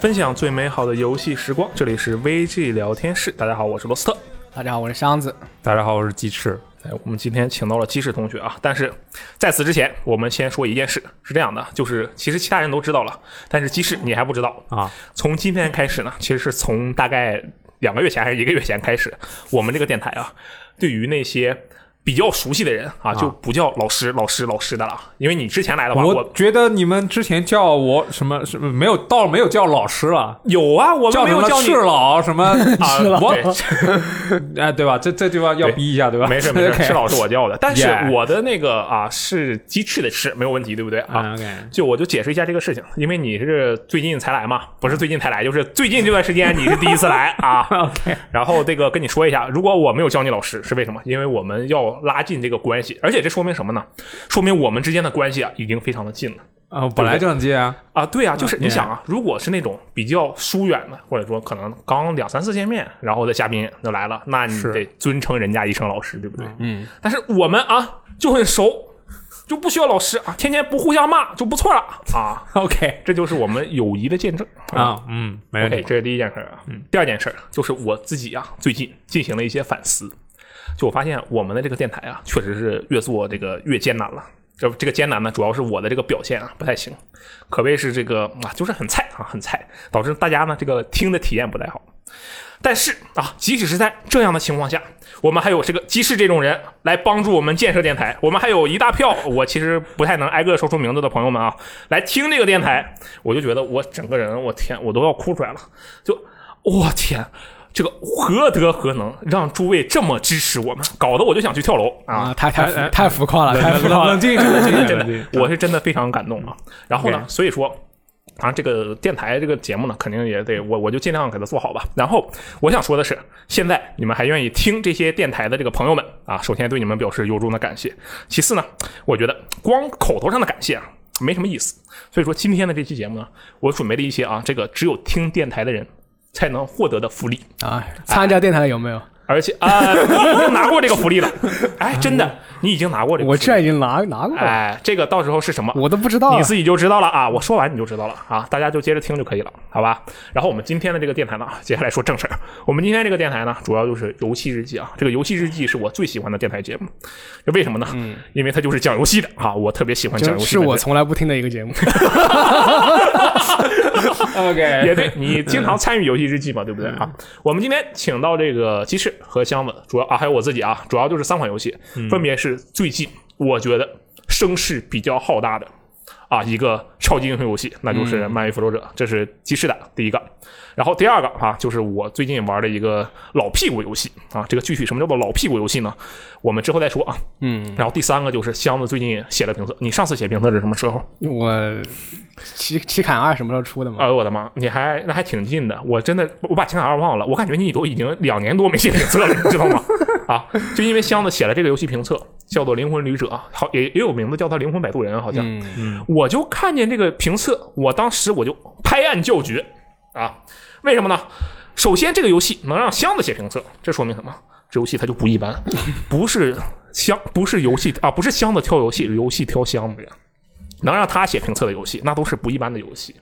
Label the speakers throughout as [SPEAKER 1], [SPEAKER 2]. [SPEAKER 1] 分享最美好的游戏时光。这里是 VG 聊天室，大家好，我是罗斯特。
[SPEAKER 2] 大家好，我是箱子。
[SPEAKER 3] 大家好，我是鸡翅。
[SPEAKER 1] 哎，我们今天请到了鸡翅同学啊，但是在此之前，我们先说一件事，是这样的，就是其实其他人都知道了，但是鸡翅你还不知道
[SPEAKER 3] 啊。
[SPEAKER 1] 从今天开始呢，其实是从大概两个月前还是一个月前开始，我们这个电台啊，对于那些比较熟悉的人啊，就不叫老师、老师、老师的了，因为你之前来的话，我
[SPEAKER 3] 我觉得你们之前叫我什么什么没有到没有叫老师了，
[SPEAKER 1] 有啊，我们
[SPEAKER 3] 叫
[SPEAKER 1] 没
[SPEAKER 3] 什
[SPEAKER 1] 有
[SPEAKER 3] 么
[SPEAKER 1] 叫你
[SPEAKER 3] 赤佬 什么啊
[SPEAKER 1] 啊，
[SPEAKER 3] 我
[SPEAKER 1] 对
[SPEAKER 3] 哎对吧？这这地方要
[SPEAKER 1] 对
[SPEAKER 3] 逼一下对吧？
[SPEAKER 1] 没事没事，
[SPEAKER 3] OK
[SPEAKER 1] 是老师我叫的，但是
[SPEAKER 3] Yeah
[SPEAKER 1] 我的那个啊是鸡翅的翅，没有问题，对不对啊？
[SPEAKER 3] 嗯，OK。
[SPEAKER 1] 就我就解释一下这个事情，因为你是最近才来嘛，不是最近才来，就是最近这段时间你是第一次来啊。
[SPEAKER 3] OK，
[SPEAKER 1] 然后这个跟你说一下，如果我没有叫你老师是为什么？因为我们要拉近这个关系，而且这说明什么呢？说明我们之间的关系啊已经非常的近了。
[SPEAKER 3] 啊，本来就很 近啊，
[SPEAKER 1] 啊，对啊，就是你想啊，如果是那种比较疏远的，或者说可能刚两三次见面，然后的嘉宾就来了，那你
[SPEAKER 3] 是
[SPEAKER 1] 得尊称人家一声老师，对不对？
[SPEAKER 2] 嗯。
[SPEAKER 1] 但是我们啊就很熟，就不需要老师啊，天天不互相骂就不错了啊，
[SPEAKER 3] OK
[SPEAKER 1] 这就是我们友谊的见证。
[SPEAKER 3] 啊，嗯，没问
[SPEAKER 1] OK，
[SPEAKER 3] 题。
[SPEAKER 1] 这是第一件事儿啊。嗯，第二件事儿就是我自己啊，最近进行了一些反思，就我发现我们的这个电台啊，确实是越做这个越艰难了。这这个艰难呢，主要是我的这个表现啊不太行，可谓是这个啊，就是很菜啊，很菜，导致大家呢这个听的体验不太好。但是啊，即使是在这样的情况下，我们还有这个鸡翅这种人来帮助我们建设电台，我们还有一大票我其实不太能挨个说出名字的朋友们啊，来听这个电台，我就觉得我整个人，我天，我都要哭出来了，就我天。这个何德何能让诸位这么支持我们，搞得我就想去跳楼啊！
[SPEAKER 2] 啊，太太
[SPEAKER 3] 哎哎
[SPEAKER 2] 浮太浮夸了，太浮夸了
[SPEAKER 3] 冷。静，冷静，冷静
[SPEAKER 1] 真
[SPEAKER 3] 冷
[SPEAKER 1] 的
[SPEAKER 3] 静，。
[SPEAKER 1] 我是真的非常感动啊。然后呢
[SPEAKER 3] OK，
[SPEAKER 1] 所以说。啊，这个电台这个节目呢，肯定也得我我就尽量给它做好吧。然后我想说的是，现在你们还愿意听这些电台的这个朋友们啊，首先对你们表示由衷的感谢。其次呢，我觉得光口头上的感谢啊，没什么意思。所以说今天的这期节目呢，我准备了一些啊，这个只有听电台的人才能获得的福利。
[SPEAKER 2] 啊，参加电台的有没有？
[SPEAKER 1] 而且啊，你已经拿过这个福利了，哎，真的，你已经拿过这个
[SPEAKER 2] 我
[SPEAKER 1] 福利了。
[SPEAKER 2] 这已经拿拿过了，
[SPEAKER 1] 哎，这个到时候是什么？
[SPEAKER 2] 我都不知道啊
[SPEAKER 1] 你。自己就知道了啊！我说完你就知道了啊！大家就接着听就可以了，好吧？然后我们今天的这个电台呢，接下来说正事儿。我们今天这个电台呢，主要就是游戏日记啊。这个游戏日记是我最喜欢的电台节目，这为什么呢？嗯，因为它就是讲游戏的啊，我特别喜欢讲
[SPEAKER 2] 就
[SPEAKER 1] 游戏
[SPEAKER 2] 是
[SPEAKER 1] 的。
[SPEAKER 2] 我从来不听的一个节目，
[SPEAKER 3] OK，
[SPEAKER 1] 也对你经常参与游戏日记嘛，对不对啊？我们今天请到这个鸡翅和箱子，主要啊还有我自己啊，主要就是三款游戏，分别是最近我觉得声势比较浩大的啊一个超级英雄游戏，那就是《漫威复仇者》，这是鸡翅的第一个。然后第二个啊，就是我最近玩的一个老屁股游戏啊，这个具体什么叫做老屁股游戏呢？我们之后再说啊。
[SPEAKER 2] 嗯，
[SPEAKER 1] 然后第三个就是箱子最近写了评测，你上次写评测是什么时候？
[SPEAKER 2] 我奇奇坎二什么时候出的嘛？
[SPEAKER 1] 哎呦我的妈！你还那还挺近的，我真的我把情感二忘了，我感觉你都已经两年多没写评测了，你知道吗？ 啊，就因为箱子写了这个游戏评测，叫做《灵魂旅者》，好也也有名字叫它《灵魂摆渡人》，好像、
[SPEAKER 2] 嗯，
[SPEAKER 1] 我就看见这个评测，我当时我就拍案叫绝啊！为什么呢？首先，这个游戏能让箱子写评测，这说明什么？这游戏它就不一 般，不是箱，不是游戏啊，不是箱子挑游戏，游戏挑箱子呀。能让他写评测的游戏，那都是不一般的游戏。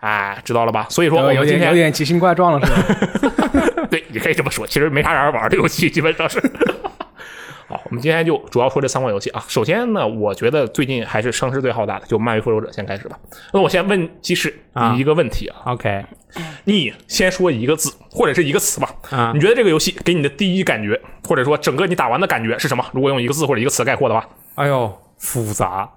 [SPEAKER 1] 哎，知道了吧？所以说，我
[SPEAKER 2] 有
[SPEAKER 1] 们
[SPEAKER 2] 有
[SPEAKER 1] 今
[SPEAKER 2] 点有
[SPEAKER 1] 天
[SPEAKER 2] 点奇形怪状了，是吧？
[SPEAKER 1] 对，你可以这么说，其实没啥人玩的游戏，基本上是。 好，我们今天就主要说这三款游戏啊。首先呢，我觉得最近还是声势最浩大的，就《漫威复仇者》先开始吧。那我先问鸡翅
[SPEAKER 3] 啊
[SPEAKER 1] 你一个问题啊，
[SPEAKER 3] OK
[SPEAKER 1] 你先说一个字或者是一个词吧。
[SPEAKER 3] 啊
[SPEAKER 1] 你觉得这个游戏给你的第一感觉，或者说整个你打完的感觉是什么？如果用一个字或者一个词概括的话，
[SPEAKER 3] 哎呦，复杂，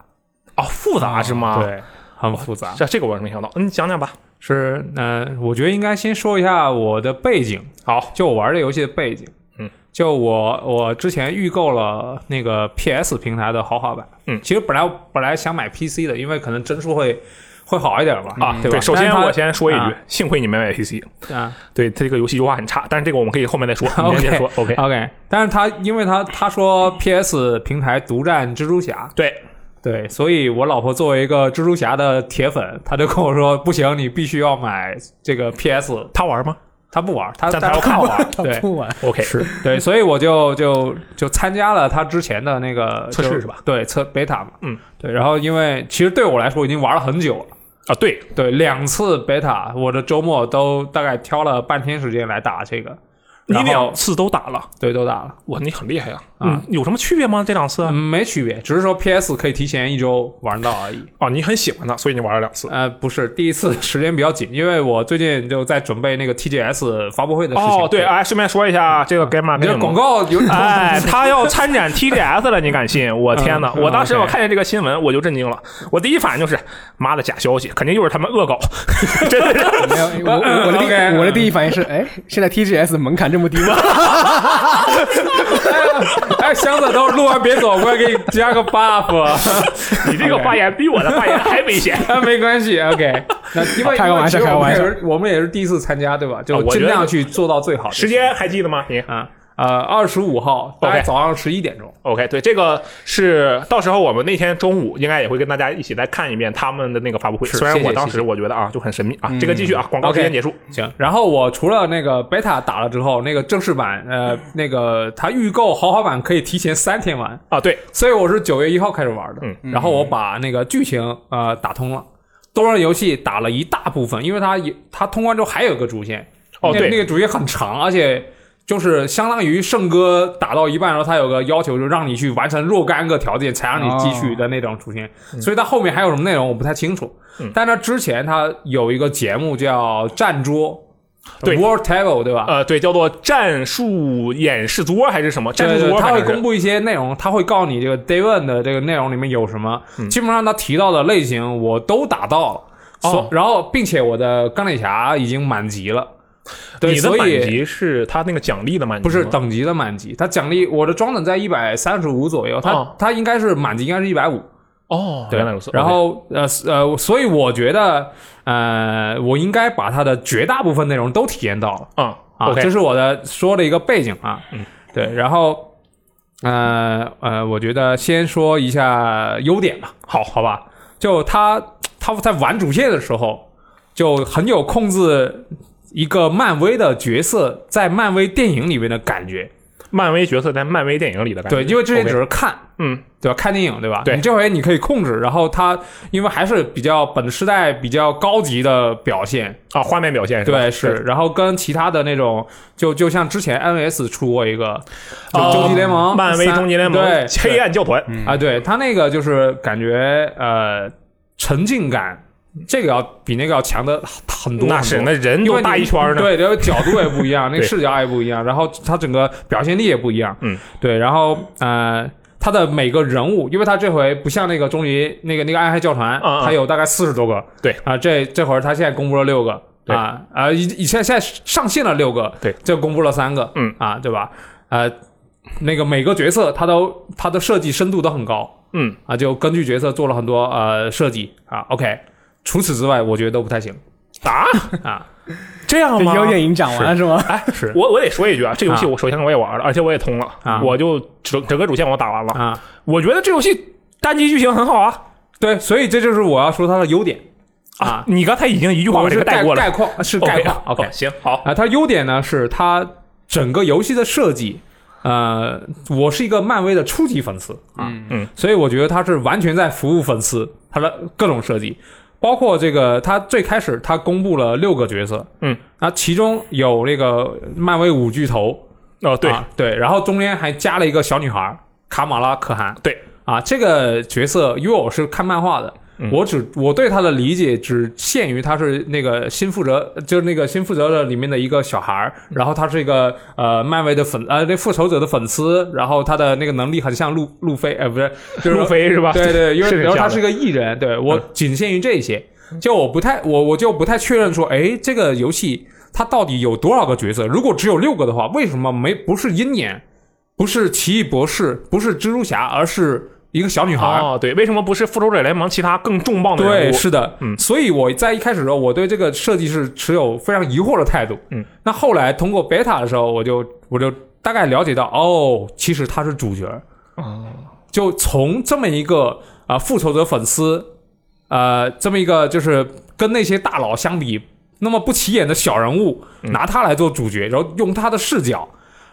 [SPEAKER 1] 啊，复杂是吗？，
[SPEAKER 3] 对，很复杂。
[SPEAKER 1] 这这个我是没想到。嗯，你讲讲吧。
[SPEAKER 3] 是，嗯，我觉得应该先说一下我的背景，
[SPEAKER 1] 好，
[SPEAKER 3] 就我玩这游戏的背景。
[SPEAKER 1] 嗯，
[SPEAKER 3] 就我我之前预购了那个 PS 平台的豪华版。
[SPEAKER 1] 嗯
[SPEAKER 3] 其实本来本来想买 PC 的，因为可能帧数会会好一点吧。
[SPEAKER 1] 啊，
[SPEAKER 3] 对吧？
[SPEAKER 1] 首先
[SPEAKER 3] 但是它
[SPEAKER 1] 我先说一句
[SPEAKER 3] 啊，
[SPEAKER 1] 幸亏你没买 PC，
[SPEAKER 3] 啊
[SPEAKER 1] 对它这个游戏优化很差，但是这个我们可以后面再说。 你先
[SPEAKER 3] OK
[SPEAKER 1] 接着说，OK？ 啊
[SPEAKER 3] ，OK，但是他因为他他说 PS 平台独占蜘蛛侠，
[SPEAKER 1] 对，
[SPEAKER 3] 对，所以我老婆作为一个蜘蛛侠的铁粉，她就跟我说不行，你必须要买这个 PS。
[SPEAKER 1] 他玩吗
[SPEAKER 3] 她不玩，她
[SPEAKER 1] 但她
[SPEAKER 3] 她
[SPEAKER 1] 要看我玩
[SPEAKER 3] 对
[SPEAKER 2] 不玩。
[SPEAKER 1] ？OK，是
[SPEAKER 3] 对，所以我就就就参加了他之前的那个
[SPEAKER 1] 测试
[SPEAKER 3] 就是
[SPEAKER 1] 吧？
[SPEAKER 3] 对，测 beta 嘛。
[SPEAKER 1] 嗯，
[SPEAKER 3] 对。然后因为其实对我来说已经玩了很久了，
[SPEAKER 1] 啊，对，
[SPEAKER 3] 对，两次 beta，我的周末都大概挑了半天时间来打这个，
[SPEAKER 1] 你
[SPEAKER 3] 然后
[SPEAKER 1] 两次都打了，
[SPEAKER 3] 对都打了，
[SPEAKER 1] 哇，你很厉害呀、
[SPEAKER 3] 啊
[SPEAKER 1] 嗯，有什么区别吗？这两次？
[SPEAKER 3] 嗯，没区别，只是说 PS 可以提前一周玩到而已。
[SPEAKER 1] 哦，你很喜欢它，所以你玩了两次。
[SPEAKER 3] 呃，不是，第一次 时间比较紧，因为我最近就在准备那个 TGS 发布会的事情。
[SPEAKER 1] 哦，对，，哎，顺便说一下，这个 g a m
[SPEAKER 3] 你这广。告 有点
[SPEAKER 1] 哎，他要参展 TGS 了，你敢信？我天哪！
[SPEAKER 3] 嗯
[SPEAKER 1] 我当时我
[SPEAKER 3] OK
[SPEAKER 1] 看见这个新闻，我就震惊了。我第一反应就是，妈的，假消息，肯定又是他们恶搞， 真的是。
[SPEAKER 2] 没有，我我我的
[SPEAKER 3] OK，
[SPEAKER 2] 第我的第一反应是，哎，现在 TGS 门槛这么低吗？
[SPEAKER 3] 哎，箱子都录完别走，我也给你加个 buff。
[SPEAKER 1] 你这个发言比我的发言还危险。
[SPEAKER 3] 啊，没关 系，OK。那因为
[SPEAKER 2] 开个玩笑
[SPEAKER 3] 因为
[SPEAKER 2] 开个玩笑
[SPEAKER 3] 我们也是我们也是第一次参加，对吧？就
[SPEAKER 1] 啊我觉
[SPEAKER 3] 尽
[SPEAKER 1] 得
[SPEAKER 3] 量去做到最好的
[SPEAKER 1] 时间还记得吗？你
[SPEAKER 3] 啊。呃，二十五号，大概
[SPEAKER 1] OK
[SPEAKER 3] 早上十一点钟。
[SPEAKER 1] OK？对，这个是到时候我们那天中午应该也会跟大家一起来看一遍他们的那个发布会。
[SPEAKER 3] 是
[SPEAKER 1] 虽然
[SPEAKER 3] 谢谢
[SPEAKER 1] 我当
[SPEAKER 3] 谢嗯
[SPEAKER 1] 时我觉得啊就很神秘啊，这个继续啊，广告时
[SPEAKER 3] OK
[SPEAKER 1] 间结束。
[SPEAKER 3] 行，然后我除了那个 beta 打了之后，那个正式版，呃，那个它预购豪华版可以提前三天玩，
[SPEAKER 1] 啊，对，
[SPEAKER 3] 所以我是九月一号开始玩的。
[SPEAKER 1] 嗯
[SPEAKER 3] 然后我把那个剧情呃打通了，多人游戏打了一大部分，因为它也它通关之后还有一个主线，
[SPEAKER 1] 哦
[SPEAKER 3] 那
[SPEAKER 1] 对
[SPEAKER 3] 那个主线很长，而且就是相当于圣歌打到一半，然后它有个要求，就让你去完成若干个条件才让你继续的那种主线，所以它后面还有什么内容我不太清楚。
[SPEAKER 1] 嗯
[SPEAKER 3] 但它之前它有一个节目叫《战桌》
[SPEAKER 1] 对
[SPEAKER 3] w o r d Table，对吧？
[SPEAKER 1] 呃，对，叫做战术演示桌还是什么战
[SPEAKER 3] 对
[SPEAKER 1] 术
[SPEAKER 3] 对，
[SPEAKER 1] 桌？
[SPEAKER 3] 他
[SPEAKER 1] 反
[SPEAKER 3] 会
[SPEAKER 1] 正是
[SPEAKER 3] 公布一些内容，他会告诉你这个 Day One 的这个内容里面有什么。基本上他提到的类型我都打到了，
[SPEAKER 1] 嗯哦
[SPEAKER 3] 所然后并且我的钢铁侠已经满级了，对，
[SPEAKER 1] 你的
[SPEAKER 3] 所
[SPEAKER 1] 满
[SPEAKER 3] 以
[SPEAKER 1] 级是他那个奖励的满级吗，
[SPEAKER 3] 不是等级的满级，他奖励我的装等在一百三十五左右，他
[SPEAKER 1] 哦
[SPEAKER 3] 他应该是满级应该是一百五，
[SPEAKER 1] 哦，
[SPEAKER 3] 对
[SPEAKER 1] 原来如此。
[SPEAKER 3] 然后呃呃，所以我觉得呃，我应该把它的绝大部分内容都体验到了。
[SPEAKER 1] OK，嗯
[SPEAKER 3] 啊
[SPEAKER 1] ，OK，
[SPEAKER 3] 这是我的说的一个背景啊。
[SPEAKER 1] 嗯，
[SPEAKER 3] 对，然后呃呃，我觉得先说一下优点吧。好，好吧，就他他在玩主线的时候，就很有控制一个漫威的角色在漫威电影里面的感觉。
[SPEAKER 1] 漫威角色在漫威电影里的感觉，
[SPEAKER 3] 对，因为之前只
[SPEAKER 1] OK
[SPEAKER 3] 是看。
[SPEAKER 1] 嗯，
[SPEAKER 3] 对吧？看电影对吧？
[SPEAKER 1] 对
[SPEAKER 3] 你这回你可以控制，然后他因为还是比较本世代比较高级的表现，
[SPEAKER 1] 啊，画面表现是吧？
[SPEAKER 3] 对，是，然后跟其他的那种，就就像之前 NS 出过一个，就
[SPEAKER 1] 哦
[SPEAKER 3] 终极联盟、
[SPEAKER 1] 漫威
[SPEAKER 3] 三
[SPEAKER 1] 终极联盟
[SPEAKER 3] 对，、
[SPEAKER 1] 黑暗教团，
[SPEAKER 3] 对啊，对他那个就是感觉呃沉浸感，这个要比那个要强的很多，
[SPEAKER 1] 那
[SPEAKER 3] 很
[SPEAKER 1] 是
[SPEAKER 3] 多
[SPEAKER 1] 那人
[SPEAKER 3] 因
[SPEAKER 1] 有
[SPEAKER 3] 为
[SPEAKER 1] 大
[SPEAKER 3] 你
[SPEAKER 1] 一圈呢。
[SPEAKER 3] 对，然后角度也不 一样，那个
[SPEAKER 1] 对
[SPEAKER 3] 视角也不一样，然后它整个表现力也不一样，
[SPEAKER 1] 嗯，
[SPEAKER 3] 对，然后呃。他的每个人物，因为他这回不像那个终于那个那个暗黑教团，
[SPEAKER 1] 嗯嗯
[SPEAKER 3] 他有大概四十多个，
[SPEAKER 1] 对
[SPEAKER 3] 啊，这这会儿他现在公布了六个，
[SPEAKER 1] 对
[SPEAKER 3] 啊啊，以以前现在上线了六个，
[SPEAKER 1] 对，
[SPEAKER 3] 就公布了三个，
[SPEAKER 1] 嗯
[SPEAKER 3] 啊，对吧？呃，那个每个角色他都他的设计深度都很高，
[SPEAKER 1] 嗯，
[SPEAKER 3] 啊，就根据角色做了很多呃设计啊，OK。除此之外，我觉得都不太行
[SPEAKER 1] 啊，
[SPEAKER 3] 啊，
[SPEAKER 1] 这样
[SPEAKER 2] 这
[SPEAKER 1] 吗？
[SPEAKER 2] 优点已经讲完了是吗？
[SPEAKER 1] 哎，
[SPEAKER 3] 是
[SPEAKER 1] 我我得说一句啊，这游戏
[SPEAKER 3] 啊
[SPEAKER 1] 我首先我也玩了，而且我也通了，
[SPEAKER 3] 啊
[SPEAKER 1] 我就整整个主线我打完了。
[SPEAKER 3] 啊，
[SPEAKER 1] 我觉得这游戏单机剧情很好啊
[SPEAKER 3] 对，所以这就是我要说它的优点啊。
[SPEAKER 1] 你刚才已经一句话把
[SPEAKER 3] 我
[SPEAKER 1] 这
[SPEAKER 3] 是
[SPEAKER 1] 个带
[SPEAKER 3] 概
[SPEAKER 1] 过了
[SPEAKER 3] 概况是概
[SPEAKER 1] OK
[SPEAKER 3] 况，OK
[SPEAKER 1] 哦行好，
[SPEAKER 3] 啊。它优点呢是它整个游戏的设计，呃，我是一个漫威的初级粉丝啊，
[SPEAKER 2] 嗯
[SPEAKER 1] 嗯，
[SPEAKER 3] 所以我觉得它是完全在服务粉丝，它的各种设计，包括这个它最开始它公布了六个角色，
[SPEAKER 1] 嗯，
[SPEAKER 3] 那其中有那个漫威五巨头，
[SPEAKER 1] 哦对，
[SPEAKER 3] 啊对，然后中间还加了一个小女孩儿卡马拉可汗。
[SPEAKER 1] 对
[SPEAKER 3] 啊，这个角色因为我是看漫画的，
[SPEAKER 1] 嗯
[SPEAKER 3] 我只我对她的理解只限于她是那个新负责，就是那个新负责的里面的一个小孩儿，
[SPEAKER 1] 嗯
[SPEAKER 3] 然后她是一个呃漫威的粉呃那复仇者的粉丝，然后她的那个能力很像路路飞，呃不是就是
[SPEAKER 1] 路飞是吧？
[SPEAKER 3] 对对，因为
[SPEAKER 1] 是挺
[SPEAKER 3] 然后
[SPEAKER 1] 像
[SPEAKER 3] 他是
[SPEAKER 1] 的嗯
[SPEAKER 3] 个艺人，对我仅限于这些。就我不太，我我就不太确认说，哎，这个游戏它到底有多少个角色？如果只有六个的话，为什么没不是鹰眼，不是奇异博士，不是蜘蛛侠，而是一个小女孩？
[SPEAKER 1] 哦，对，为什么不是复仇者联盟其他更重磅的人
[SPEAKER 3] 对，
[SPEAKER 1] 物？
[SPEAKER 3] 是的，
[SPEAKER 1] 嗯
[SPEAKER 3] 所以我在一开始的时候，我对这个设计是持有非常疑惑的态度，
[SPEAKER 1] 嗯，
[SPEAKER 3] 那后来通过 beta 的时候，我就我就大概了解到，哦，其实他是主角，
[SPEAKER 1] 哦，
[SPEAKER 3] 就从这么一个啊、呃复仇者粉丝，呃，这么一个就是跟那些大佬相比那么不起眼的小人物，
[SPEAKER 1] 嗯
[SPEAKER 3] 拿他来做主角，然后用他的视角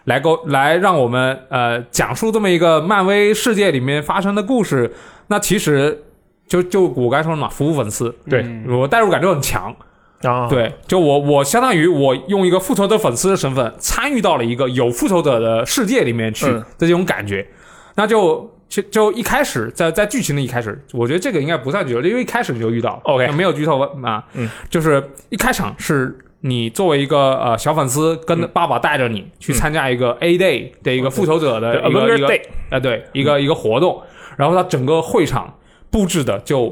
[SPEAKER 3] 来够来让我们呃讲述这么一个漫威世界里面发生的故事，那其实就就我刚才说了嘛，服务粉丝，
[SPEAKER 1] 对
[SPEAKER 2] 嗯
[SPEAKER 3] 我代入感就很强。
[SPEAKER 1] 啊，，
[SPEAKER 3] 对，就我我相当于我用一个复仇者粉丝的身份参与到了一个有复仇者的呃世界里面去
[SPEAKER 1] 嗯
[SPEAKER 3] 的这种感觉，那就。就就一开始在在剧情的一开始，我觉得这个应该不算剧透，因为一开始你就遇到
[SPEAKER 1] OK
[SPEAKER 3] 没有剧透啊，
[SPEAKER 1] 嗯，
[SPEAKER 3] 就是一开场是你作为一个呃小粉丝，跟
[SPEAKER 1] 嗯
[SPEAKER 3] 爸爸带着你去参加一个 A Day 的一个复仇者的一
[SPEAKER 1] a v e
[SPEAKER 3] 个
[SPEAKER 1] n
[SPEAKER 3] 一
[SPEAKER 1] g
[SPEAKER 3] 个
[SPEAKER 1] Day，
[SPEAKER 3] 啊，对，
[SPEAKER 1] 嗯
[SPEAKER 3] 一个、一个活动，然后它整个会场布置的就，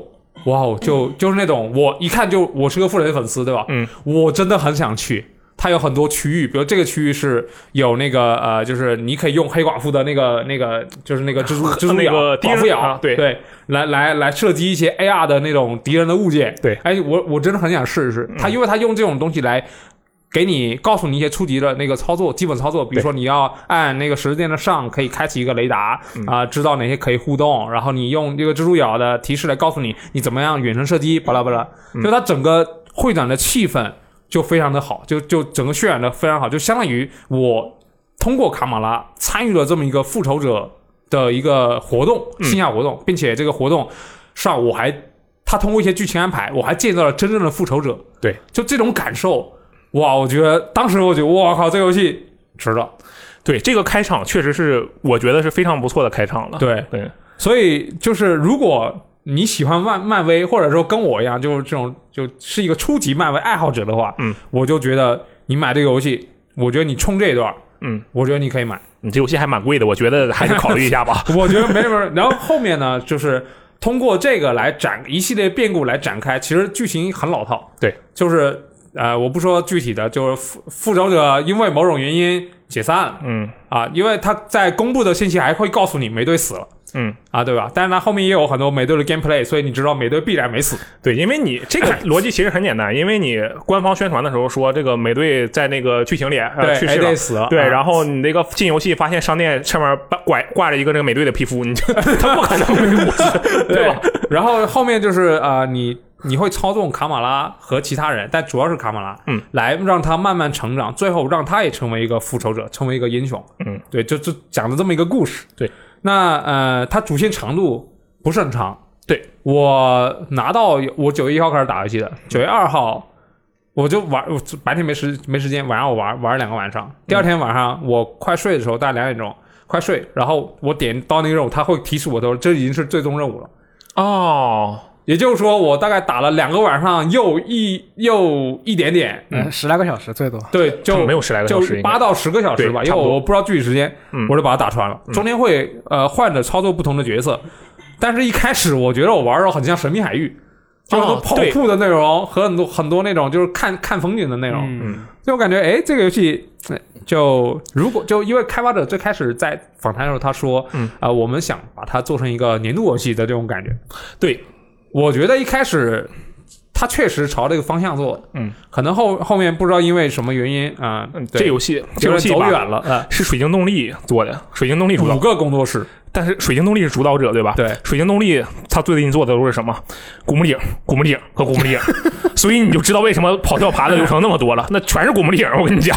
[SPEAKER 3] 哇哦，就就是那种我一看就我是个复联粉丝，对吧？
[SPEAKER 1] 嗯，
[SPEAKER 3] 我真的很想去。它有很多区域，比如这个区域是有那个呃，就是你可以用黑寡妇的那个那个，就是那 个蜘蛛蜘蛛
[SPEAKER 1] 那
[SPEAKER 3] 咬
[SPEAKER 1] 个敌
[SPEAKER 3] 寡妇
[SPEAKER 1] 人
[SPEAKER 3] 咬，
[SPEAKER 1] 啊对
[SPEAKER 3] 对，来来来射击一些 AR 的那种敌人的物件。
[SPEAKER 1] 对嗯
[SPEAKER 3] 哎，我我真的很想试一试。他因为他用这种东西来给你告诉你一些初级的那个操作，基本操作，比如说你要按那个十字键的上，可以开启一个雷达啊、知道哪些可以互动，然后你用这个蜘蛛咬的提示来告诉你你怎么样远程射击，巴拉巴拉。所以它整个会展的气氛就非常的好，就就整个渲染的非常好，就相当于我通过卡马拉参与了这么一个复仇者的一个活动，线下活动，并且这个活动上我还他通过一些剧情安排，我还见到了真正的复仇者。
[SPEAKER 1] 对，
[SPEAKER 3] 就这种感受，哇！我觉得当时我觉得，哇靠，这个游戏值了。
[SPEAKER 1] 啊对，这个开场确实是我觉得是非常不错的开场了。
[SPEAKER 3] 对，
[SPEAKER 1] 对，
[SPEAKER 3] 所以就是如果你喜欢漫漫威，或者说跟我一样，就是这种就是一个初级漫威爱好者的话，
[SPEAKER 1] 嗯，
[SPEAKER 3] 我就觉得你买这个游戏，我觉得你冲这一段，
[SPEAKER 1] 嗯，
[SPEAKER 3] 我觉得你可以买。
[SPEAKER 1] 你嗯这游戏还蛮贵的，我觉得还是考虑一下 吧。
[SPEAKER 3] 我觉得没什么。然后后面呢，就是通过这个来展一系列变故来展开，其实剧情很老套。
[SPEAKER 1] 对，
[SPEAKER 3] 就是呃，我不说具体的，就是复复仇者因为某种原因解散了
[SPEAKER 1] 嗯
[SPEAKER 3] 啊，因为他在公布的信息还会告诉你美队死了
[SPEAKER 1] 嗯，
[SPEAKER 3] 啊，对吧？但是他后面也有很多美队的 gameplay，所以你知道美队必然没死。
[SPEAKER 1] 对，因为你这个逻辑其实很简单，因为你官方宣传的时候说这个美队在那个剧情里呃去
[SPEAKER 3] 对，
[SPEAKER 1] 世了
[SPEAKER 3] 得。死了。
[SPEAKER 1] 对，
[SPEAKER 3] 啊
[SPEAKER 1] 然后你那个进游戏发现商店上面挂挂挂着一个这个美队的皮肤，你 就他不可能没过去，对
[SPEAKER 3] 对
[SPEAKER 1] 吧？，
[SPEAKER 3] 然后后面就是呃，你你会操纵卡马拉和其他人，但主要是卡马拉，
[SPEAKER 1] 嗯，
[SPEAKER 3] 来让他慢慢成长，最后让他也成为一个复仇者，成为一个英雄，
[SPEAKER 1] 嗯，
[SPEAKER 3] 对，就就讲了这么一个故事。
[SPEAKER 1] 对，
[SPEAKER 3] 那呃，它主线长度不是很长，
[SPEAKER 1] 对嗯
[SPEAKER 3] 我拿到我九月一号开始打游戏的，九月二号。我就玩，我白天没时没时间，晚上我玩玩了两个晚
[SPEAKER 1] 嗯
[SPEAKER 3] 上。第二天晚上我快睡的时候，大概两点钟快睡，然后我点到那个任务，他会提示我说这已经是最终任务了。
[SPEAKER 1] 哦，
[SPEAKER 3] 也就是说，我大概打了两个晚上，又一又一点点，
[SPEAKER 2] 嗯，十来个小时最多。
[SPEAKER 3] 对，就
[SPEAKER 1] 没有十来个小
[SPEAKER 3] 就
[SPEAKER 1] 时应该，
[SPEAKER 3] 八到十个小时吧，
[SPEAKER 1] 对
[SPEAKER 3] 因
[SPEAKER 1] 差
[SPEAKER 3] 为
[SPEAKER 1] 不多
[SPEAKER 3] 我不知道具体时间，
[SPEAKER 1] 嗯
[SPEAKER 3] 我就把它打穿了。中间会呃换着操作不同的角色，但是一开始我觉得我玩的很像《神秘海域》，就是很多
[SPEAKER 1] 哦
[SPEAKER 3] 跑
[SPEAKER 1] 对
[SPEAKER 3] 酷的内容和很多很多那种就是看看风景的内容，
[SPEAKER 2] 嗯，
[SPEAKER 3] 所以我感觉，哎，这个游戏呃就如果就因为开发者最开始在访谈的时候他说，
[SPEAKER 1] 嗯
[SPEAKER 3] 啊、我们想把它做成一个年度游戏的这种感觉。
[SPEAKER 1] 对，
[SPEAKER 3] 我觉得一开始他确实朝这个方向做的，
[SPEAKER 1] 嗯，
[SPEAKER 3] 可能后后面不知道因为什么原因啊、
[SPEAKER 1] 嗯，
[SPEAKER 3] 对
[SPEAKER 1] 这游戏这
[SPEAKER 3] 有
[SPEAKER 1] 游
[SPEAKER 3] 点
[SPEAKER 1] 戏
[SPEAKER 3] 走
[SPEAKER 1] 吧嗯
[SPEAKER 3] 远了，嗯呃，
[SPEAKER 1] 是水晶动力做的，水晶动力主
[SPEAKER 3] 五
[SPEAKER 1] 导，
[SPEAKER 3] 个工 作室，
[SPEAKER 1] 但是水晶动力是主导者对吧？
[SPEAKER 3] 对，
[SPEAKER 1] 水晶动力它最近做的都是什么？古墓丽影、古墓丽影和古墓丽 影，所以你就知道为什么跑跳爬的流程那么多了，那全是古墓丽影。我跟你讲，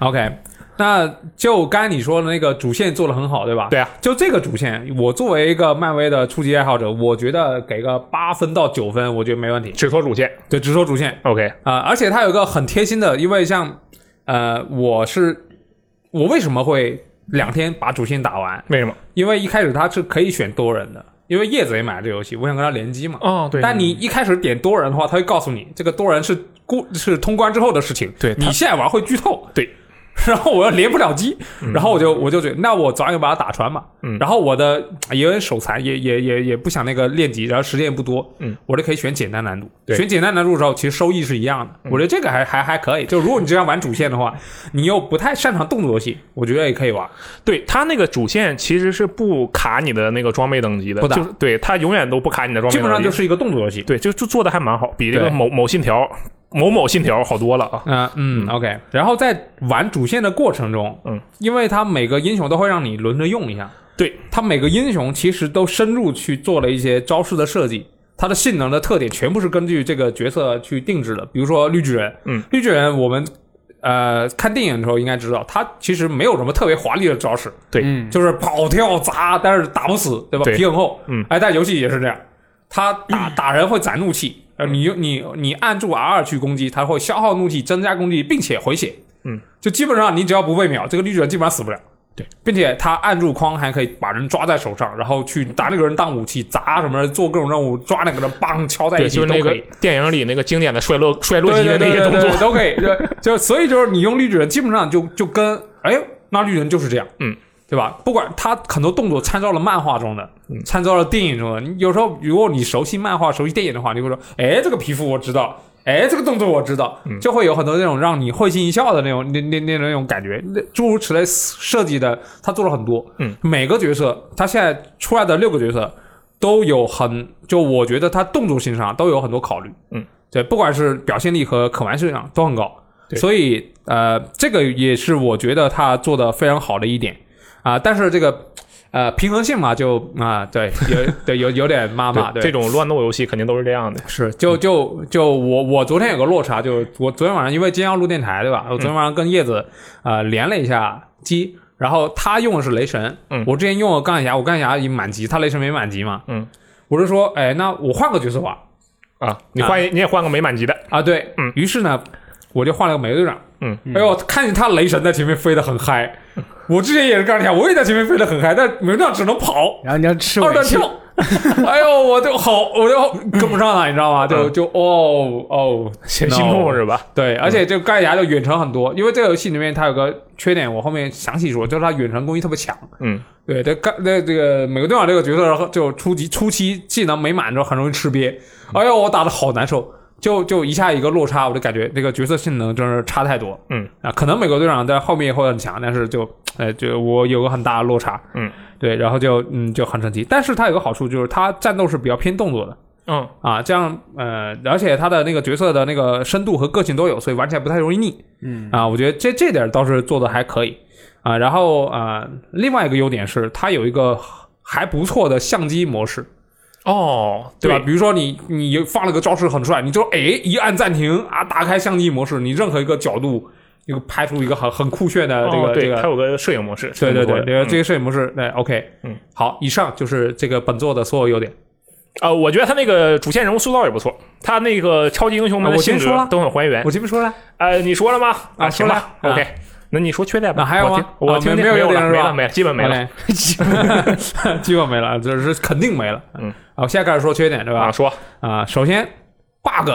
[SPEAKER 3] OK，那就刚才你说的那个主线做的很好，对吧？
[SPEAKER 1] 对啊，
[SPEAKER 3] 就这个主线，我作为一个漫威的初级爱好者，我觉得给个八分到九分，我觉得没问题。
[SPEAKER 1] 只说主线
[SPEAKER 3] 对，只说主线，
[SPEAKER 1] ，OK，
[SPEAKER 3] 啊、而且它有一个很贴心的，因为像呃，我是我为什么会两天把主线打完？
[SPEAKER 1] 为什么？
[SPEAKER 3] 因为一开始它是可以选多人的，因为叶子也买了这游戏，我想跟他联机嘛。
[SPEAKER 1] 哦，对
[SPEAKER 3] 但你一开始点多人的话，他会告诉你这个多人是过是通关之后的事情，
[SPEAKER 1] 对
[SPEAKER 3] 你
[SPEAKER 1] 它
[SPEAKER 3] 现在玩会剧透，
[SPEAKER 1] 对。
[SPEAKER 3] 然后我又连不了机，然后我就我就觉得，那我早点把它打穿嘛。
[SPEAKER 1] 嗯
[SPEAKER 3] 然后我的也有点手残，也也也也不想那个练级，然后时间也不多，
[SPEAKER 1] 嗯，
[SPEAKER 3] 我就可以选简单难度。
[SPEAKER 1] 对嗯
[SPEAKER 3] 选简单难度的时候，其实收益是一样的。我觉得这个还还还可以。就如果你这样玩主线的话，你又不太擅长动作游戏，我觉得也可以玩。
[SPEAKER 1] 对它那个主线其实是不卡你的那个装备等级的，
[SPEAKER 3] 不打
[SPEAKER 1] 就是对它永远都不卡你的装备
[SPEAKER 3] 基
[SPEAKER 1] 等级，
[SPEAKER 3] 本上就是一个动作游戏。
[SPEAKER 1] 对，就就做的还蛮好，比这个
[SPEAKER 3] 对
[SPEAKER 1] 某某信条、某某信条好多了啊。
[SPEAKER 3] 啊，嗯，OK。然后在玩主线的过程中，
[SPEAKER 1] 嗯，
[SPEAKER 3] 因为它每个英雄都会让你轮着用一下，
[SPEAKER 1] 对，
[SPEAKER 3] 它每个英雄其实都深入去做了一些招式的设计，它的性能的特点全部是根据这个角色去定制的。比如说绿巨人，
[SPEAKER 1] 嗯，
[SPEAKER 3] 绿巨人我们呃看电影的时候应该知道，他其实没有什么特别华丽的招式，
[SPEAKER 1] 对
[SPEAKER 2] 嗯，
[SPEAKER 3] 就是跑跳砸，但是打不死，对吧？
[SPEAKER 1] 对
[SPEAKER 3] 皮很厚，
[SPEAKER 1] 嗯
[SPEAKER 3] 哎，但游戏也是这样。他打打人会攒怒气，呃，你用你你按住 R 去攻击，它会消耗怒气，增加攻击，并且回血。
[SPEAKER 1] 嗯，
[SPEAKER 3] 就基本上你只要不被秒，这个绿巨人基本上死不了。
[SPEAKER 1] 对，
[SPEAKER 3] 并且他按住框还可以把人抓在手上，然后去拿那个人当武器砸什么，做各种任务，抓那个人，梆敲在
[SPEAKER 1] 对，
[SPEAKER 3] 一起
[SPEAKER 1] 就是
[SPEAKER 3] 都
[SPEAKER 1] 那
[SPEAKER 3] 可
[SPEAKER 1] 个
[SPEAKER 3] 以。
[SPEAKER 1] 电影里那个经典的摔落摔落
[SPEAKER 3] 对
[SPEAKER 1] 机
[SPEAKER 3] 对
[SPEAKER 1] 的那
[SPEAKER 3] 对
[SPEAKER 1] 些
[SPEAKER 3] 对
[SPEAKER 1] 动
[SPEAKER 3] 对，
[SPEAKER 1] 作，
[SPEAKER 3] 都可以。对，就所以就是你用绿巨人，基本上就就跟哎，那绿人就是这样，
[SPEAKER 1] 嗯，
[SPEAKER 3] 对吧？不管他很多动作参照了漫画中的，
[SPEAKER 1] 嗯
[SPEAKER 3] 参照了电影中的。你有时候如果你熟悉漫画、熟悉电影的话，你会说，哎，这个皮肤我知道。哎，这个动作我知道，
[SPEAKER 1] 嗯
[SPEAKER 3] 就会有很多那种让你会心一笑的那种、那那那那种感觉，那诸如此类设计的，他做了很多。
[SPEAKER 1] 嗯，
[SPEAKER 3] 每个角色他现在出来的六个角色都有很，就我觉得他动作性上都有很多考虑。对，不管是表现力和可玩性上都很高，
[SPEAKER 1] 对
[SPEAKER 3] 所以呃，这个也是我觉得他做的非常好的一点啊、但是这个呃平衡性嘛，就啊、对，有对有有点妈妈，对，
[SPEAKER 1] 这种乱斗游戏肯定都是这样的。
[SPEAKER 3] 是就就就我我昨天有个落差，就我昨天晚上因为今天要录电台对吧？我昨天晚上跟叶子呃连了一下机。然后他用的是雷神，
[SPEAKER 1] 嗯
[SPEAKER 3] 我之前用了钢铁侠，我钢铁侠已经满级，他雷神没满级嘛，
[SPEAKER 1] 嗯，
[SPEAKER 3] 我就说，哎，那我换个角色吧，
[SPEAKER 1] 啊，你换、你也换个没满级的，
[SPEAKER 3] 啊，对，
[SPEAKER 1] 嗯
[SPEAKER 3] 于是呢，我就换了个美队队长，
[SPEAKER 1] 嗯，
[SPEAKER 3] 哎呦，看见他雷神在前面飞得很嗨，我之前也是钢铁侠，我也在前面飞得很嗨，但美队队长只能跑，
[SPEAKER 2] 然后你要吃
[SPEAKER 3] 二
[SPEAKER 2] 尾
[SPEAKER 3] 段
[SPEAKER 2] 气，
[SPEAKER 3] 跳， 哎呦，我就好，我就跟不上了，你知道
[SPEAKER 1] 嗯
[SPEAKER 3] 吗？就就哦哦，
[SPEAKER 1] 先
[SPEAKER 3] no
[SPEAKER 1] 心痛是吧？
[SPEAKER 3] 对，而且就钢铁侠就远程很多，因为这个游戏里面它有个缺点，我后面详细说，就是它远程攻击特别强。
[SPEAKER 1] 嗯，
[SPEAKER 3] 对，这干那这个美国队长这个角色，然后就初级初期技能没满之后很容易吃瘪，哎呦，我打的好难受，就就一下一个落差，我就感觉这个角色性能真是差太多。
[SPEAKER 1] 嗯
[SPEAKER 3] 啊，可能美国队长在后面也会很强，但是就呃就我有个很大的落差。
[SPEAKER 1] 嗯，
[SPEAKER 3] 对，然后就嗯就很神奇，但是它有个好处就是它战斗是比较偏动作的。
[SPEAKER 1] 嗯，
[SPEAKER 3] 啊，这样呃，而且他的那个角色的那个深度和个性都有，所以玩起来不太容易腻。嗯啊，我觉得这这点倒是做的还可以啊。然后啊，另外一个优点是它有一个还不错的相机模式，
[SPEAKER 1] 哦，
[SPEAKER 3] 对吧？
[SPEAKER 1] 吧？
[SPEAKER 3] 比如说你你放了个招式很帅，你就哎一按暂停啊，打开相机模式，你任何一个角度就拍出一个很很酷炫的这个、
[SPEAKER 1] 哦
[SPEAKER 3] 这
[SPEAKER 1] 对，
[SPEAKER 3] 个
[SPEAKER 1] 它有个摄影模式，
[SPEAKER 3] 对对对，这个这
[SPEAKER 1] 个
[SPEAKER 3] 个摄影模式，对，OK，
[SPEAKER 1] 嗯，
[SPEAKER 3] 好，以上就是这个本作的所有优点。
[SPEAKER 1] 啊、我觉得他那个主线人物塑造也不错，他那个超级英雄们
[SPEAKER 3] 啊
[SPEAKER 1] 的
[SPEAKER 3] 我先
[SPEAKER 1] 性格
[SPEAKER 3] 说了
[SPEAKER 1] 都很还原
[SPEAKER 3] 我。前面说了，
[SPEAKER 1] 呃，你说了吗？
[SPEAKER 3] 啊
[SPEAKER 1] 行
[SPEAKER 3] 说了
[SPEAKER 1] 吧 OK，、那你说缺点吧。
[SPEAKER 3] 那还有吗
[SPEAKER 1] 我听我
[SPEAKER 3] 啊
[SPEAKER 1] 听
[SPEAKER 3] 没
[SPEAKER 1] 见
[SPEAKER 3] 没有
[SPEAKER 1] 有
[SPEAKER 3] 优点
[SPEAKER 1] 了，
[SPEAKER 3] 是
[SPEAKER 1] 没
[SPEAKER 3] 吧
[SPEAKER 1] 了，没了，基本没了。
[SPEAKER 3] OK，基本没了，就是肯定没了。
[SPEAKER 1] 嗯，
[SPEAKER 3] 好，现在开始说缺点，对
[SPEAKER 1] 啊，
[SPEAKER 3] 吧？
[SPEAKER 1] 说
[SPEAKER 3] 啊、首先 bug，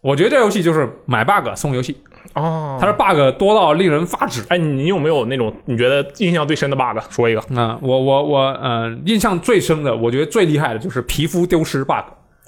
[SPEAKER 3] 我觉得这游戏就是买 bug 送游戏，
[SPEAKER 1] 哦
[SPEAKER 3] 它的 bug 多到令人发指。
[SPEAKER 1] 哎，你有没有那种你觉得印象最深的 bug？说一个
[SPEAKER 3] 啊、我我我，呃，印象最深的，我觉得最厉害的就是皮肤丢失 bug。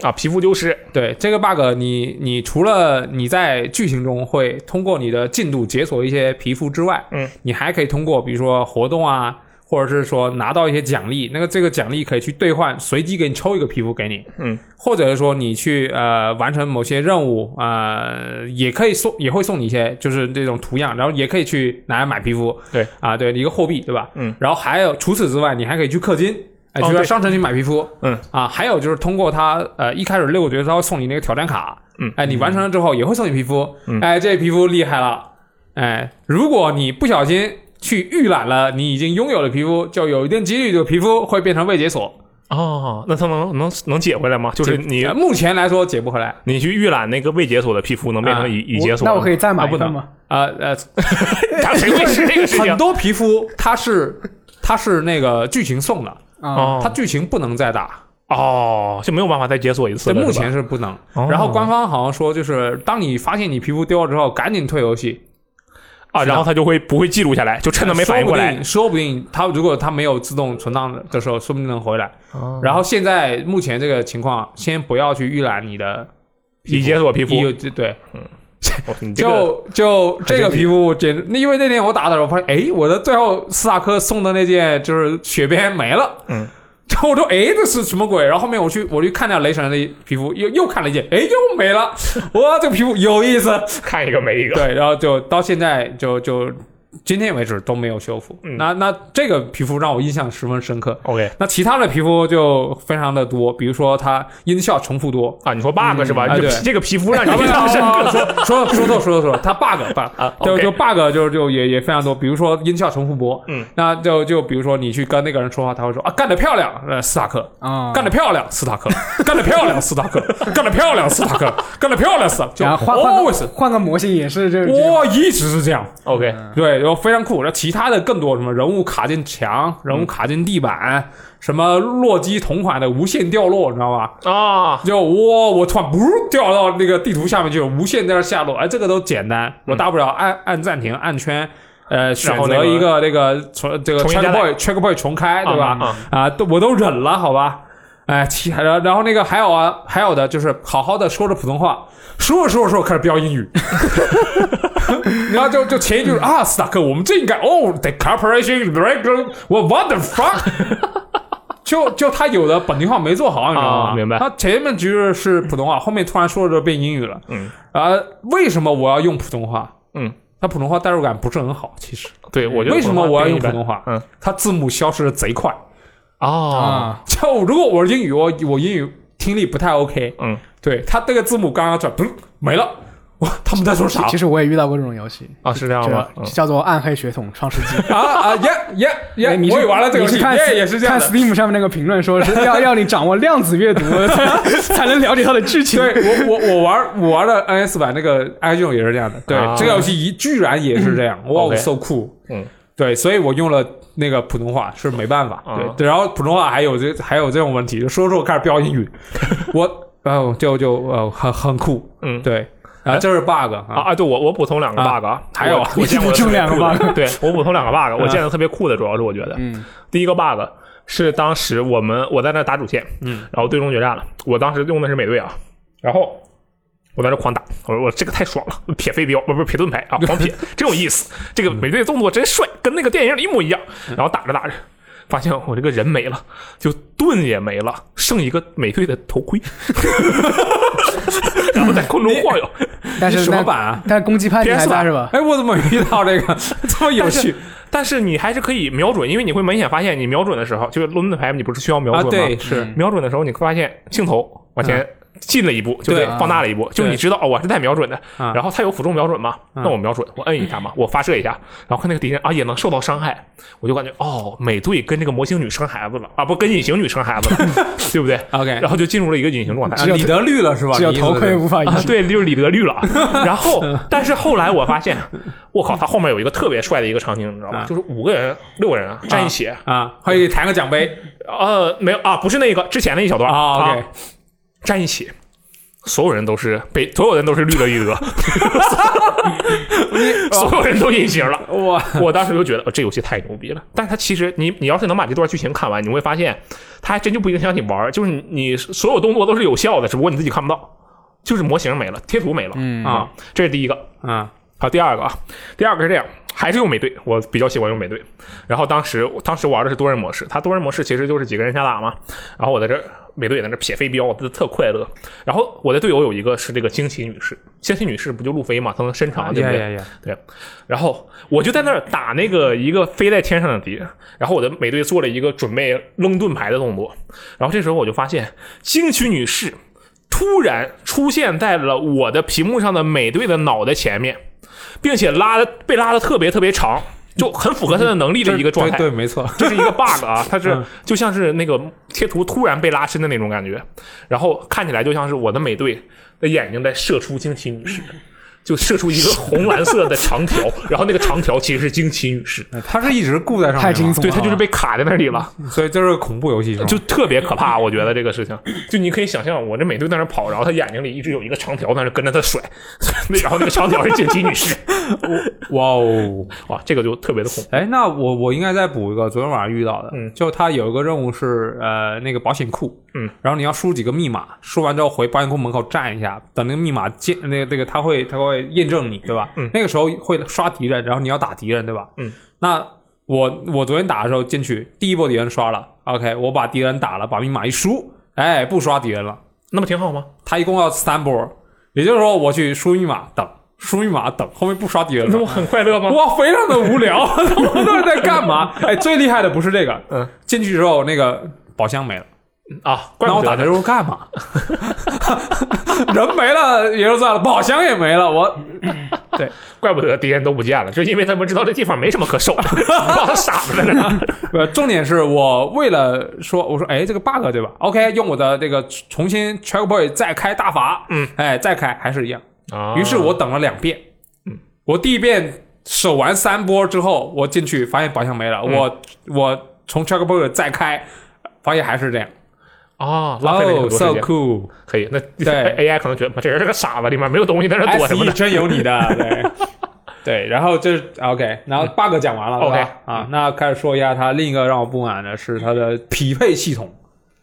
[SPEAKER 1] 啊，皮肤丢失，
[SPEAKER 3] 对这个 bug，你你除了你在剧情中会通过你的进度解锁一些皮肤之外，
[SPEAKER 1] 嗯，
[SPEAKER 3] 你还可以通过比如说活动啊，或者是说拿到一些奖励，那个这个奖励可以去兑换，随机给你抽一个皮肤给你，
[SPEAKER 1] 嗯，
[SPEAKER 3] 或者是说你去呃完成某些任务，呃，也可以送也会送你一些就是这种图样，然后也可以去拿来买皮肤，
[SPEAKER 1] 对
[SPEAKER 3] 啊，对一个货币对吧？
[SPEAKER 1] 嗯，
[SPEAKER 3] 然后还有除此之外，你还可以去氪金，哎，
[SPEAKER 1] 哦
[SPEAKER 3] 去
[SPEAKER 1] 对
[SPEAKER 3] 商城去买皮肤，
[SPEAKER 1] 嗯
[SPEAKER 3] 啊，还有就是通过它，呃，一开始六个角色它会送你那个挑战卡，
[SPEAKER 1] 嗯
[SPEAKER 3] 哎，你完成了之后也会送你皮肤，
[SPEAKER 1] 嗯
[SPEAKER 3] 哎，这皮肤厉害了，哎，如果你不小心去预览了你已经拥有的皮肤，就有一定几率这个皮肤会变成未解锁，
[SPEAKER 1] 哦，那他能能能解回来吗？就是你
[SPEAKER 3] 呃目前来说解不回来，
[SPEAKER 1] 你去预览那个未解锁的皮肤能变
[SPEAKER 3] 啊
[SPEAKER 1] 成已已
[SPEAKER 2] 我
[SPEAKER 1] 解锁吗？
[SPEAKER 2] 那我 可以再买
[SPEAKER 1] 啊不
[SPEAKER 2] 一份
[SPEAKER 1] 能，
[SPEAKER 2] 吗？
[SPEAKER 3] 啊呃，
[SPEAKER 1] 他谁会吃这个事
[SPEAKER 3] 很
[SPEAKER 1] 情？
[SPEAKER 3] 多皮肤它是它是那个剧情送的，
[SPEAKER 2] 啊，
[SPEAKER 1] 哦
[SPEAKER 3] 它剧情不能再打，
[SPEAKER 1] 哦，就没有办法再解锁一次
[SPEAKER 3] 对，
[SPEAKER 1] 了。
[SPEAKER 3] 目
[SPEAKER 1] 是吧
[SPEAKER 3] 前是不能。
[SPEAKER 1] 哦
[SPEAKER 3] 然后官方好像说，就是当你发现你皮肤丢了之后，赶紧退游戏。
[SPEAKER 1] 啊，然后他就会不会记录下来，就趁他没反应过来。
[SPEAKER 3] 说不定，说不定他如果他没有自动存档的时候，说不定能回来。
[SPEAKER 1] 哦
[SPEAKER 3] 然后现在目前这个情况，先不要去预览你的
[SPEAKER 1] 已解锁皮肤，
[SPEAKER 3] 有对，
[SPEAKER 1] 哦你这个
[SPEAKER 3] 就就这个
[SPEAKER 1] 神奇
[SPEAKER 3] 皮肤简直，那因为那天我打的时候发现，哎，我的最后斯塔克送的那件就是雪边没了，
[SPEAKER 1] 嗯，
[SPEAKER 3] 然后我说，哎，这是什么鬼？然后后面我去我去看掉雷神的皮肤，又又看了一件，哎，又没 了，哇，这个皮肤有意思，
[SPEAKER 1] 看一个没一个。
[SPEAKER 3] 对，然后就到现在就就今天为止都没有修复。
[SPEAKER 1] 嗯
[SPEAKER 3] 那那这个皮肤让我印象十分深刻。
[SPEAKER 1] OK
[SPEAKER 3] 那其他的皮肤就非常的多，比如说它音效重复多，
[SPEAKER 1] 啊，你说 bug 是吧？
[SPEAKER 3] 啊
[SPEAKER 1] 你这
[SPEAKER 3] 对
[SPEAKER 1] 这个皮肤让你
[SPEAKER 3] 啊不
[SPEAKER 1] 印
[SPEAKER 3] 是
[SPEAKER 1] 象深刻
[SPEAKER 3] 啊说说说错说错说错，它 bug bug
[SPEAKER 1] 哦啊
[SPEAKER 3] 就
[SPEAKER 1] OK
[SPEAKER 3] 就 bug 就就也也非常多，比如说音效重复多，
[SPEAKER 1] 嗯，
[SPEAKER 3] 那就就比如说你去跟那个人说话，他会说啊干得漂亮，呃斯塔克。
[SPEAKER 2] 啊，
[SPEAKER 3] 干得漂亮，斯塔克！干得漂亮，斯塔克！干得漂亮，斯塔克！干得漂亮，斯塔克！就哦
[SPEAKER 2] 然后换换个
[SPEAKER 3] always，
[SPEAKER 2] 换个模型也是这这
[SPEAKER 3] 哇，一直是这样。
[SPEAKER 1] OK，
[SPEAKER 2] 嗯
[SPEAKER 3] 对，然后非常酷。然后其他的更多什么人物卡进墙，人
[SPEAKER 2] 嗯
[SPEAKER 3] 物卡进地板，什么洛基同款的无限掉落，你知道吧？
[SPEAKER 1] 啊，
[SPEAKER 3] 就哇，我突然不掉到那个地图下面去，无限在那下落。哎，这个都简单，
[SPEAKER 1] 嗯
[SPEAKER 3] 我大不了按按暂停，按圈。呃，选
[SPEAKER 1] 然后那
[SPEAKER 3] 择
[SPEAKER 1] 个
[SPEAKER 3] 一个那个重这个
[SPEAKER 1] 重新加载
[SPEAKER 3] checkpoint checkpoint 重开，对吧
[SPEAKER 1] 啊啊？
[SPEAKER 3] 啊，都我都忍了，好吧？哎，其然后然后那个还有啊，还有的就是好好的说着普通话，说着说着说着开始飙英语，然后就就前一句啊，斯塔克，我们这应该哦，the corporation regular，我 what the fuck，就就他有的本地话没做好，你知道吗？
[SPEAKER 1] 啊明白
[SPEAKER 3] 他前面其实是普通话，后面突然说着变英语了。
[SPEAKER 1] 嗯，
[SPEAKER 3] 啊、为什么我要用普通话？
[SPEAKER 1] 嗯，
[SPEAKER 3] 他普通话代入感不是很好，其实。
[SPEAKER 1] 对，我觉得
[SPEAKER 3] 为什么我要用普
[SPEAKER 1] 话
[SPEAKER 3] 通话？
[SPEAKER 1] 嗯，
[SPEAKER 3] 他字幕消失的贼快。
[SPEAKER 1] 啊，
[SPEAKER 2] 啊，
[SPEAKER 3] 就如果我是英语，我我英语听力不太 OK，
[SPEAKER 1] 嗯，
[SPEAKER 3] 对他这个字幕刚刚转，嘣没了。 哇，他们在说啥
[SPEAKER 2] 其？实我也遇到过这种游戏，
[SPEAKER 1] 啊，是这样吗？
[SPEAKER 2] 这叫做《暗黑血统创世纪》。
[SPEAKER 3] 啊啊耶耶耶！
[SPEAKER 2] 哎你
[SPEAKER 3] 我
[SPEAKER 2] 是
[SPEAKER 3] 也玩了这个游戏，
[SPEAKER 2] 你是看
[SPEAKER 3] 耶也是这样
[SPEAKER 2] 看
[SPEAKER 3] 的。
[SPEAKER 2] Steam 上面那个评论说是要 要你掌握量子阅读 才才能了解它的剧情。
[SPEAKER 3] 对我我我玩我玩的 NS 版那个 i g o n 也是这样的，对、
[SPEAKER 1] 啊
[SPEAKER 3] 这个游戏一居然也是这样，哇
[SPEAKER 1] OK
[SPEAKER 3] ，so cool，
[SPEAKER 1] 嗯，
[SPEAKER 3] 对，所以我用了那个普通话是没办法，
[SPEAKER 1] 啊
[SPEAKER 3] 对对，然后普通话还有这还有这种问题，就说说开始飙英语，我哦就就呃很很酷，
[SPEAKER 1] 嗯
[SPEAKER 3] 对，然后这是 bug
[SPEAKER 1] 啊
[SPEAKER 3] 啊，
[SPEAKER 1] 啊！对我我补充两个
[SPEAKER 3] 啊
[SPEAKER 1] bug，啊
[SPEAKER 3] 还有啊
[SPEAKER 1] 我我 见过
[SPEAKER 2] 就
[SPEAKER 1] 特别
[SPEAKER 2] 两个
[SPEAKER 1] 酷的
[SPEAKER 2] bug
[SPEAKER 1] 对我补充两个 bug，我见的特别酷的，主要是我觉得，
[SPEAKER 2] 嗯，
[SPEAKER 1] 第一个 bug 是当时我们我在那打主线，
[SPEAKER 3] 嗯，
[SPEAKER 1] 然后最终决战了，我当时用的是美队啊，然后。我在这狂打，我说我这个太爽了，撇飞镖不不是撇盾牌啊， 狂撇真有意思。这个美队动作真帅，跟那个电影里一模一样。
[SPEAKER 2] 嗯
[SPEAKER 1] 然后打着打着，发现我这个人没了，就盾也没了，剩一个美队的头 盔， 然后在空中晃悠。
[SPEAKER 2] 但是
[SPEAKER 3] 你什么
[SPEAKER 2] 那
[SPEAKER 3] 版啊？
[SPEAKER 2] 但是攻击判定还
[SPEAKER 1] PS
[SPEAKER 2] 在
[SPEAKER 1] 版
[SPEAKER 2] 是吧？
[SPEAKER 3] 哎，我怎么遇到这个 这么有 趣
[SPEAKER 1] 但是你还是可以瞄准，因为你会明显发现，你瞄准的时候，就是抡的牌，你不是需要瞄
[SPEAKER 3] 啊？
[SPEAKER 1] 准吗？
[SPEAKER 3] 对，是
[SPEAKER 2] 嗯
[SPEAKER 1] 瞄准的时候，你会发现镜头往前进了一步，就
[SPEAKER 3] 对啊
[SPEAKER 1] 对，放大了一步，就
[SPEAKER 3] 对
[SPEAKER 1] 你知道哦，我是在瞄准的。
[SPEAKER 3] 啊
[SPEAKER 1] 然后它有辅助瞄准嘛？那我瞄准，我摁一 下嘛，我发射一下，然后看那个敌人啊也能受到伤害，我就感觉哦，美队跟这个魔形女生孩子了啊，不跟隐形女生孩子了， 对不对？
[SPEAKER 3] ，OK，
[SPEAKER 1] 然后就进入了一个隐形状态，
[SPEAKER 3] 啊李德律了是吧？
[SPEAKER 2] 只有
[SPEAKER 3] 你意思
[SPEAKER 2] 头盔
[SPEAKER 3] 是
[SPEAKER 2] 无法移
[SPEAKER 1] 啊，
[SPEAKER 2] 植。
[SPEAKER 1] 对，就是李德律 了。然后，但是后来我发现，我靠，他后面有一个特别帅的一个场景，你知道吗？
[SPEAKER 3] 啊
[SPEAKER 1] 就是五个人、六个人啊站一起，
[SPEAKER 3] 啊，可以弹个奖杯
[SPEAKER 1] 呃，没有啊，不是那个之前那一小段
[SPEAKER 3] 啊，OK，
[SPEAKER 1] 站一起。所有人都是被所有人都是绿的一格，所有人都隐形了。
[SPEAKER 3] 哇，
[SPEAKER 1] 我当时就觉得、哦这游戏太牛逼了。但是它其实你你要是能把这段剧情看完，你会发现它还真就不影响你玩儿，就是你你所有动作都是有效的，只不过你自己看不到，就是模型没了，贴图没了。
[SPEAKER 2] 嗯
[SPEAKER 1] 啊，这是第一个。
[SPEAKER 3] 啊
[SPEAKER 1] 好，第二个啊，第二个是这样，还是用美队，我比较喜欢用美队。然后当时我当时玩的是多人模式，它多人模式其实就是几个人瞎打嘛。然后我在这儿美队在那儿撇飞镖，我觉得特快乐。然后我的队友有一个是这个惊奇女士，惊奇女士不就路飞嘛，她能伸长，对不
[SPEAKER 3] 啊呀
[SPEAKER 1] 对？
[SPEAKER 3] 呀呀！
[SPEAKER 1] 对，然后我就在那儿打那个一个飞在天上的敌人，然后我的美队做了一个准备扔盾牌的动作，然后这时候我就发现惊奇女士突然出现在了我的屏幕上的美队的脑袋前面，并且拉的被拉的特别特别长，就很符合他的能力的一个状态。
[SPEAKER 3] 对，对没错。
[SPEAKER 1] 这是一个 bug 啊，它是
[SPEAKER 3] 嗯
[SPEAKER 1] 就像是那个嗯贴图突然被拉伸的那种感觉，然后看起来就像是我的美队的眼睛在射出惊奇女士，就射出一个红蓝色的长条，然后那个长条其实是惊奇女士，
[SPEAKER 3] 他是一直固在上面吗，
[SPEAKER 2] 太惊悚了
[SPEAKER 1] 对，它就是被卡在那里了，
[SPEAKER 3] 所以这是个恐怖游戏是吗？
[SPEAKER 1] 就特别可怕。我觉得这个事情，就你可以想象，我这美队在那跑，然后他眼睛里一直有一个长条在那跟着他甩， 然后那个长条是惊奇女士，
[SPEAKER 3] 哇哦！
[SPEAKER 1] 哇，这个就特别的恐怖。
[SPEAKER 3] 哎，那我我应该再补一个昨天晚上遇到的，
[SPEAKER 1] 嗯
[SPEAKER 3] 就他有一个任务是呃那个保险库，
[SPEAKER 1] 嗯，
[SPEAKER 3] 然后你要输几个密码，输完之后回保险库门口站一下，等那个密码见那个那个他会他会验证你对吧？
[SPEAKER 1] 嗯
[SPEAKER 3] 那个时候会刷敌人，然后你要打敌人对吧？
[SPEAKER 1] 嗯，
[SPEAKER 3] 那我我昨天打的时候进去，第一波敌人刷了，OK，我把敌人打了，把密码一输，哎，不刷敌人了。
[SPEAKER 1] 那不挺好吗？
[SPEAKER 3] 他一共要三波，也就是说我去输密码等，输密码等，后面不刷敌人
[SPEAKER 1] 那
[SPEAKER 3] 了。
[SPEAKER 1] 我很快乐 吗？
[SPEAKER 3] 哇，非常的无聊，他们都是在干嘛？哎，最厉害的不是这个，
[SPEAKER 1] 嗯，
[SPEAKER 3] 进去之后那个宝箱没了，
[SPEAKER 1] 啊，怪
[SPEAKER 3] 那
[SPEAKER 1] 不
[SPEAKER 3] 我
[SPEAKER 1] 得
[SPEAKER 3] 打
[SPEAKER 1] 呢
[SPEAKER 3] 这后干嘛？ 人没了也就算了，宝箱也没了，我
[SPEAKER 1] 怪不得敌人都不见了，就因为他们知道这地方没什么可守 的，把他傻子在那儿。
[SPEAKER 3] 呃，重点是我为了说，我说，哎，这个 bug 对吧？OK，用我的这个重新 checkpoint 再开大法，
[SPEAKER 1] 嗯，
[SPEAKER 3] 哎，再开还是一样。
[SPEAKER 1] 啊
[SPEAKER 3] 于是我等了两遍，嗯，我第一遍守完三波之后，我进去发现宝箱没
[SPEAKER 1] 嗯
[SPEAKER 3] 了，我我从 checkpoint 再开，发现还是这样。
[SPEAKER 1] 啊，浪
[SPEAKER 3] 哇
[SPEAKER 1] 费了你很
[SPEAKER 3] 哦
[SPEAKER 1] 多时
[SPEAKER 3] ，so
[SPEAKER 1] 间。
[SPEAKER 3] cool！
[SPEAKER 1] 可以，那
[SPEAKER 3] 对
[SPEAKER 1] AI 可能觉得妈这人是个傻子，里面没有东西在那躲什么
[SPEAKER 3] SE
[SPEAKER 1] 的。
[SPEAKER 3] 真有 你的，对对，然后这是啊 OK，然后 bug 讲完了、
[SPEAKER 1] OK 嗯
[SPEAKER 3] 对吧啊，那开始说一下它另一个让我不满的是它的匹配系统，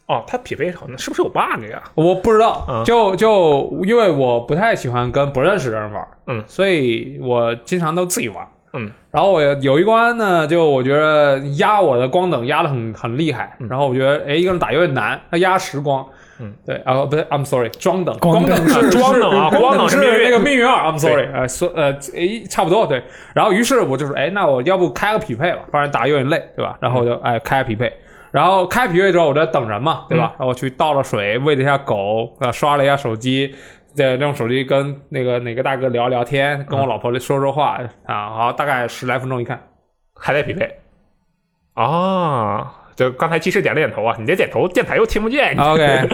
[SPEAKER 1] 哦，它匹配好像是不是有 bug 呀？
[SPEAKER 3] 我不知道，
[SPEAKER 1] 嗯
[SPEAKER 3] 就就因为我不太喜欢跟不认识的人玩，
[SPEAKER 1] 嗯
[SPEAKER 3] 所以我经常都自己玩，
[SPEAKER 1] 嗯，
[SPEAKER 3] 然后我有一关呢，就我觉得压我的光等压的很很厉害，然后我觉得哎一个人打有点难，他压十光，
[SPEAKER 1] 嗯，
[SPEAKER 3] 对啊不是，I'm sorry，装等，
[SPEAKER 2] 光
[SPEAKER 3] 光
[SPEAKER 2] 等
[SPEAKER 3] 是
[SPEAKER 1] 啊光等啊
[SPEAKER 3] 是
[SPEAKER 1] 光等是
[SPEAKER 3] 是
[SPEAKER 1] 命运
[SPEAKER 3] 那个命运二，I'm sorry，呃说呃哎差不多对，然后于是我就说哎那我要不开个匹配吧，不然打有点累对吧？然后
[SPEAKER 1] 嗯
[SPEAKER 3] 我就哎开匹配。然后开匹配之后，我在等人嘛，对吧？
[SPEAKER 1] 嗯
[SPEAKER 3] 然后我去倒了水，喂了一下狗，啊，刷了一下手机，对，用手机跟那个哪个大哥聊聊天，
[SPEAKER 1] 嗯
[SPEAKER 3] 跟我老婆说说话、啊，好，大概十来分钟 一看，
[SPEAKER 1] 还在匹配啊？就刚才技师点了点头啊，你这点头电台又听不见。
[SPEAKER 3] OK，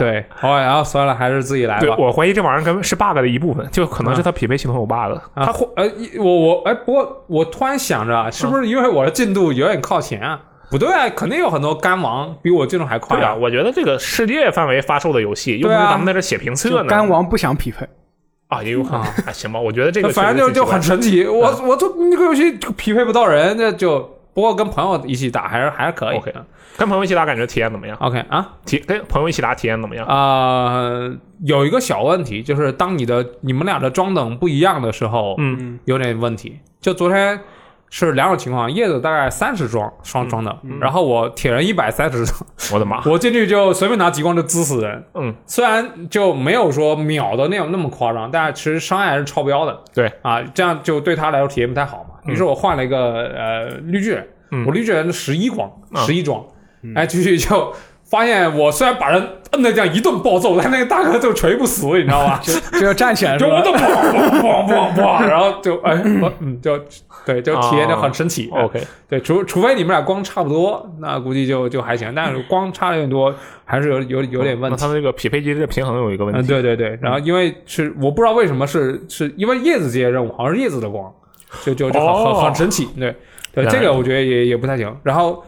[SPEAKER 3] 对，好，然后算了，还是自己来
[SPEAKER 1] 对，
[SPEAKER 3] 吧。
[SPEAKER 1] 我怀疑这玩意儿跟是 bug 的一部分，就可能是它匹配系统有 bug。
[SPEAKER 3] 啊，或呃，一我我哎，不过我突然想着啊，是不是因为我的进度有点靠前啊？不对啊，肯定有很多干王比我进度还快
[SPEAKER 1] 对啊，。我觉得这个世界范围发售的游戏，又不
[SPEAKER 3] 哎对
[SPEAKER 1] 是
[SPEAKER 3] 啊
[SPEAKER 1] 咱们在这写评测
[SPEAKER 2] 就
[SPEAKER 1] 呢。
[SPEAKER 2] 干王不想匹配，
[SPEAKER 1] 啊，也有可能啊，行吧，我觉得这个
[SPEAKER 3] 那反正就
[SPEAKER 1] 确实挺奇怪嗯
[SPEAKER 3] 就很神奇，我我就这个游戏就匹配不到人，那就不过跟朋友一起打还是还是可以
[SPEAKER 1] OK
[SPEAKER 3] 的。
[SPEAKER 1] 跟朋友一起打，感觉体验怎么样？
[SPEAKER 3] OK 啊，
[SPEAKER 1] 体跟朋友一起打体验怎么样？
[SPEAKER 3] 啊，有一个小问题，就是当你的你们俩的装等不一样的时候，
[SPEAKER 1] 嗯，
[SPEAKER 3] 有点问题。就昨天是两种情况，叶子大概三十装
[SPEAKER 1] 嗯
[SPEAKER 3] 双装等，然后我铁人一百三十装，
[SPEAKER 1] 我的妈！
[SPEAKER 3] 我进去就随便拿极光就滋死人。
[SPEAKER 1] 嗯，
[SPEAKER 3] 虽然就没有说秒的那种那么夸张，但是其实伤害还是超标的。
[SPEAKER 1] 对
[SPEAKER 3] 啊，这样就对他来说体验不太好嘛。于是我换了一个呃绿巨人，
[SPEAKER 1] 嗯
[SPEAKER 3] 我绿巨人十一光，
[SPEAKER 1] 啊
[SPEAKER 3] 十一装，哎，继续就。发现我虽然把人摁的这样一顿暴揍，但那个大哥就锤不死，你知 道吧？
[SPEAKER 2] 就就要站起来 是
[SPEAKER 3] 就我
[SPEAKER 2] 吧？
[SPEAKER 3] 都砰砰砰砰，然后就哎，我嗯，就对，就体验就很神奇。
[SPEAKER 1] OK，
[SPEAKER 3] 对，除除非你们俩光差不多，那估计就就还行。但是光差的有点多，还是有有有点问
[SPEAKER 1] 那
[SPEAKER 3] 题。
[SPEAKER 1] 他们这个匹配机制的平衡有一个问
[SPEAKER 3] 嗯，
[SPEAKER 1] 题，
[SPEAKER 3] 对对对。然后因为是我不知道为什么是是因为叶子接任务，好像是叶子的光，就就就很、
[SPEAKER 1] 哦
[SPEAKER 3] 很很神奇。对对，
[SPEAKER 1] 然
[SPEAKER 3] 这个我觉得也也不太行。然后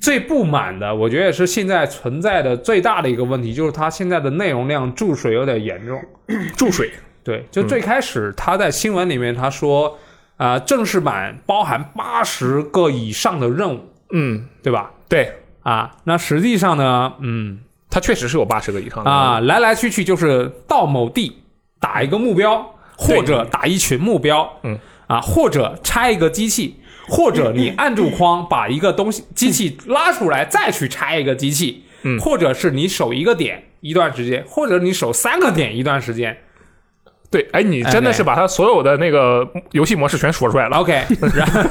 [SPEAKER 3] 最不满的，我觉得也是现在存在的最大的一个问题，就是它现在的内容量注水有点严重。
[SPEAKER 1] 注水
[SPEAKER 3] 对，就
[SPEAKER 1] 嗯
[SPEAKER 3] 最开始他在新闻里面他说，啊、正式版包含八十个以上的任务，
[SPEAKER 1] 嗯，
[SPEAKER 3] 对吧？
[SPEAKER 1] 对，
[SPEAKER 3] 啊，那实际上呢，嗯
[SPEAKER 1] 它确实是有八十个以上的
[SPEAKER 3] 啊，来来去去就是到某地打一个目标，
[SPEAKER 1] 对
[SPEAKER 3] 或者打一群目标，
[SPEAKER 1] 嗯
[SPEAKER 3] 啊，或者拆一个机器，或者你按住框把一个东西机器拉出来，再去拆一个机器，
[SPEAKER 1] 嗯
[SPEAKER 3] 或者是你守一个点一段时间，或者你守三个点一段时间，
[SPEAKER 1] 对，哎，你真的是把它所有的那个游戏模式全说出来了。
[SPEAKER 3] OK，然后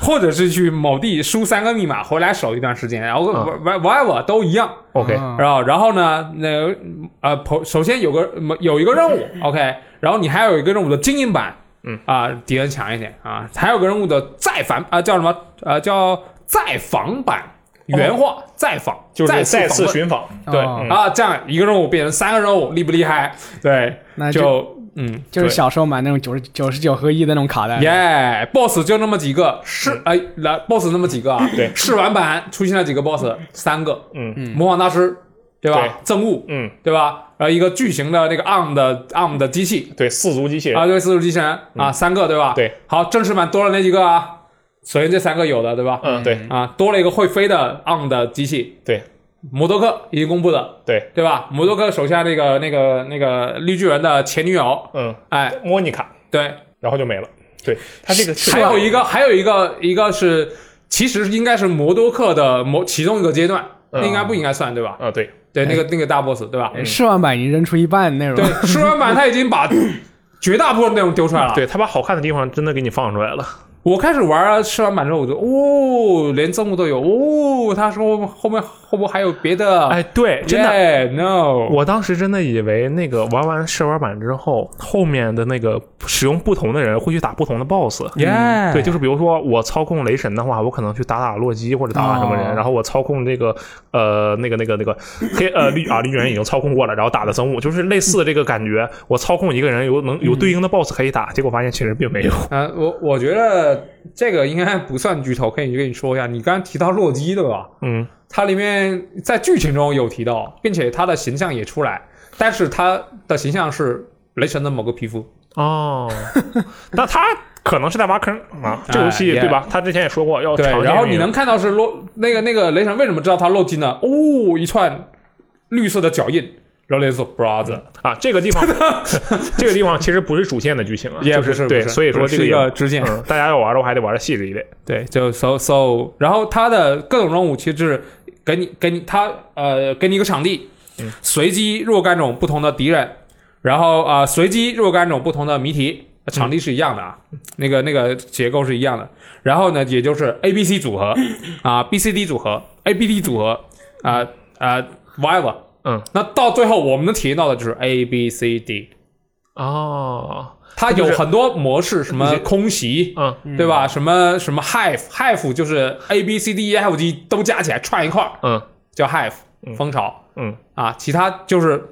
[SPEAKER 3] 或者是去某地输三个密码回来守一段时间，然后
[SPEAKER 1] 嗯
[SPEAKER 3] whatever 都一样。
[SPEAKER 1] OK，
[SPEAKER 2] 啊
[SPEAKER 3] 然后然后呢，那个呃，头首先有个有一个任务，OK，然后你还有一个任务的精英版，
[SPEAKER 1] 嗯
[SPEAKER 3] 啊，敌人强一点啊，还有个任务的再防啊，叫什么？呃，叫再防版，原话再防，再访问
[SPEAKER 1] 寻访，对，
[SPEAKER 2] 哦
[SPEAKER 1] 嗯
[SPEAKER 3] 啊，这样一个任务变成三个任务，厉不厉害？对，
[SPEAKER 2] 那就
[SPEAKER 3] 就嗯，
[SPEAKER 2] 就
[SPEAKER 3] 对
[SPEAKER 2] 是小时候买那种九十九十九合一的那种卡带，
[SPEAKER 3] 耶、b o s s 就那么几个，试哎，来 boss 那么几个啊？
[SPEAKER 1] 对
[SPEAKER 3] 试玩版出现了几个 boss，三个，
[SPEAKER 1] 嗯
[SPEAKER 3] 嗯，模仿大师，对吧？
[SPEAKER 1] 对
[SPEAKER 3] 憎恶，
[SPEAKER 1] 嗯，
[SPEAKER 3] 对吧？然后一个巨型的那个 ARM 的 ARM 的机器
[SPEAKER 1] 对，四足机器
[SPEAKER 3] 啊，对，四足机器人啊，三个对吧？
[SPEAKER 1] 对，
[SPEAKER 3] 好，正式版多了那几个啊，首先这三个有的对吧？
[SPEAKER 1] 嗯，对
[SPEAKER 3] 啊，多了一个会飞的 ARM 的机器，
[SPEAKER 1] 对
[SPEAKER 3] 摩多克已经公布的，
[SPEAKER 1] 对，
[SPEAKER 3] 对吧？摩多克手下那个那个那个绿巨人的前女友，
[SPEAKER 1] 嗯，
[SPEAKER 3] 哎，
[SPEAKER 1] 莫妮卡，
[SPEAKER 3] 对，
[SPEAKER 1] 然后就没了。对他这个是
[SPEAKER 3] 还有一个，还有一个，一个是其实应该是摩多克的某其中一个阶段，
[SPEAKER 1] 嗯
[SPEAKER 3] 那应该不应该算对吧？
[SPEAKER 1] 啊，对，哎
[SPEAKER 3] 对，那个那个大 boss 对吧？
[SPEAKER 2] 试玩版已经扔出一半内容
[SPEAKER 3] 对，，试玩版他已经把绝大部分内容丢出来了。
[SPEAKER 1] 对他把好看的地方真的给你放出来了。
[SPEAKER 3] 我开始玩啊，试完版之后，我就哦，连字幕都有哦。他说后面会不会还有别的？
[SPEAKER 1] 哎，对，真的
[SPEAKER 3] Yeah, no，
[SPEAKER 1] 我当时真的以为那个玩完试玩版之后，后面的那个使用不同的人会去打不同的 BOSS。
[SPEAKER 3] 耶，
[SPEAKER 1] 嗯对，就是比如说我操控雷神的话，我可能去打打洛基或者打打什么人，
[SPEAKER 3] 哦
[SPEAKER 1] 然后我操控这个呃那个那个那个黑呃绿啊绿巨人已经操控过了，然后打的生物就是类似的这个感觉。我操控一个人有能有对应的 BOSS 可以打，结果发现其实并没有。
[SPEAKER 3] 呃，我我觉得这个应该不算剧透，可以跟你说一下。你刚刚提到洛基，对吧？
[SPEAKER 1] 嗯，
[SPEAKER 3] 它里面在剧情中有提到，并且他的形象也出来，但是他的形象是雷神的某个皮肤。
[SPEAKER 1] 哦， 那他可能是在挖坑啊，这游戏
[SPEAKER 3] 哎
[SPEAKER 1] 对吧？他之前也说过要
[SPEAKER 3] 对，
[SPEAKER 1] 长
[SPEAKER 3] 然后
[SPEAKER 1] 线运
[SPEAKER 3] 你
[SPEAKER 1] 营
[SPEAKER 3] 能看到是洛那个那个雷神为什么知道他洛基呢？哦，一串绿色的脚印，然后雷神说 brother，
[SPEAKER 1] 啊，这个地方 这个地方其实不是主线的剧情啊，
[SPEAKER 3] 也
[SPEAKER 1] 就
[SPEAKER 3] 不是
[SPEAKER 1] 对，
[SPEAKER 3] 不是
[SPEAKER 1] 所以说
[SPEAKER 3] 不
[SPEAKER 1] 这
[SPEAKER 3] 是一
[SPEAKER 1] 也
[SPEAKER 3] 个支线
[SPEAKER 1] 嗯，大家要玩的话还得玩的细致一点。
[SPEAKER 3] 对，就 so so，然后它的各种任务其实就是给你给你它呃给你一个场地，
[SPEAKER 1] 嗯
[SPEAKER 3] 随机若干种不同的敌人，然后啊、呃随机若干种不同的谜题，呃场地是一样的啊，那个那个结构是一样的，然后呢也就是 A B C 组合啊、B C D 组合 A B D 组合啊啊 v i v a
[SPEAKER 1] 嗯，
[SPEAKER 3] 那到最后我们能体验到的就是 A B C D，
[SPEAKER 1] 哦，
[SPEAKER 3] 它有
[SPEAKER 1] 就是
[SPEAKER 3] 很多模式，什么空袭，
[SPEAKER 1] 嗯，
[SPEAKER 3] 对吧？什么什么 hive hive 就是 A B C D E F G 都加起来串一块儿
[SPEAKER 1] 嗯
[SPEAKER 3] 叫 hive
[SPEAKER 1] 嗯
[SPEAKER 3] 蜂巢
[SPEAKER 1] 嗯，
[SPEAKER 3] 啊，其他就是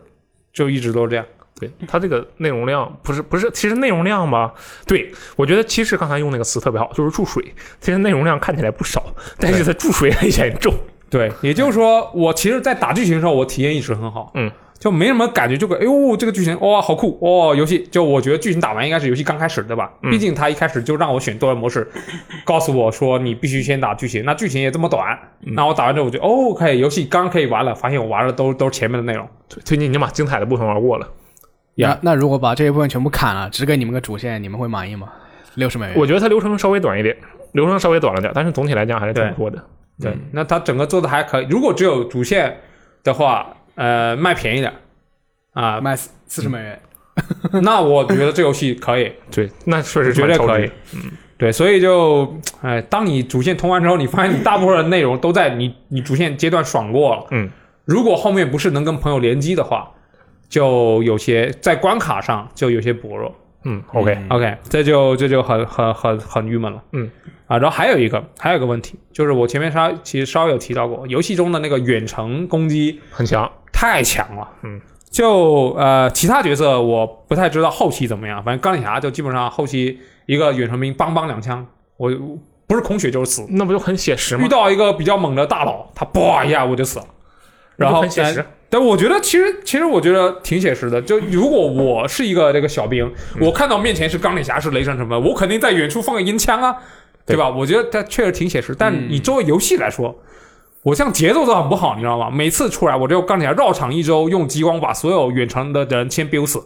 [SPEAKER 3] 就一直都是这样。
[SPEAKER 1] 对，它这个内容量不是不是，其实内容量吧，对我觉得其实刚才用那个词特别好，就是注水。其实内容量看起来不少，但是它注水很严重。
[SPEAKER 3] 对，也就是说，我其实，在打剧情的时候，我体验一直很好，
[SPEAKER 1] 嗯，
[SPEAKER 3] 就没什么感觉，就感哎呦，这个剧情哇、好酷哦，游戏就我觉得剧情打完应该是游戏刚开始对吧？
[SPEAKER 1] 嗯
[SPEAKER 3] 毕竟他一开始就让我选多人模式，告诉我说你必须先打剧情，那剧情也这么短，
[SPEAKER 1] 嗯
[SPEAKER 3] 那我打完之后我就哦，OK，游戏刚可以玩了，发现我玩的都都是前面的内容，
[SPEAKER 1] 对最近已经把精彩的部分玩过了，
[SPEAKER 3] Yeah
[SPEAKER 2] 那那如果把这一部分全部砍了，只给你们个主线，你们会满意吗？六十美元，、
[SPEAKER 1] 我觉得它流程稍微短一点，流程稍微短了点，但是总体来讲还是挺
[SPEAKER 3] 对
[SPEAKER 1] 不错的。
[SPEAKER 3] 对，
[SPEAKER 1] 嗯
[SPEAKER 3] 那它整个做的还可以。如果只有主线的话，呃，卖便宜点 啊
[SPEAKER 2] 卖四四十美元。
[SPEAKER 3] 那我觉得这游戏可以，
[SPEAKER 1] 对，那确实是
[SPEAKER 3] 绝对
[SPEAKER 1] 蛮超
[SPEAKER 3] 可
[SPEAKER 1] 值
[SPEAKER 3] 以。对，所以就，哎，当你主线通完之后，你发现你大部分的内容都在你你主线阶段爽过了。
[SPEAKER 1] 嗯，
[SPEAKER 3] 如果后面不是能跟朋友联机的话，就有些在关卡上就有些薄弱。
[SPEAKER 1] 嗯，OK，
[SPEAKER 3] OK，这就这就很很很很郁闷了。
[SPEAKER 1] 嗯
[SPEAKER 3] 啊，然后还有一个还有一个问题，就是我前面稍其实稍微有提到过，游戏中的那个远程攻击，
[SPEAKER 1] 很强。
[SPEAKER 3] 太强了，
[SPEAKER 1] 嗯，
[SPEAKER 3] 就呃其他角色我不太知道后期怎么样，反正钢铁侠就基本上后期一个远程兵梆梆两枪，我不是空血就是死，
[SPEAKER 1] 那不就很写实吗
[SPEAKER 3] 遇？到一个比较猛的大佬，他叭一下我就死了，
[SPEAKER 1] 那
[SPEAKER 3] 然
[SPEAKER 1] 就
[SPEAKER 3] 后
[SPEAKER 1] 很写实。
[SPEAKER 3] 但我觉得其实其实我觉得挺写实的，就如果我是一个这个小兵，我看到面前是钢铁侠是雷神什么的，我肯定在远处放个音枪啊，对吧？我觉得它确实挺写实，但
[SPEAKER 2] 嗯
[SPEAKER 3] 你作为游戏来说。我像节奏都很不好，你知道吗？每次出来我就钢铁侠绕场一周，用激光把所有远程的人先 biu 死，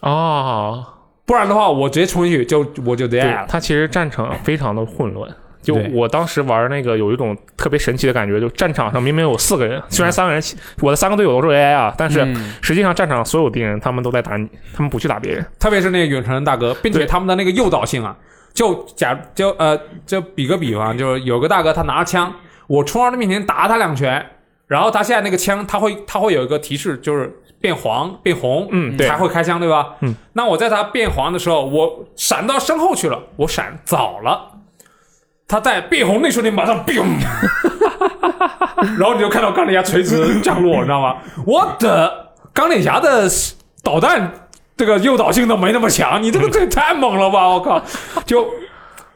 [SPEAKER 1] 哦，
[SPEAKER 3] 不然的话我直接冲进去就我就 dead
[SPEAKER 1] 对
[SPEAKER 3] 了，。
[SPEAKER 1] 它其实战场非常的混乱。就
[SPEAKER 3] 对
[SPEAKER 1] 我当时玩那个，有一种特别神奇的感觉，就战场上明明有四个人，虽然三个人，我的三个队友都是 AI 啊，但是
[SPEAKER 2] 嗯
[SPEAKER 1] 实际上战场所有敌人他们都在打你，他们不去打别人。
[SPEAKER 3] 特别是那个远程大哥，并且
[SPEAKER 1] 对
[SPEAKER 3] 他们的那个诱导性啊，就假就呃，就比个比方，就是有个大哥他拿着枪，我冲到他面前打他两拳，然后他现在那个枪，他会他会有一个提示，就是变黄变红，
[SPEAKER 1] 嗯对
[SPEAKER 3] 才会开枪，对吧？
[SPEAKER 1] 嗯，
[SPEAKER 3] 那我在他变黄的时候，我闪到身后去了，我闪早了。他在变红那瞬间马上 biu，然后你就看到钢铁侠垂直降落，你知道吗？我的钢铁侠的导弹这个诱导性都没那么强，你这个这也太猛了吧！我靠，就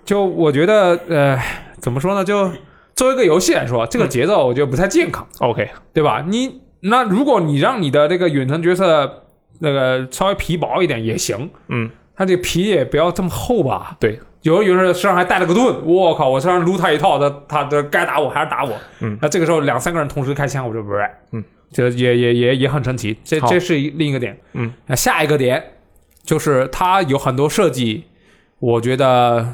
[SPEAKER 3] 就我觉得呃，怎么说呢？就作为一个游戏来说，这个节奏我觉得不太健康，
[SPEAKER 1] OK，
[SPEAKER 3] 对吧？你那如果你让你的这个远程角色那个稍微皮薄一点也行，
[SPEAKER 1] 嗯，
[SPEAKER 3] 他这皮也不要这么厚吧？
[SPEAKER 1] 对，
[SPEAKER 3] 有的有人身上还带了个盾，我靠，我身上撸他一套，他他他该打我还是打我。
[SPEAKER 1] 嗯
[SPEAKER 3] 那这个时候两三个人同时开枪，我就不是，
[SPEAKER 1] 嗯，
[SPEAKER 3] 这也也也也很神奇，这
[SPEAKER 1] 好
[SPEAKER 3] 这是一另一个点。
[SPEAKER 1] 嗯，
[SPEAKER 3] 那下一个点就是它有很多设计，我觉得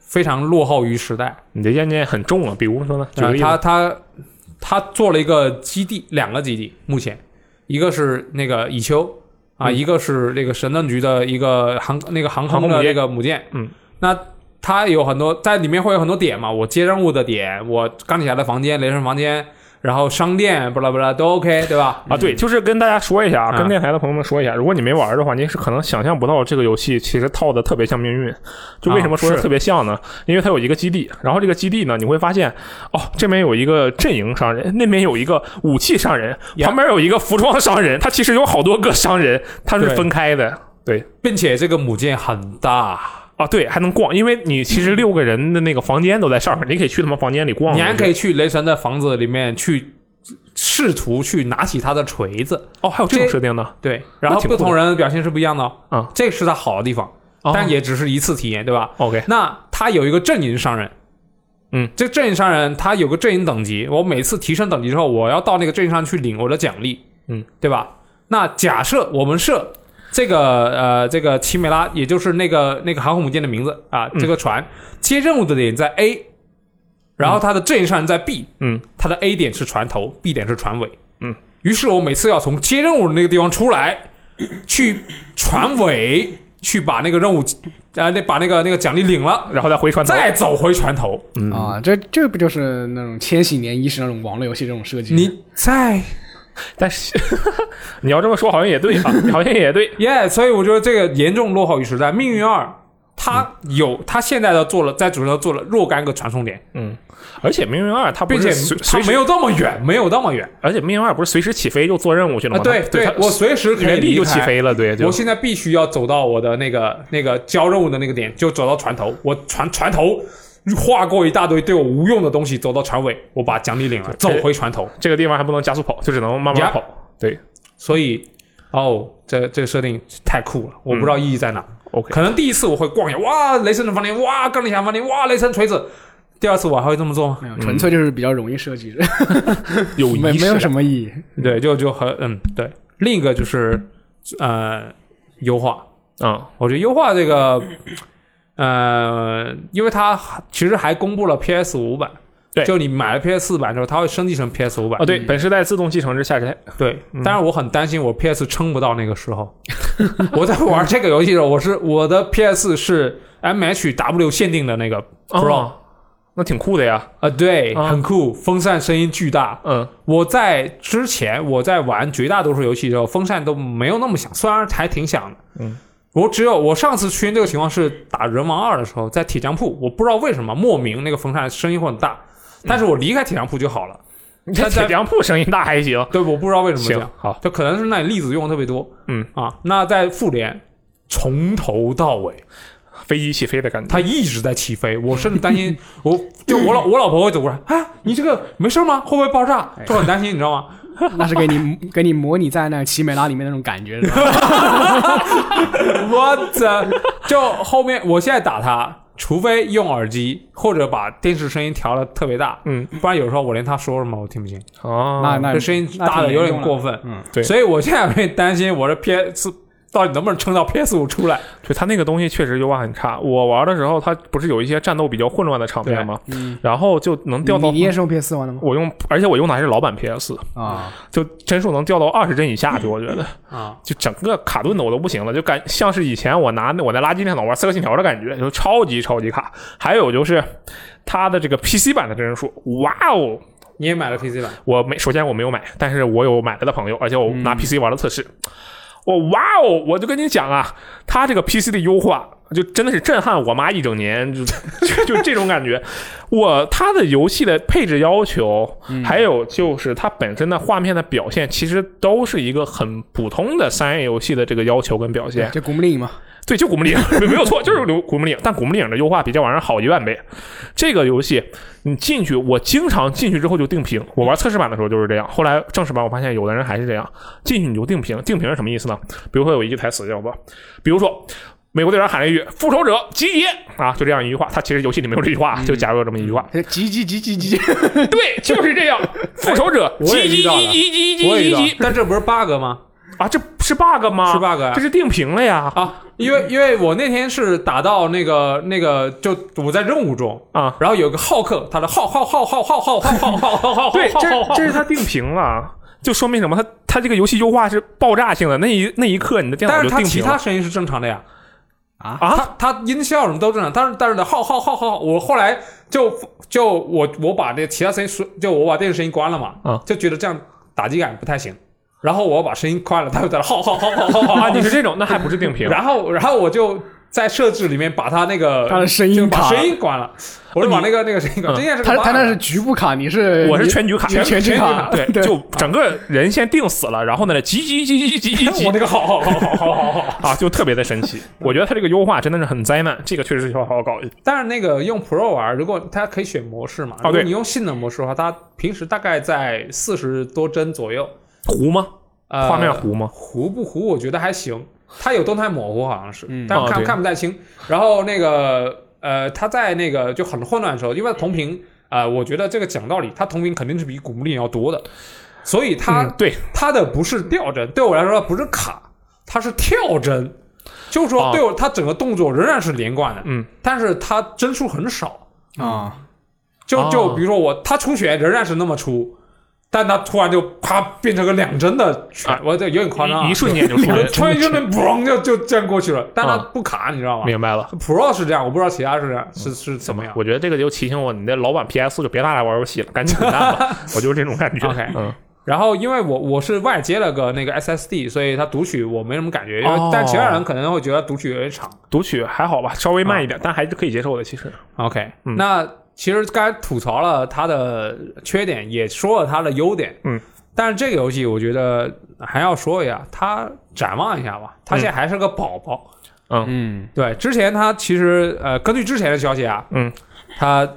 [SPEAKER 3] 非常落后于时代。
[SPEAKER 1] 你的怨念很重啊。比如说呢，举个
[SPEAKER 3] 呃
[SPEAKER 1] 例
[SPEAKER 3] 他
[SPEAKER 1] 子，
[SPEAKER 3] 他他做了一个基地，两个基地，目前一个是那个以丘，啊，一个是这个神盾局的一个航那个航
[SPEAKER 1] 嗯航
[SPEAKER 3] 空
[SPEAKER 1] 空
[SPEAKER 3] 的
[SPEAKER 1] 母舰
[SPEAKER 3] 这个母舰，
[SPEAKER 1] 嗯，
[SPEAKER 3] 那它有很多在里面会有很多点嘛，我接任务的点，我钢铁侠的房间、雷神房间，然后商店，巴拉巴拉都 OK，对吧？
[SPEAKER 1] 啊，对，就是跟大家说一下啊，
[SPEAKER 3] 嗯啊
[SPEAKER 1] 跟电台的朋友们说一下，如果你没玩儿的话，您是可能想象不到这个游戏其实套的特别像命运。就为什么说
[SPEAKER 3] 啊
[SPEAKER 1] 它
[SPEAKER 3] 是
[SPEAKER 1] 特别像呢？因为它有一个基地，然后这个基地呢，你会发现哦，这边有一个阵营商人，那边有一个武器商人，
[SPEAKER 3] 呀
[SPEAKER 1] 旁边有一个服装商人，它其实有好多个商人，它是
[SPEAKER 3] 对
[SPEAKER 1] 分开的。对
[SPEAKER 3] 并且这个母舰很大，
[SPEAKER 1] 啊，对，还能逛，因为你其实六个人的那个房间都在上面，你可以去他们房间里逛。
[SPEAKER 3] 你还可以去雷神的房子里面去试图去拿起他的锤子，
[SPEAKER 1] 哦，还有这种设定呢
[SPEAKER 3] 对，然后
[SPEAKER 1] 那挺酷
[SPEAKER 3] 不
[SPEAKER 1] 的
[SPEAKER 3] 同人的表现是不一样的哦，
[SPEAKER 1] 嗯
[SPEAKER 3] 这是他好的地方，
[SPEAKER 1] 哦
[SPEAKER 3] 但也只是一次体验，对吧？
[SPEAKER 1] ？OK，
[SPEAKER 3] 那他有一个阵营商人，
[SPEAKER 1] 嗯，
[SPEAKER 3] 这阵营商人他有个阵营等级，我每次提升等级之后，我要到那个阵营上去领我的奖励，
[SPEAKER 1] 嗯，
[SPEAKER 3] 对吧？那假设我们设这个呃这个奇美拉，也就是那个那个航空母舰的名字啊，
[SPEAKER 1] 嗯
[SPEAKER 3] 这个船、接任务的点在 A，然后他的阵营商人在 B，
[SPEAKER 1] 嗯，
[SPEAKER 3] 他的 A 点是船头，B 点是船尾，
[SPEAKER 1] 嗯，
[SPEAKER 3] 于是我每次要从接任务的那个地方出来，去船尾去把那个任务。啊，那把那个那个奖励领了，
[SPEAKER 1] 然后再回传统。
[SPEAKER 3] 再走回船头，
[SPEAKER 1] 嗯
[SPEAKER 2] 啊，这这不就是那种千禧年伊始那种网络游戏这种设
[SPEAKER 1] 嗯
[SPEAKER 2] 计？
[SPEAKER 3] 你再
[SPEAKER 1] 但是 你要这么说，好像也 对啊，好像也对。
[SPEAKER 3] 耶所以我觉得这个严重落后于时代。命运二，它有它现在的做了，在主上做了若干个传送点，
[SPEAKER 1] 嗯，而且命运二它不
[SPEAKER 3] 并
[SPEAKER 1] 是
[SPEAKER 3] 且
[SPEAKER 1] 随
[SPEAKER 3] 它
[SPEAKER 1] 随时
[SPEAKER 3] 没，有那么远，没有那么远
[SPEAKER 1] 而且命运二不是随时起飞就做任务去了
[SPEAKER 3] 啊！
[SPEAKER 1] 吗？
[SPEAKER 3] 对
[SPEAKER 1] 它
[SPEAKER 3] 对
[SPEAKER 1] 它，
[SPEAKER 3] 我随时可以
[SPEAKER 1] 原地
[SPEAKER 3] 离
[SPEAKER 1] 就
[SPEAKER 3] 开
[SPEAKER 1] 起。飞了，对，就
[SPEAKER 3] 我现在必须要走到我的那个那个交任务的那个点，就走到船头，我船船头划过一大堆对我无用的东西，走到船尾，我把奖励领了，走回船头。
[SPEAKER 1] 这个地方还不能加速跑，就只能慢慢
[SPEAKER 3] 呀
[SPEAKER 1] 跑。对
[SPEAKER 3] 所以，哦，这这个设定太酷了，我不知道意义在哪。
[SPEAKER 1] ，OK，
[SPEAKER 3] 可能第一次我会逛一下，哇，雷神的房间，哇，钢铁侠房间，哇，雷神锤子。第二次我还会这么做吗？
[SPEAKER 2] 没有，纯粹就是比较容易设计的，
[SPEAKER 1] 有
[SPEAKER 2] 没
[SPEAKER 1] 仪
[SPEAKER 2] 没有
[SPEAKER 1] 式
[SPEAKER 2] 什
[SPEAKER 1] 感。
[SPEAKER 2] 么意义。
[SPEAKER 3] 对，就就很嗯，对。另一个就是呃，优化，
[SPEAKER 1] 嗯
[SPEAKER 3] 我觉得优化这个呃，因为它其实还公布了 PS 五版，
[SPEAKER 1] 对
[SPEAKER 3] 就你买了 PS 四版之后，它会升级成 PS 五版
[SPEAKER 1] 啊，，对，本世代自动继承之下之
[SPEAKER 3] 对，但是我很担心我 PS 撑不到那个时候。 我在玩这个游戏的时候，我是我的 PS 是 MHW 限定的那个 Pro，
[SPEAKER 1] 哦，那挺酷的呀。
[SPEAKER 3] 啊，对，
[SPEAKER 1] 啊
[SPEAKER 3] 很酷，风扇声音巨大。
[SPEAKER 1] 嗯
[SPEAKER 3] 我在之前我在玩绝大多数游戏的时候，风扇都没有那么响，虽然还挺响的。
[SPEAKER 1] 嗯，
[SPEAKER 3] 我只有我上次出现这个情况是打人王二的时候，在铁匠铺，我不知道为什么莫名那个风扇声音会很大，
[SPEAKER 1] 嗯
[SPEAKER 3] 但是我离开铁匠铺就好了。
[SPEAKER 1] 你这
[SPEAKER 3] 它在
[SPEAKER 1] 铁匠铺声音大还行，
[SPEAKER 3] 对，我不知道为什么这
[SPEAKER 1] 行
[SPEAKER 3] 样，，
[SPEAKER 1] 好，
[SPEAKER 3] 就可能是那里粒子用的特别多。
[SPEAKER 1] 嗯
[SPEAKER 3] 啊，那在复联从头到尾
[SPEAKER 1] 飞机起飞的感觉。
[SPEAKER 3] 它一直在起飞，我甚至 担心，我就我老我老婆会走过来，啊，你这个没事吗？会不会爆炸？就很担心，你知道吗？
[SPEAKER 2] 那是给你给你模拟在那个奇美拉里面那种感觉，是吧？
[SPEAKER 3] 我操！就后面我现在打它，除非用耳机或者把电视声音调的特别大，
[SPEAKER 1] 嗯，
[SPEAKER 3] 不然有时候我连他说什么我听不清，
[SPEAKER 1] 哦，
[SPEAKER 2] 那那
[SPEAKER 3] 这声音大的有点过分，
[SPEAKER 2] 那挺严重的
[SPEAKER 1] 对
[SPEAKER 3] 所以我现在有点担心我这 PS 到底能不能撑到 PS 五出来。
[SPEAKER 1] 对它那个东西确实优化很差。我玩的时候，它不是有一些战斗比较混乱的场面吗？
[SPEAKER 2] 嗯，
[SPEAKER 1] 然后就能掉
[SPEAKER 2] 嗯，你
[SPEAKER 1] 到
[SPEAKER 2] 你也是用 PS 玩的吗？
[SPEAKER 1] 我用，而且我用的还是老版 PS，
[SPEAKER 2] 啊，
[SPEAKER 1] 就帧数能掉到二十帧以下去，我觉得
[SPEAKER 3] 啊，
[SPEAKER 1] 就整个卡顿的我都不行了，就感像是以前我拿那我那垃圾电脑玩《刺客信条》的感觉，就超级超级卡。还有就是它的这个 PC 版的帧数，哇哦！
[SPEAKER 3] 你也买了 PC 版？
[SPEAKER 1] 我没，首先我没有买，但是我有买了的朋友，而且我拿 PC 玩了测试，我、哇哦！我就跟你讲啊，它这个 PC 的优化。就真的是震撼我妈一整年，就 就就这种感觉。我它的游戏的配置要求，还有就是它本身的画面的表现，其实都是一个很普通的三 A 游戏的这个要求跟表现。
[SPEAKER 2] 就古墓丽影嘛，
[SPEAKER 1] 对，就古墓丽影，没没有错，就是古古墓丽影。但古墓丽影的优化比这玩意儿好一万倍。这个游戏你进去，我经常进去之后就定屏。我玩测试版的时候就是这样，后来正式版我发现有的人还是这样，进去你就定屏。定屏是什么意思呢？比如说有一句台词叫做，比如说。美国队长喊了一句“复仇者集结”啊，就这样一句话。他其实游戏里没有这句话，啊
[SPEAKER 3] 嗯
[SPEAKER 1] 就加入了这么一句话。
[SPEAKER 2] 急急急急急，
[SPEAKER 1] 对，就是这样。复仇者
[SPEAKER 3] 哎我也
[SPEAKER 1] 集
[SPEAKER 3] 遇
[SPEAKER 1] 结
[SPEAKER 3] 到了
[SPEAKER 1] 集集
[SPEAKER 3] 我也
[SPEAKER 1] 集
[SPEAKER 3] 知道
[SPEAKER 1] 集集
[SPEAKER 3] 但这不是 bug 吗？
[SPEAKER 1] 啊，这是 bug 吗？
[SPEAKER 3] 是 bug 啊
[SPEAKER 1] 这是定屏了呀。
[SPEAKER 3] 啊，因为因为我那天是打到那个那个，就我在任务中
[SPEAKER 1] 啊，哦
[SPEAKER 3] 然后有个浩克，他的浩浩浩浩浩浩浩浩浩浩浩浩 浩，
[SPEAKER 1] 对，这
[SPEAKER 3] 浩
[SPEAKER 1] 这是他定屏了。啊就说明什么？它它这个游戏优化是爆炸性的，那一那一刻你的电脑
[SPEAKER 3] 但
[SPEAKER 1] 就是
[SPEAKER 3] 它
[SPEAKER 1] 定
[SPEAKER 3] 其
[SPEAKER 1] 屏
[SPEAKER 3] 他
[SPEAKER 1] 了
[SPEAKER 3] 声音是正常的呀，
[SPEAKER 1] 啊！
[SPEAKER 3] 它它音效什么都正常，但是但是呢，浩浩浩浩，我后来就就我我把这其他声音说，就我把电视声音关了嘛，
[SPEAKER 1] 嗯
[SPEAKER 3] 就觉得这样打击感不太行，然后我把声音关了，它又在那浩浩浩浩浩浩
[SPEAKER 1] 啊，你是这种，那还不是定屏？
[SPEAKER 3] 然后然后我就在设置里面把它那个
[SPEAKER 2] 它的声音
[SPEAKER 3] 就把
[SPEAKER 2] 卡
[SPEAKER 3] 声音关了，我是把那个那个声音
[SPEAKER 1] 嗯
[SPEAKER 3] 关，这件事
[SPEAKER 2] 他他那是局部卡，你是
[SPEAKER 1] 我是全局卡，
[SPEAKER 2] 你是全局卡，
[SPEAKER 1] 对，
[SPEAKER 2] 对，
[SPEAKER 1] 就整个人先定死了，然后呢，急急急急急急急
[SPEAKER 3] 我那个好好好好好好好，
[SPEAKER 1] 啊，就特别的神奇。我觉得它这个优化真的是很灾难，这个确实需要好好搞一下。
[SPEAKER 3] 但是那个用 Pro 玩，如果它可以选模式嘛，
[SPEAKER 1] 哦对
[SPEAKER 3] 如果你用性能模式的话，它平时大概在四十多帧左右，
[SPEAKER 1] 糊吗？
[SPEAKER 3] 呃，
[SPEAKER 1] 画面糊吗？
[SPEAKER 3] 糊不糊？我觉得还行，它有动态模糊好像是，
[SPEAKER 2] 嗯
[SPEAKER 3] 但
[SPEAKER 1] 哦
[SPEAKER 3] 看、
[SPEAKER 1] 对
[SPEAKER 3] 看不太清。然后那个呃，它在那个就很混乱的时候，因为同屏呃，我觉得这个讲道理，它同屏肯定是比古墓丽影要多的，所以它、
[SPEAKER 1] 嗯对，
[SPEAKER 3] 它的不是掉帧，对我来说不是卡，它是跳帧，就是
[SPEAKER 1] 哦
[SPEAKER 3] 说对我、它整个动作仍然是连贯的，
[SPEAKER 1] 嗯，
[SPEAKER 3] 但是它帧数很少。
[SPEAKER 2] 啊，
[SPEAKER 3] 就就
[SPEAKER 1] 哦
[SPEAKER 3] 比如说我，他出血仍然是那么出，但他突然就啪变成个两帧的
[SPEAKER 1] 啊
[SPEAKER 3] 拳，我这有点夸张啊，
[SPEAKER 1] 一一瞬 间就出
[SPEAKER 3] 我
[SPEAKER 1] 来
[SPEAKER 3] 就
[SPEAKER 1] 了，
[SPEAKER 3] 穿一身的嘣就就这样过去了，但他
[SPEAKER 1] 啊
[SPEAKER 3] 不卡，你知道吗
[SPEAKER 1] 明白了。嗯
[SPEAKER 3] ？Pro 是这样，我不知道其他是这样是是怎么样。
[SPEAKER 1] 我觉得这个就提醒我，你的老版 PS 就别拿来玩游戏了，赶紧滚蛋 吧。我就是这种感觉。
[SPEAKER 3] OK
[SPEAKER 1] 嗯，
[SPEAKER 3] 然后因为我我是外接了个那个 SSD，所以它读取我没什么感觉，因
[SPEAKER 1] 哦
[SPEAKER 3] 为但其他人可能会觉得读取有点长。
[SPEAKER 1] 读取还好吧，稍微慢一点，但还是可以接受的。其实
[SPEAKER 3] OK，
[SPEAKER 1] 嗯
[SPEAKER 3] 那其实刚才吐槽了它的缺点，也说了它的优点。
[SPEAKER 1] 嗯，
[SPEAKER 3] 但是这个游戏我觉得还要说一下，它展望一下吧，
[SPEAKER 1] 嗯
[SPEAKER 3] 它现在还是个宝宝。
[SPEAKER 2] 嗯，
[SPEAKER 3] 对，之前它其实呃，根据之前的消息啊，
[SPEAKER 1] 嗯，
[SPEAKER 3] 它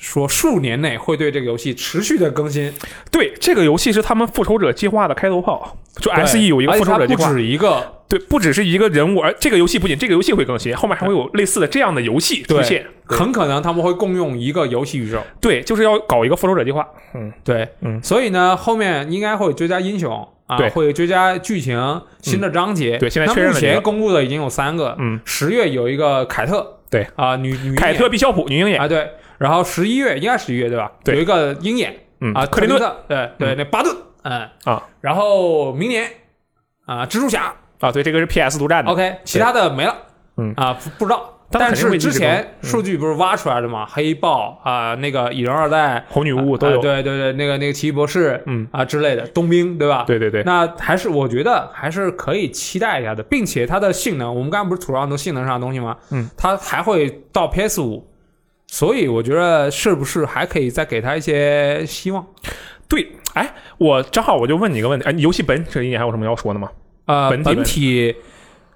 [SPEAKER 3] 说数年内会对这个游戏持续的更新。
[SPEAKER 1] 对这个游戏是他们复仇者计划的开头炮，就 S E 有一个
[SPEAKER 3] 而
[SPEAKER 1] 复
[SPEAKER 3] 且
[SPEAKER 1] 仇
[SPEAKER 3] 它
[SPEAKER 1] 者计
[SPEAKER 3] 不
[SPEAKER 1] 划，
[SPEAKER 3] 止一个，
[SPEAKER 1] 对，不只是一个人物，而这个游戏不仅这个游戏会更新，后面还会有类似的这样的游戏出
[SPEAKER 3] 对
[SPEAKER 1] 现。对
[SPEAKER 3] 很可能他们会共用一个游戏宇宙。
[SPEAKER 1] 对，就是要搞一个复仇者计划。嗯，
[SPEAKER 3] 对，
[SPEAKER 1] 嗯
[SPEAKER 3] 所以呢，后面应该会追加英雄啊
[SPEAKER 1] 对，嗯
[SPEAKER 3] 会追加剧情、新的章节。
[SPEAKER 1] 对现在
[SPEAKER 3] 那
[SPEAKER 1] 确认
[SPEAKER 3] 目
[SPEAKER 1] 了几个
[SPEAKER 3] 前公布的已经有三个，
[SPEAKER 1] 嗯，
[SPEAKER 3] 十月有一个凯特，
[SPEAKER 1] 对
[SPEAKER 3] 啊、女女
[SPEAKER 1] 凯特·毕肖普女鹰
[SPEAKER 3] 鹰眼
[SPEAKER 1] 眼，
[SPEAKER 3] 啊，对，然后十一月应该十一月对吧？
[SPEAKER 1] 对
[SPEAKER 3] 有一个鹰眼
[SPEAKER 1] 嗯
[SPEAKER 3] 啊，
[SPEAKER 1] 克林顿
[SPEAKER 3] 特林特，对对，那巴顿，嗯
[SPEAKER 1] 啊，
[SPEAKER 3] 然后明年啊，蜘蛛侠
[SPEAKER 1] 啊，对，这个是 PS 独占的。
[SPEAKER 3] ，OK，其他的没了，
[SPEAKER 1] 嗯
[SPEAKER 3] 啊，不不知道。
[SPEAKER 1] 他们
[SPEAKER 3] 但
[SPEAKER 1] 肯定会
[SPEAKER 3] 是
[SPEAKER 1] 一直
[SPEAKER 3] 之
[SPEAKER 1] 更
[SPEAKER 3] 前数据不是挖出来的嘛？黑豹啊、那个蚁人二代，
[SPEAKER 1] 红女巫都
[SPEAKER 3] 啊
[SPEAKER 1] 有。
[SPEAKER 3] 对对对，那个那个奇异博士，
[SPEAKER 1] 嗯
[SPEAKER 3] 啊之类的，冬兵对吧？。
[SPEAKER 1] 对对对，
[SPEAKER 3] 那还是我觉得还是可以期待一下的，并且它的性能，我们刚刚不是吐槽很多性能上的东西吗？
[SPEAKER 1] 嗯，
[SPEAKER 3] 它还会到 PS 五，所以我觉得是不是还可以再给它一些希望？
[SPEAKER 1] 对，哎，我正好我就问你一个问题，哎，你游戏本身你还有什么要说的吗？
[SPEAKER 3] 呃，
[SPEAKER 1] 本
[SPEAKER 3] 本
[SPEAKER 1] 体问
[SPEAKER 3] 体，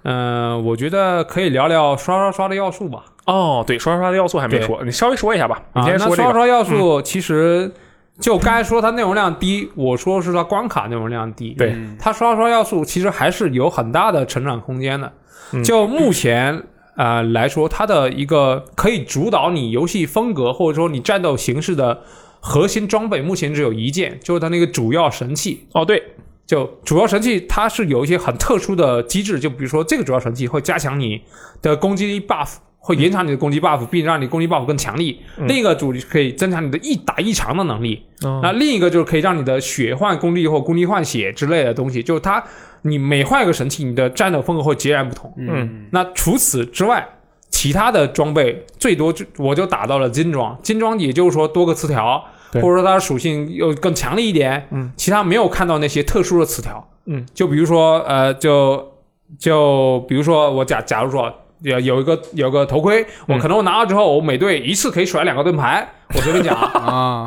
[SPEAKER 3] 嗯、我觉得可以聊聊刷刷刷的要素吧。
[SPEAKER 1] 哦，对，刷刷刷的要素还没
[SPEAKER 3] 对
[SPEAKER 1] 说，你稍微说一下吧。你
[SPEAKER 3] 啊，
[SPEAKER 1] 先
[SPEAKER 3] 那
[SPEAKER 1] 说这
[SPEAKER 3] 刷
[SPEAKER 1] 个。嗯
[SPEAKER 3] 刷要素其实就刚才说它内容量低，我说是它关卡内容量低，
[SPEAKER 1] 对，
[SPEAKER 3] 它刷刷要素其实还是有很大的成长空间的
[SPEAKER 1] 嗯。
[SPEAKER 3] 就目前呃来说，它的一个可以主导你游戏风格或者说你战斗形式的核心装备，目前只有一件，就是它那个主要神器。
[SPEAKER 1] 哦对，
[SPEAKER 3] 就主要神器，它是有一些很特殊的机制，就比如说这个主要神器会加强你的攻击力 buff，会延长你的攻击 buff，并让你攻击 buff 更强力。另一个主力可以增强你的一打一长的能力。那
[SPEAKER 1] 哦
[SPEAKER 3] 另一个就是可以让你的血换功力或功力换血之类的东西，就是它你每换一个神器，你的战斗风格会截然不同。
[SPEAKER 1] 嗯
[SPEAKER 3] 那除此之外，其他的装备最多就我就打到了金装，金装也就是说多个词条，
[SPEAKER 1] 对
[SPEAKER 3] 或者说它的属性又更强烈一点。
[SPEAKER 1] 嗯，
[SPEAKER 3] 其他没有看到那些特殊的词条。
[SPEAKER 1] 嗯，
[SPEAKER 3] 就比如说呃，就就比如说我假假如说。有有一个有个头盔，我
[SPEAKER 1] 嗯
[SPEAKER 3] 可能我拿了之后，我每队一次可以甩两个盾牌，我随便讲啊，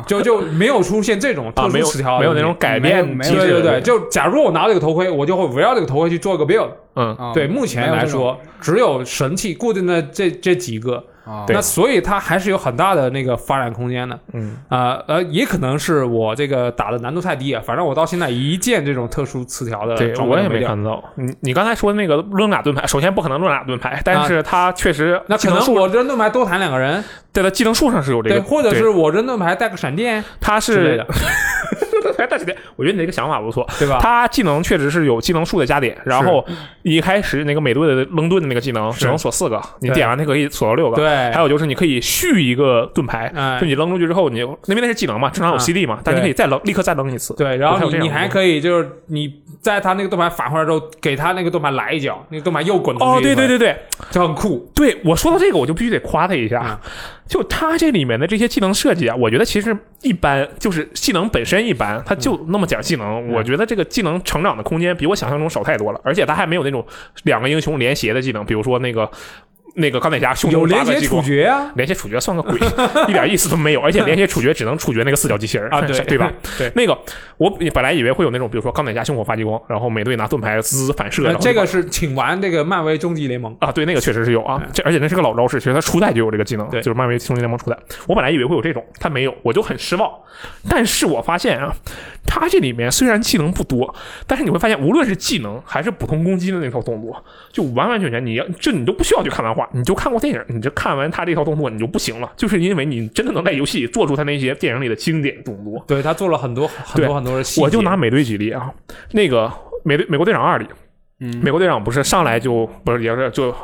[SPEAKER 2] 啊，
[SPEAKER 3] 就就没有出现这种特
[SPEAKER 1] 啊，没
[SPEAKER 3] 殊
[SPEAKER 1] 有
[SPEAKER 3] 词条、
[SPEAKER 1] 没有那种。改变
[SPEAKER 2] 没
[SPEAKER 1] 机
[SPEAKER 2] 有
[SPEAKER 1] 制
[SPEAKER 3] 对
[SPEAKER 1] 的，
[SPEAKER 3] 对对，就假如我拿这个头盔，我就会围绕这个头盔去做一个 build。
[SPEAKER 1] 嗯
[SPEAKER 2] 啊
[SPEAKER 3] 对，目前来说只有神器固定的这这几个，
[SPEAKER 2] 啊，
[SPEAKER 1] 对
[SPEAKER 3] 那所以它还是有很大的那个发展空间的。
[SPEAKER 1] 嗯，
[SPEAKER 3] 啊呃，也可能是我这个打的难度太低啊，反正我到现在一件这种特殊词条呃的
[SPEAKER 1] 对
[SPEAKER 3] 装备
[SPEAKER 1] 我也
[SPEAKER 3] 都没
[SPEAKER 1] 没
[SPEAKER 3] 掉。
[SPEAKER 1] 看到。你你刚才说那个论哪盾牌，首先不可能论哪盾牌，但是它确实
[SPEAKER 3] 啊那
[SPEAKER 1] 技
[SPEAKER 3] 可
[SPEAKER 1] 能
[SPEAKER 3] 能
[SPEAKER 1] 树
[SPEAKER 3] 我扔盾牌多弹两个人，
[SPEAKER 1] 对它技能树上是有这
[SPEAKER 3] 对，
[SPEAKER 1] 个，
[SPEAKER 3] 或者是我扔盾牌带个闪电
[SPEAKER 1] 它哎
[SPEAKER 3] 之类
[SPEAKER 1] 是
[SPEAKER 3] 的。
[SPEAKER 1] 开大起点，我觉得你这个想法不错。
[SPEAKER 3] 对吧？
[SPEAKER 1] 他技能确实是有技能数的加点，然后一开始那个美队的扔盾的那个技能只能锁四个，你点完它可以锁到六个。
[SPEAKER 3] 对
[SPEAKER 1] 还，有就是你可以续一个盾牌，
[SPEAKER 3] 哎
[SPEAKER 1] 就你扔出去之后，你那边那是技能嘛，正常有
[SPEAKER 3] 啊
[SPEAKER 1] CD 嘛，但你
[SPEAKER 3] 对
[SPEAKER 1] 可以再扔，立刻再扔一次。
[SPEAKER 3] 对，然
[SPEAKER 1] 我看
[SPEAKER 3] 后
[SPEAKER 1] 有这样
[SPEAKER 3] 你你
[SPEAKER 1] 的
[SPEAKER 3] 还可以就是你在他那个盾牌返回来之后，给他那个盾牌来一脚，那个盾牌又滚出去
[SPEAKER 1] 哦，对对
[SPEAKER 3] 对，
[SPEAKER 1] 对对
[SPEAKER 3] 就很酷。
[SPEAKER 1] 对，我说到这个，我就必须得夸他一下。
[SPEAKER 3] 嗯
[SPEAKER 1] 就他这里面的这些技能设计啊，我觉得其实一般，就是技能本身一般，他就那么点儿技能。
[SPEAKER 3] 嗯
[SPEAKER 1] 我觉得这个技能成长的空间比我想象中少太多了，而且他还没有那种两个英雄联携的技能，比如说那个那个钢铁侠胸
[SPEAKER 3] 有
[SPEAKER 1] 中
[SPEAKER 3] 连
[SPEAKER 1] 八个
[SPEAKER 3] 接
[SPEAKER 1] 激
[SPEAKER 3] 处
[SPEAKER 1] 光。
[SPEAKER 3] 决啊
[SPEAKER 1] 连携处决算 个鬼，一点意思都没有。而且连携处决只能处决那个四脚机器人
[SPEAKER 3] 啊，
[SPEAKER 1] 对
[SPEAKER 3] 对
[SPEAKER 1] 吧？？
[SPEAKER 3] 对，
[SPEAKER 1] 那个我本来以为会有那种，比如说钢铁侠胸口发激光，然后美队拿盾牌滋滋反射，然
[SPEAKER 3] 呃
[SPEAKER 1] 后
[SPEAKER 3] 这个是请玩这个漫威终极联盟，
[SPEAKER 1] 啊，对，那个确实是有啊，这而且那是个老招式，其实它初代就有这个技能，
[SPEAKER 3] 对
[SPEAKER 1] 就是漫威终结联盟初代。我本来以为会有这种，它没有，我就很失望。但是我发现啊，它这里面虽然技能不多，但是你会发现，无论是技能还是普通攻击的那套动作，就完完全全你要这你都不需要去看漫画，你就看过电影，你就看完它这套动作你就不行了，就是因为你真的能在游戏里做出它那些电影里的经典动作。
[SPEAKER 3] 对他做了很多很
[SPEAKER 1] 对
[SPEAKER 3] 多很多的细节，
[SPEAKER 1] 我就拿美队举例啊，那个美队美国队长二里，
[SPEAKER 3] 嗯
[SPEAKER 1] 美国队长不是上来就不是也是就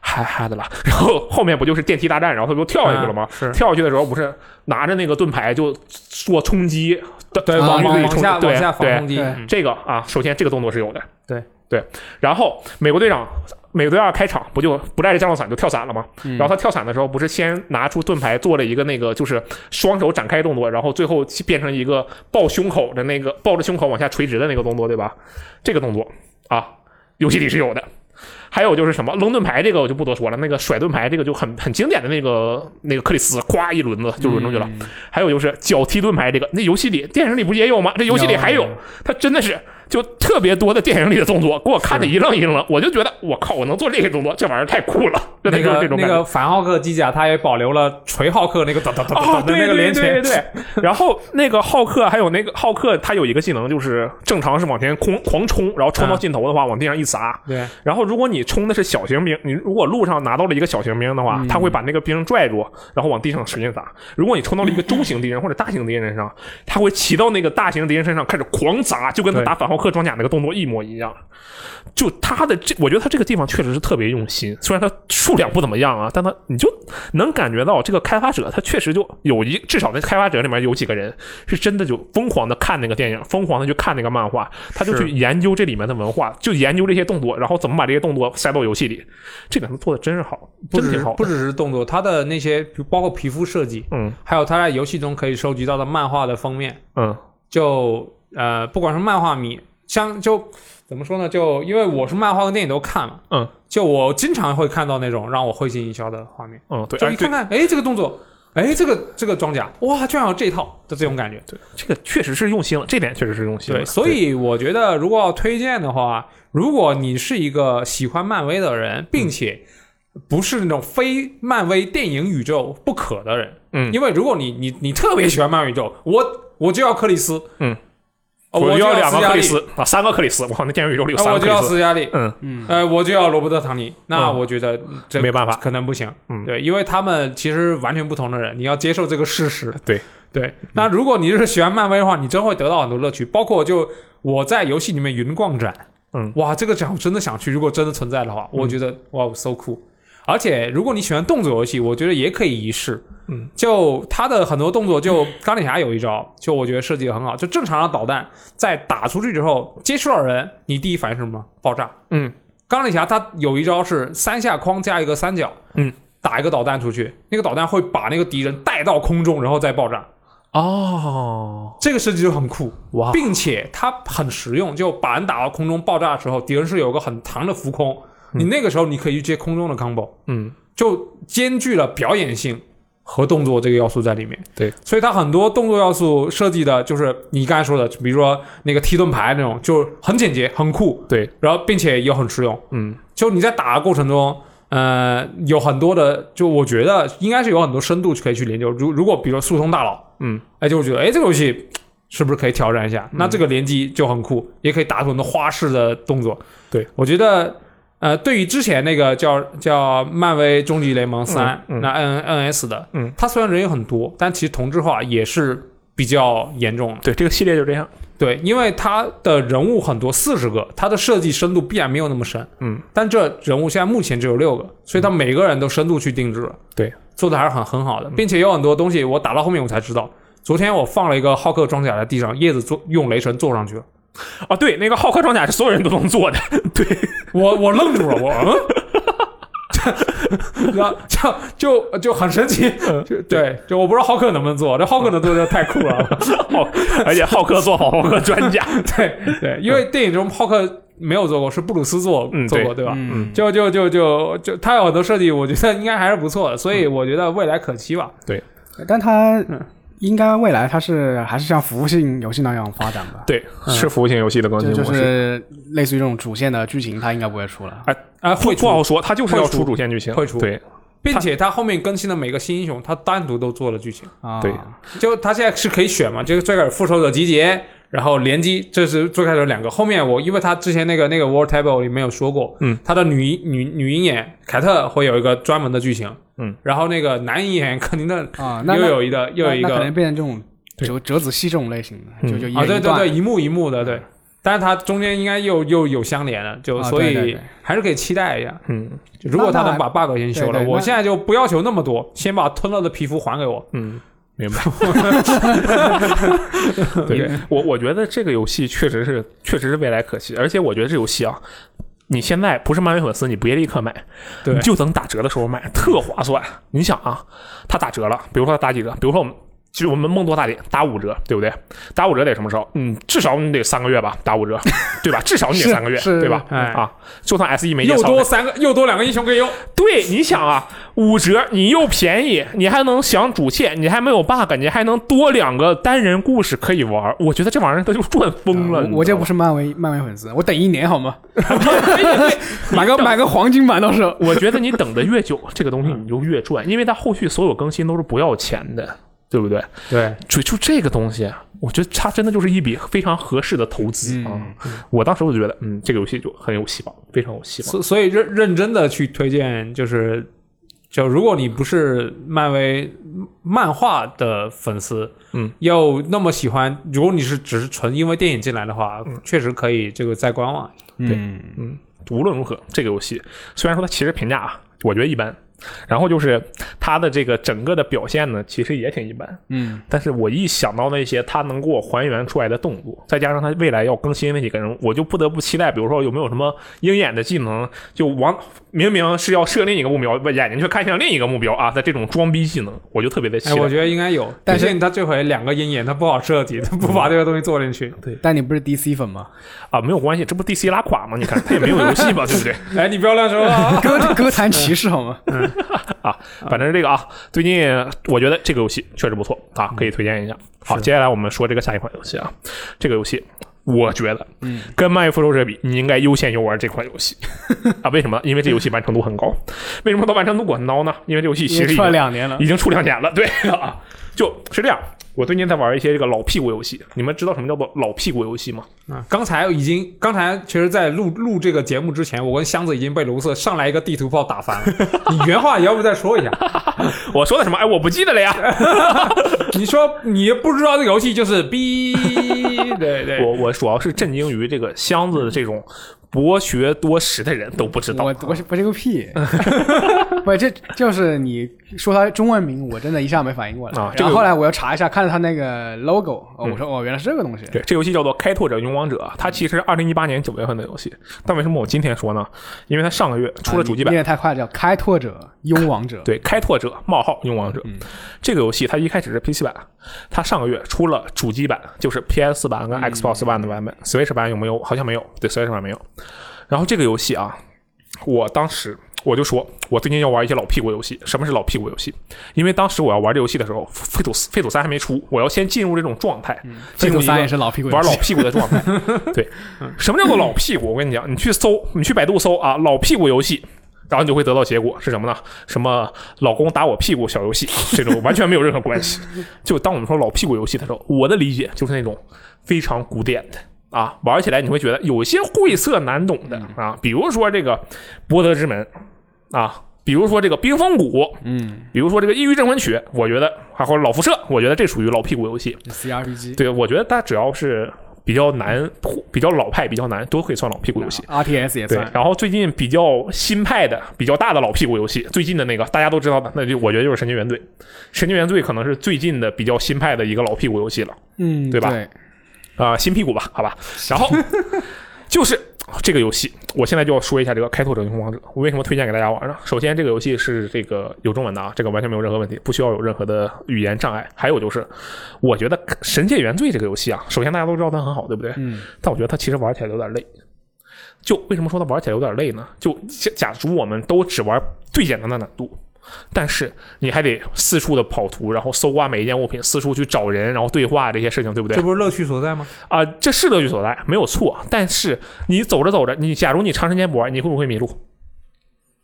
[SPEAKER 1] 嗨嗨的了， 然后后面不就是电梯大战，然后他不就跳下去了吗？
[SPEAKER 3] 啊是
[SPEAKER 1] 跳下去的时候不是拿着那个盾牌就做冲击，
[SPEAKER 3] 对
[SPEAKER 2] 啊
[SPEAKER 3] 往
[SPEAKER 1] 往
[SPEAKER 3] 往
[SPEAKER 1] 里
[SPEAKER 3] 往
[SPEAKER 1] 冲
[SPEAKER 3] 下
[SPEAKER 1] 对
[SPEAKER 3] 往下
[SPEAKER 1] 对
[SPEAKER 3] 防攻击，
[SPEAKER 2] 对
[SPEAKER 3] 嗯
[SPEAKER 1] 这个啊，首先这个动作是有的，
[SPEAKER 3] 对
[SPEAKER 1] 对。然后美国队长，美国队二开场不就不带着降落伞就跳伞了吗？然后他跳伞的时候，不是先拿出盾牌做了一个那个就是双手展开动作，然后最后变成一个抱胸口的那个抱着胸口往下垂直的那个动作，对吧？这个动作啊，游戏里是有的。还有就是什么扔盾牌这个我就不多说了，那个甩盾牌这个就很很经典的那个那个克里斯咵一轮子就轮出去了。还有就是脚踢盾牌这个，那游戏里电影里不是也有吗？这游戏里还有
[SPEAKER 3] 有，
[SPEAKER 1] 他真的是就特别多的电影里的动作，给我看的一愣一愣的，我就觉得我靠，我能做这个动作，这玩意儿太酷了，真的
[SPEAKER 3] 那
[SPEAKER 1] 就是这
[SPEAKER 3] 个
[SPEAKER 1] 种
[SPEAKER 3] 那
[SPEAKER 1] 感觉。
[SPEAKER 3] 个反浩克机甲，它也保留了锤浩克那个哒哒哒哒
[SPEAKER 1] 哦，
[SPEAKER 3] 哒的
[SPEAKER 1] 对
[SPEAKER 3] 那个
[SPEAKER 1] 对
[SPEAKER 3] 连
[SPEAKER 1] 对
[SPEAKER 3] 拳，
[SPEAKER 1] 对， 然后那个浩克还有那个浩克，他有一个技能就是正常是往前空狂冲，然后冲到尽头的话，往地上一砸，
[SPEAKER 3] 嗯对
[SPEAKER 1] 然后如果你冲的是小型兵，你如果路上拿到了一个小型兵的话，
[SPEAKER 3] 嗯
[SPEAKER 1] 他会把那个兵拽住，然后往地上使劲砸。如果你冲到了一个中型敌人或者大型敌人身上，他会骑到那个大型敌人身上开始狂砸，就跟他
[SPEAKER 3] 对
[SPEAKER 1] 打反浩克装甲那个动作一模一样。就他的这，我觉得他这个地方确实是特别用心，虽然他数量不怎么样啊，但他你就能感觉到这个开发者他确实就有一，至少在开发者里面有几个人是真的就疯狂的看那个电影，疯狂的去看那个漫画，他就是去研究这里面的文化，就研究这些动作，然后怎么把这些动作塞到游戏里。这点他做的真是好，
[SPEAKER 3] 不
[SPEAKER 1] 真
[SPEAKER 3] 只
[SPEAKER 1] 挺
[SPEAKER 3] 是
[SPEAKER 1] 好的。
[SPEAKER 3] 不只是动作，它的那些包括皮肤设计，
[SPEAKER 1] 嗯
[SPEAKER 3] 还有它在游戏中可以收集到的漫画的封面，
[SPEAKER 1] 嗯
[SPEAKER 3] 就呃，不管是漫画迷，像就怎么说呢，就因为我是漫画和电影都看嘛，
[SPEAKER 1] 嗯
[SPEAKER 3] 就我经常会看到那种让我会心一笑的画面，
[SPEAKER 1] 嗯，对，
[SPEAKER 3] 就
[SPEAKER 1] 哎
[SPEAKER 3] 一
[SPEAKER 1] 对
[SPEAKER 3] 看看，哎，这个动作，哎，这个这个装甲，哇，居然有这一套的这种感觉。
[SPEAKER 1] 对，这个确实是用心了，这点确实是用心了。
[SPEAKER 3] 对，所以我觉得如果要推荐的话，如果你是一个喜欢漫威的人，
[SPEAKER 1] 嗯
[SPEAKER 3] 并且不是那种非漫威电影宇宙不可的人，
[SPEAKER 1] 嗯
[SPEAKER 3] 因为如果你你你特别喜欢漫威宇宙，我我就要克里斯，
[SPEAKER 1] 嗯
[SPEAKER 3] 呃，
[SPEAKER 1] 我
[SPEAKER 3] 我
[SPEAKER 1] 就要两
[SPEAKER 3] 斯
[SPEAKER 1] 个
[SPEAKER 3] 嘉
[SPEAKER 1] 克里
[SPEAKER 3] 丽，
[SPEAKER 1] 斯啊，三个克里斯，我靠，那电影宇宙里有
[SPEAKER 3] 呃
[SPEAKER 1] 三
[SPEAKER 3] 我
[SPEAKER 1] 个
[SPEAKER 3] 就
[SPEAKER 1] 克
[SPEAKER 3] 要
[SPEAKER 1] 里斯。
[SPEAKER 3] 斯嘉丽，
[SPEAKER 1] 嗯，
[SPEAKER 3] 呃，我就要罗伯特·唐尼，那
[SPEAKER 1] 嗯
[SPEAKER 3] 我觉得这
[SPEAKER 1] 没办法，
[SPEAKER 3] 可能不行，
[SPEAKER 1] 嗯
[SPEAKER 3] 对，因为他们其实完全不同的人，你要接受这个事实。
[SPEAKER 1] 对
[SPEAKER 3] 对，那如果你是喜欢漫威的话，你真会得到很多乐趣，包括就我在游戏里面云逛展，
[SPEAKER 1] 嗯
[SPEAKER 3] 哇，这个展我真的想去，如果真的存在的话，我觉得、哇，so cool。而且如果你喜欢动作游戏，我觉得也可以一试。
[SPEAKER 1] 嗯，
[SPEAKER 3] 就他的很多动作，就钢铁侠有一招，就我觉得设计的很好。就正常的导弹在打出去之后接触到人，你第一反应是什么？爆炸。
[SPEAKER 1] 嗯，
[SPEAKER 3] 钢铁侠他有一招是三下框加一个三角，
[SPEAKER 1] 嗯，
[SPEAKER 3] 打一个导弹出去，那个导弹会把那个敌人带到空中，然后再爆炸。
[SPEAKER 1] 哦，
[SPEAKER 3] 这个设计就很酷，
[SPEAKER 1] 哇，
[SPEAKER 3] 并且它很实用，就把人打到空中爆炸的时候，敌人是有个很长的浮空，你那个时候你可以去接空中的 combo，
[SPEAKER 1] 嗯
[SPEAKER 3] 就兼具了表演性和动作这个要素在里面。
[SPEAKER 1] 对，
[SPEAKER 3] 所以它很多动作要素设计的就是你刚才说的，比如说那个踢盾牌那种，就很简洁、很酷，
[SPEAKER 1] 对，
[SPEAKER 3] 然后并且也很实用。
[SPEAKER 1] 嗯
[SPEAKER 3] 就你在打的过程中，呃，有很多的，就我觉得应该是有很多深度可以去研究。如如果比如说速通大佬，
[SPEAKER 1] 嗯，
[SPEAKER 3] 哎，就我觉得，哎，这个游戏是不是可以挑战一下？那这个联机就很酷，也可以打出很多花式的动作。
[SPEAKER 1] 对，
[SPEAKER 3] 我觉得，呃，对于之前那个叫叫漫威终极联盟三、
[SPEAKER 1] 嗯嗯
[SPEAKER 3] 那 N N S 的，
[SPEAKER 1] 嗯，
[SPEAKER 3] 它虽然人也很多，但其实同质化也是。比较严重了。
[SPEAKER 1] 对，这个系列就这样。
[SPEAKER 3] 对，因为他的人物很多，四十个，他的设计深度必然没有那么深。
[SPEAKER 1] 嗯，
[SPEAKER 3] 但这人物现在目前只有六个，所以他每个人都深度去定制了。
[SPEAKER 1] 对，
[SPEAKER 3] 做的还是很很好的，并且有很多东西我打到后面我才知道。昨天我放了一个浩克装甲在地上，叶子做用雷神坐上去了，
[SPEAKER 1] 啊，对，那个浩克装甲是所有人都能做的，对，
[SPEAKER 3] 我我愣住了，我嗯。 然后就就就很神奇，就对，就我不知道浩克能不能做，这浩克能做就太酷 了。
[SPEAKER 1] 浩，而且浩克做好浩克专家，
[SPEAKER 3] 对对，因为电影中浩克没有做过，是布鲁斯做
[SPEAKER 1] 嗯
[SPEAKER 3] 做
[SPEAKER 1] 对
[SPEAKER 3] 过，对吧？
[SPEAKER 2] 嗯，
[SPEAKER 3] 就就就就就它有很多设计，我觉得应该还是不错的，所以我觉得未来可期吧。
[SPEAKER 2] 但它应该未来它是还是像服务性游戏那样发展吧？
[SPEAKER 1] 对，是服务型游戏的更新
[SPEAKER 2] 就
[SPEAKER 1] 模
[SPEAKER 2] 就
[SPEAKER 1] 式。
[SPEAKER 2] 是类似于这种主线的剧情，它应该不会出了。
[SPEAKER 1] 哎，
[SPEAKER 3] 啊，会
[SPEAKER 1] 不
[SPEAKER 3] 出，
[SPEAKER 1] 好说，他就是要
[SPEAKER 3] 会出
[SPEAKER 1] 出主线剧情，
[SPEAKER 3] 会出
[SPEAKER 1] 对，
[SPEAKER 3] 并且它后面更新的每个新英雄，它单独都做了剧情，
[SPEAKER 2] 啊，
[SPEAKER 1] 对
[SPEAKER 3] 就它现在是可以选嘛，就是最开始复仇者集结。然后联机，这是最开始有两个，后面我因为它之前那个那个 War Table 里面有说过，
[SPEAKER 1] 嗯，
[SPEAKER 3] 它的女女女鹰眼凯特会有一个专门的剧情，
[SPEAKER 1] 嗯，
[SPEAKER 3] 然后那个男鹰眼肯定的
[SPEAKER 2] 啊，那
[SPEAKER 3] 又
[SPEAKER 2] 那
[SPEAKER 3] 有一个又有一
[SPEAKER 2] 那那可
[SPEAKER 3] 个
[SPEAKER 2] 能变成这种
[SPEAKER 1] 对
[SPEAKER 2] 折折子戏这种类型的，
[SPEAKER 1] 嗯
[SPEAKER 2] 就就一
[SPEAKER 3] 啊，
[SPEAKER 2] 人
[SPEAKER 3] 对
[SPEAKER 2] 一
[SPEAKER 3] 对
[SPEAKER 2] 段嗯
[SPEAKER 3] 对，一幕一幕的，对。但是它中间应该又又有相连了，就
[SPEAKER 2] 啊
[SPEAKER 3] 所
[SPEAKER 2] 对对
[SPEAKER 3] 以
[SPEAKER 2] 对
[SPEAKER 3] 还是可以期待一下。
[SPEAKER 1] 嗯
[SPEAKER 3] 就如果
[SPEAKER 2] 那
[SPEAKER 3] 他
[SPEAKER 2] 那
[SPEAKER 3] 能把 bug 先修了，
[SPEAKER 2] 对对
[SPEAKER 3] 我
[SPEAKER 2] 那
[SPEAKER 3] 现在就不要求那么多，先把吞了的皮肤还给我。
[SPEAKER 1] 嗯，明 白。对我，我觉得这个游戏确实是，确实是未来可期，而且我觉得这游戏啊。你现在不是漫威粉丝，你别立刻买，
[SPEAKER 3] 对
[SPEAKER 1] 你就等打折的时候买，特划算。你想啊，它打折了，比如说它打几折，比如说我们，其实我们梦多打点打五折，对不对？打五折得什么时候？嗯，至少你得三个月吧，打五折，对吧？至少你得
[SPEAKER 2] 是
[SPEAKER 1] 三个月，
[SPEAKER 2] 是
[SPEAKER 1] 对吧？
[SPEAKER 3] 哎
[SPEAKER 1] 啊，就算 S E 没介
[SPEAKER 3] 又
[SPEAKER 1] 绍
[SPEAKER 3] 多三个，又多两个英雄可以用。
[SPEAKER 1] 对，你想啊，五折，你又便宜，你还能享主线，你还没有 bug，你还能多两个单人故事可以玩儿。我觉得这玩意儿他就赚疯了。
[SPEAKER 2] 啊
[SPEAKER 1] 你知道
[SPEAKER 2] 我我这
[SPEAKER 1] 吗
[SPEAKER 2] 不是漫威漫威粉丝，我等一年好吗？买个买个黄金版到时候。
[SPEAKER 1] 我觉得你等的越久，这个东西你就越赚，因为它后续所有更新都是不要钱的，对不对？
[SPEAKER 3] 对，
[SPEAKER 1] 就就这个东西，啊我觉得它真的就是一笔非常合适的投资啊、
[SPEAKER 2] 嗯
[SPEAKER 1] 我当时我就觉得，嗯，这个游戏就很有希望，非常有希望。
[SPEAKER 3] 所所以认认真的去推荐，就是就如果你不是漫威漫画的粉丝，
[SPEAKER 1] 嗯，
[SPEAKER 3] 又那么喜欢，如果你是只是纯因为电影进来的话，确实可以这个再观望。
[SPEAKER 2] 嗯，
[SPEAKER 1] 无论如何，这个游戏虽然说它其实评价啊，我觉得一般，然后就是它的这个整个的表现呢，其实也挺一般。
[SPEAKER 2] 嗯，
[SPEAKER 1] 但是我一想到那些它能给我还原出来的动作，再加上它未来要更新那几个人物，我就不得不期待，比如说有没有什么鹰眼的技能，就往明明是要射另一个目标，把眼睛却看向另一个目标啊的这种装逼技能，我就特别的期
[SPEAKER 3] 哎，
[SPEAKER 1] 待。
[SPEAKER 3] 我觉得应该有，
[SPEAKER 2] 但
[SPEAKER 3] 但
[SPEAKER 2] 是
[SPEAKER 3] 是他嗯这回两个鹰眼，他不好设计，他不把这个东西做进去。
[SPEAKER 2] 但你不是 DC 粉吗？
[SPEAKER 1] 啊，没有关系，这不 DC 拉垮吗？你看它也没有游戏嘛，对不对？
[SPEAKER 3] 哎，你不要乱说啊！
[SPEAKER 2] 歌歌坛骑士 好吗？
[SPEAKER 1] 啊，反正这个啊，最近我觉得这个游戏确实不错啊，
[SPEAKER 2] 嗯
[SPEAKER 1] 可以推荐一下。好，接下来我们说这个下一款游戏啊，这个游戏我觉得，
[SPEAKER 2] 嗯，
[SPEAKER 1] 跟《漫游复仇者》比，你应该优先游玩这款游 戏啊。为什么？因为这游戏完成度很高。 为什么它完成度很高呢？因为这游戏其
[SPEAKER 2] 嗯也
[SPEAKER 1] 实已
[SPEAKER 2] 出了
[SPEAKER 1] 经
[SPEAKER 2] 两年了
[SPEAKER 1] 已经出两年了，对 啊，就是这样。我最近在玩一些这个老屁股游戏，你们知道什么叫做老屁股游戏吗？
[SPEAKER 3] 啊， 刚才已经，刚才其实，在录录这个节目之前，我跟箱子已经被卢瑟上来一个地图炮打翻了。你原话也要不再说一下？
[SPEAKER 1] 我说的什么？哎，我不记得了呀。
[SPEAKER 3] 你说你不知道这个游戏就是逼，对
[SPEAKER 2] 哎
[SPEAKER 3] 对，
[SPEAKER 1] 我我主要是震惊于这个箱子的这种博学多识的人都不知道。啊
[SPEAKER 2] 我我是我这个 屁，不，这就是你说他中文名，我真的一下没反应过来。
[SPEAKER 1] 啊这
[SPEAKER 2] 然
[SPEAKER 1] 个嗯
[SPEAKER 2] 后后来我要查一下，看到他那个 logo，哦，我说哦，原来是这个东西。
[SPEAKER 1] 对，这游戏叫做《开拓者勇往者》，啊它其实是二零一八年九月份的游戏，但为什么我今天说呢？因为它上个月出了主机
[SPEAKER 2] 啊你
[SPEAKER 1] 版。
[SPEAKER 2] 念得太快，叫《开拓者勇往者》。
[SPEAKER 1] 对，开拓者冒号勇往者、
[SPEAKER 2] 嗯
[SPEAKER 1] 这个游戏，它一开始是 PC 版，它上个月出了主机版，就是 PS 版跟
[SPEAKER 2] 嗯
[SPEAKER 1] Xbox 版的版本、s w i t c h 版有没有？好像没有，对，Switch 版没有。然后这个游戏啊，我当时我就说，我最近要玩一些老屁股游戏。什么是老屁股游戏？因为当时我要玩这游戏的时候，废土废土三还没出，我要先进入这种状态，进
[SPEAKER 2] 这
[SPEAKER 1] 入
[SPEAKER 2] 种
[SPEAKER 1] 一个
[SPEAKER 2] 嗯三也是老屁股游戏，
[SPEAKER 1] 玩老屁股的状态。 嗯对，什么叫做老屁股？我跟你讲，你去搜，你去百度搜啊，老屁股游戏。然后你就会得到结果是什么呢？什么老公打我屁股小游戏，这种完全没有任何关系。 就当我们说老屁股游戏的时候，我的理解就是那种非常古典的啊，玩起来你会嗯觉得有些晦涩难懂的啊，比如说这个《博德之门》啊，比如说这个冰封谷，
[SPEAKER 2] 嗯
[SPEAKER 1] 比如说这个《抑郁镇魂曲》，我觉得还或者老辐射，我觉得这属于老屁股游戏。
[SPEAKER 2] ，CRPG
[SPEAKER 1] 对，我觉得它只要是比较难、比较老派、比较难，都可以算老屁股游戏。
[SPEAKER 2] ，RTS 嗯也
[SPEAKER 1] 对
[SPEAKER 2] 算，，
[SPEAKER 1] 然后最近比较新派的、比较大的老屁股游戏，最近的那个大家都知道的，那就我觉得就是《神经元罪》。《神经元罪》可能是最近的比较新派的一个老屁股游戏了，
[SPEAKER 2] 嗯，
[SPEAKER 1] 对吧啊、新屁股吧，好吧。然后就是这个游戏，我现在就要说一下这个《开拓者：英雄王者》，我为什么推荐给大家玩呢？首先，这个游戏是这个有中文的啊，这个完全没有任何问题，不需要有任何的语言障碍。还有就是，我觉得《神界原罪》这个游戏啊，首先大家都知道它很好，对不对？
[SPEAKER 2] 嗯，
[SPEAKER 1] 但我觉得它其实玩起来有点累。就为什么说它玩起来有点累呢？就假假如我们都只玩最简单的难度，但是你还得四处的跑图，然后搜刮每一件物品，四处去找人，然后对话这些事情，对不对
[SPEAKER 3] 这？不是乐趣所在吗？
[SPEAKER 1] 啊、这是乐趣所在，没有错。但是你走着走着，你假如你长时间不玩，你会不会迷路？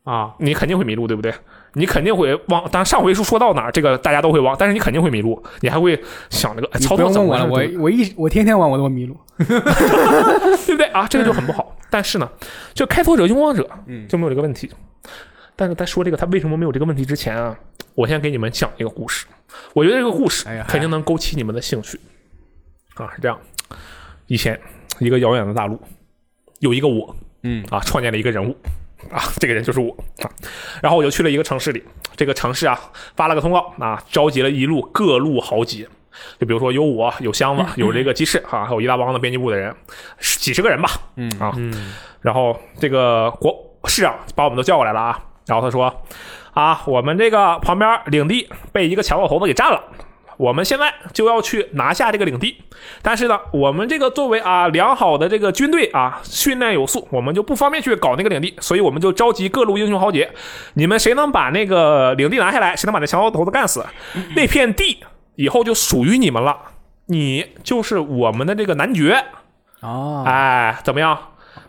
[SPEAKER 3] 啊，
[SPEAKER 1] 你肯定会迷路，对不对？你肯定会忘。当然，上回书说到哪儿，这个大家都会忘，但是你肯定会迷路，你还会想这个、哎
[SPEAKER 2] 你
[SPEAKER 1] 操
[SPEAKER 2] 不
[SPEAKER 1] 作
[SPEAKER 2] 用
[SPEAKER 1] 怎
[SPEAKER 2] 问
[SPEAKER 1] 么
[SPEAKER 2] 我
[SPEAKER 1] 回
[SPEAKER 2] 了，
[SPEAKER 1] 事对不对
[SPEAKER 2] 我我一我天天玩我都会迷路，
[SPEAKER 1] 对不对啊？这个就很不好。但是呢，这开拓者、勇光者
[SPEAKER 2] 嗯
[SPEAKER 1] 就没有这个问题。但是在说这个他为什么没有这个问题之前啊，我先给你们讲一个故事。我觉得这个故事
[SPEAKER 2] 哎呀嗨
[SPEAKER 1] 肯定能勾起你们的兴趣啊。是这样，以前一个遥远的大陆，有一个我
[SPEAKER 2] 嗯
[SPEAKER 1] 啊，创建了一个人物啊，这个人就是我啊。然后我就去了一个城市里，这个城市啊发了个通告啊，召集了一路各路豪杰。就比如说有我，有箱子，
[SPEAKER 2] 嗯
[SPEAKER 1] 有这个鸡翅啊，还有一大帮的编辑部的人，十几十个人吧，
[SPEAKER 2] 嗯
[SPEAKER 1] 啊，然后这个国市长把我们都叫过来了啊，然后他说啊，我们这个旁边领地被一个强盗头子给占了。我们现在就要去拿下这个领地，但是呢，我们这个作为啊良好的这个军队啊，训练有素，我们就不方便去搞那个领地，所以我们就召集各路英雄豪杰，你们谁能把那个领地拿下来，谁能把那强盗头子干死，那片地以后就属于你们了，你就是我们的这个男爵，
[SPEAKER 2] 哦，
[SPEAKER 1] 哎，怎么样？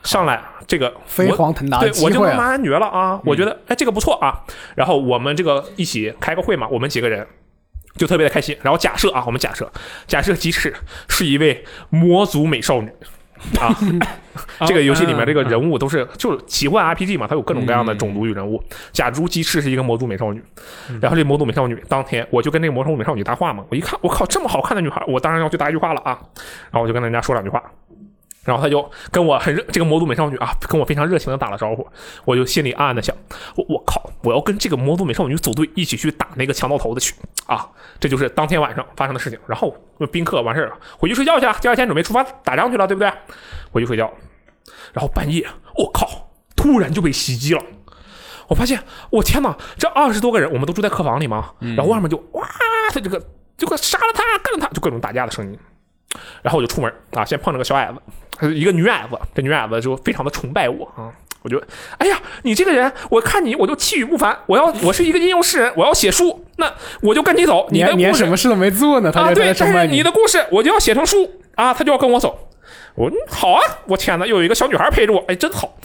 [SPEAKER 1] 上来这个
[SPEAKER 2] 飞
[SPEAKER 1] 我
[SPEAKER 2] 黄腾达的
[SPEAKER 1] 对，
[SPEAKER 2] 机
[SPEAKER 1] 我就
[SPEAKER 2] 会
[SPEAKER 1] 能
[SPEAKER 2] 啊，
[SPEAKER 1] 拿男爵了啊！我觉得哎，这个不错啊。然后我们这个一起开个会嘛，我们几个人就特别的开心。然后假设啊，我们假设假设即使是一位魔族美少女啊，这个游戏里面这个人物都是就是奇幻 RPG 嘛，它有各种各样的种族与人物。假如鸡翅是一个魔族美少女，然后这魔族美少女当天我就跟那个魔族美少女搭话嘛，我一看我靠，这么好看的女孩，我当然要去搭一句话了啊！然后我就跟人家说两句话。然后他就跟我很热，这个魔族美少女啊，跟我非常热情的打了招呼，我就心里暗暗的想，我我靠，我要跟这个魔族美少女组队一起去打那个强盗头子去啊！这就是当天晚上发生的事情。然后宾客完事儿了，回去睡觉去啊，第二天准备出发打仗去了，对不对？回去睡觉，然后半夜，我靠，突然就被袭击了。我发现，我天哪！这二十多个人，我们都住在客房里嘛，然后外面就哇，他这个这个杀了他，干了他，就各种打架的声音。然后我就出门啊，先碰着个小矮子，还是一个女矮子。这女矮子就非常的崇拜我啊，我就哎呀，你这个人，我看你我就气宇不凡。我要我是一个吟游诗人，我要写书，那我就跟你走。
[SPEAKER 2] 你
[SPEAKER 1] 的
[SPEAKER 2] 还你还
[SPEAKER 1] 故事
[SPEAKER 2] 什么事都没做呢，他
[SPEAKER 1] 啊，
[SPEAKER 2] 就
[SPEAKER 1] 对，
[SPEAKER 2] 在
[SPEAKER 1] 但
[SPEAKER 2] 崇
[SPEAKER 1] 是
[SPEAKER 2] 拜
[SPEAKER 1] 你的故事我就要写成书啊，他就要跟我走。我说嗯好啊，我天哪，又有一个小女孩陪着我，哎，真好。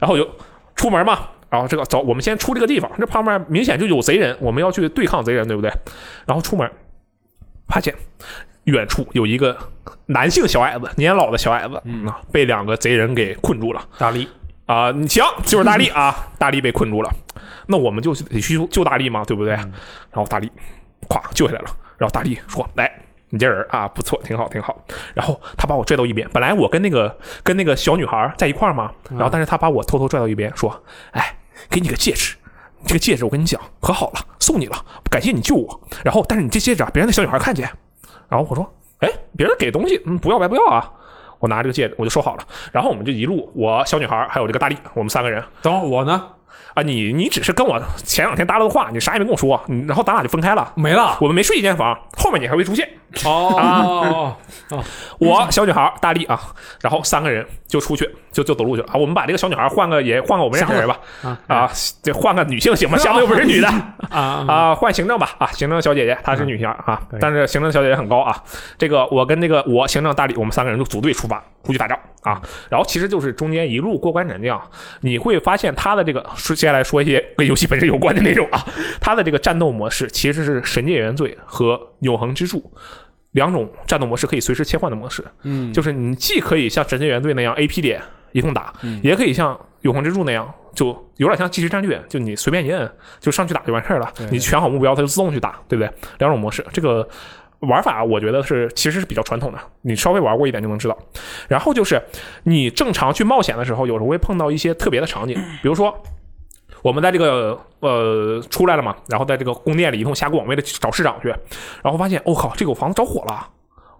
[SPEAKER 1] 然后我就出门嘛，然后这个走，我们先出这个地方，这旁边明显就有贼人，我们要去对抗贼人，对不对？然后出门，发现远处有一个男性小矮子，年老的小矮子，嗯啊，被两个贼人给困住了。
[SPEAKER 3] 大力
[SPEAKER 1] 啊、你行，就是大力啊，大力被困住了，那我们就得去救大力嘛，对不对？然后大力，咵救下来了，然后大力说：“来，你这人啊，不错，挺好，挺好。”然后他把我拽到一边，本来我跟那个跟那个小女孩在一块儿嘛，然后但是他把我偷偷拽到一边，说：“哎，给你个戒指。”这个戒指我跟你讲可好了，送你了，感谢你救我。然后，但是你这戒指啊，别让那小女孩看见。然后我说，哎，别人给东西，嗯，不要白不要啊。我拿这个戒指，我就收好了。然后我们就一路，我小女孩还有这个大力，我们三个人
[SPEAKER 3] 等会儿我呢
[SPEAKER 1] 啊，你你只是跟我前两天搭了个话，你啥也没跟我说，你然后咱俩就分开了。
[SPEAKER 3] 没了
[SPEAKER 1] 我们没睡一间房，后面你还会出现。
[SPEAKER 3] 哦
[SPEAKER 1] 我小女孩大力啊，然后三个人就出去，就就走路去了啊。我们把这个小女孩换个也换个我们认识的人吧，
[SPEAKER 3] 啊
[SPEAKER 1] 啊，这换个女性行吗？箱子又不是女的，
[SPEAKER 3] 啊
[SPEAKER 1] 啊、换行政吧啊，行政小姐姐她是女性啊，
[SPEAKER 3] 对
[SPEAKER 1] 但是行政小姐姐很高啊。这个我跟那个我行政大理，我们三个人就组队出发出去打仗啊。然后其实就是中间一路过关斩将，你会发现它的这个，说接下来说一些跟游戏本身有关的内容啊，它的这个战斗模式其实是《神界原罪》和《永恒之柱》。两种战斗模式可以随时切换的模式，
[SPEAKER 2] 嗯，
[SPEAKER 1] 就是你既可以像《神界原罪》那样 A P 点一通打，也可以像永恒之柱那样，就有点像即时战略，就你随便一摁就上去打就完事儿了，你选好目标它就自动去打，对不对？两种模式，这个玩法我觉得是其实是比较传统的，你稍微玩过一点就能知道。然后就是你正常去冒险的时候，有时候会碰到一些特别的场景，比如说。我们在这个呃出来了嘛，然后在这个宫殿里一通瞎逛，为了去找市长去，然后发现，我、靠，这个房子着火了。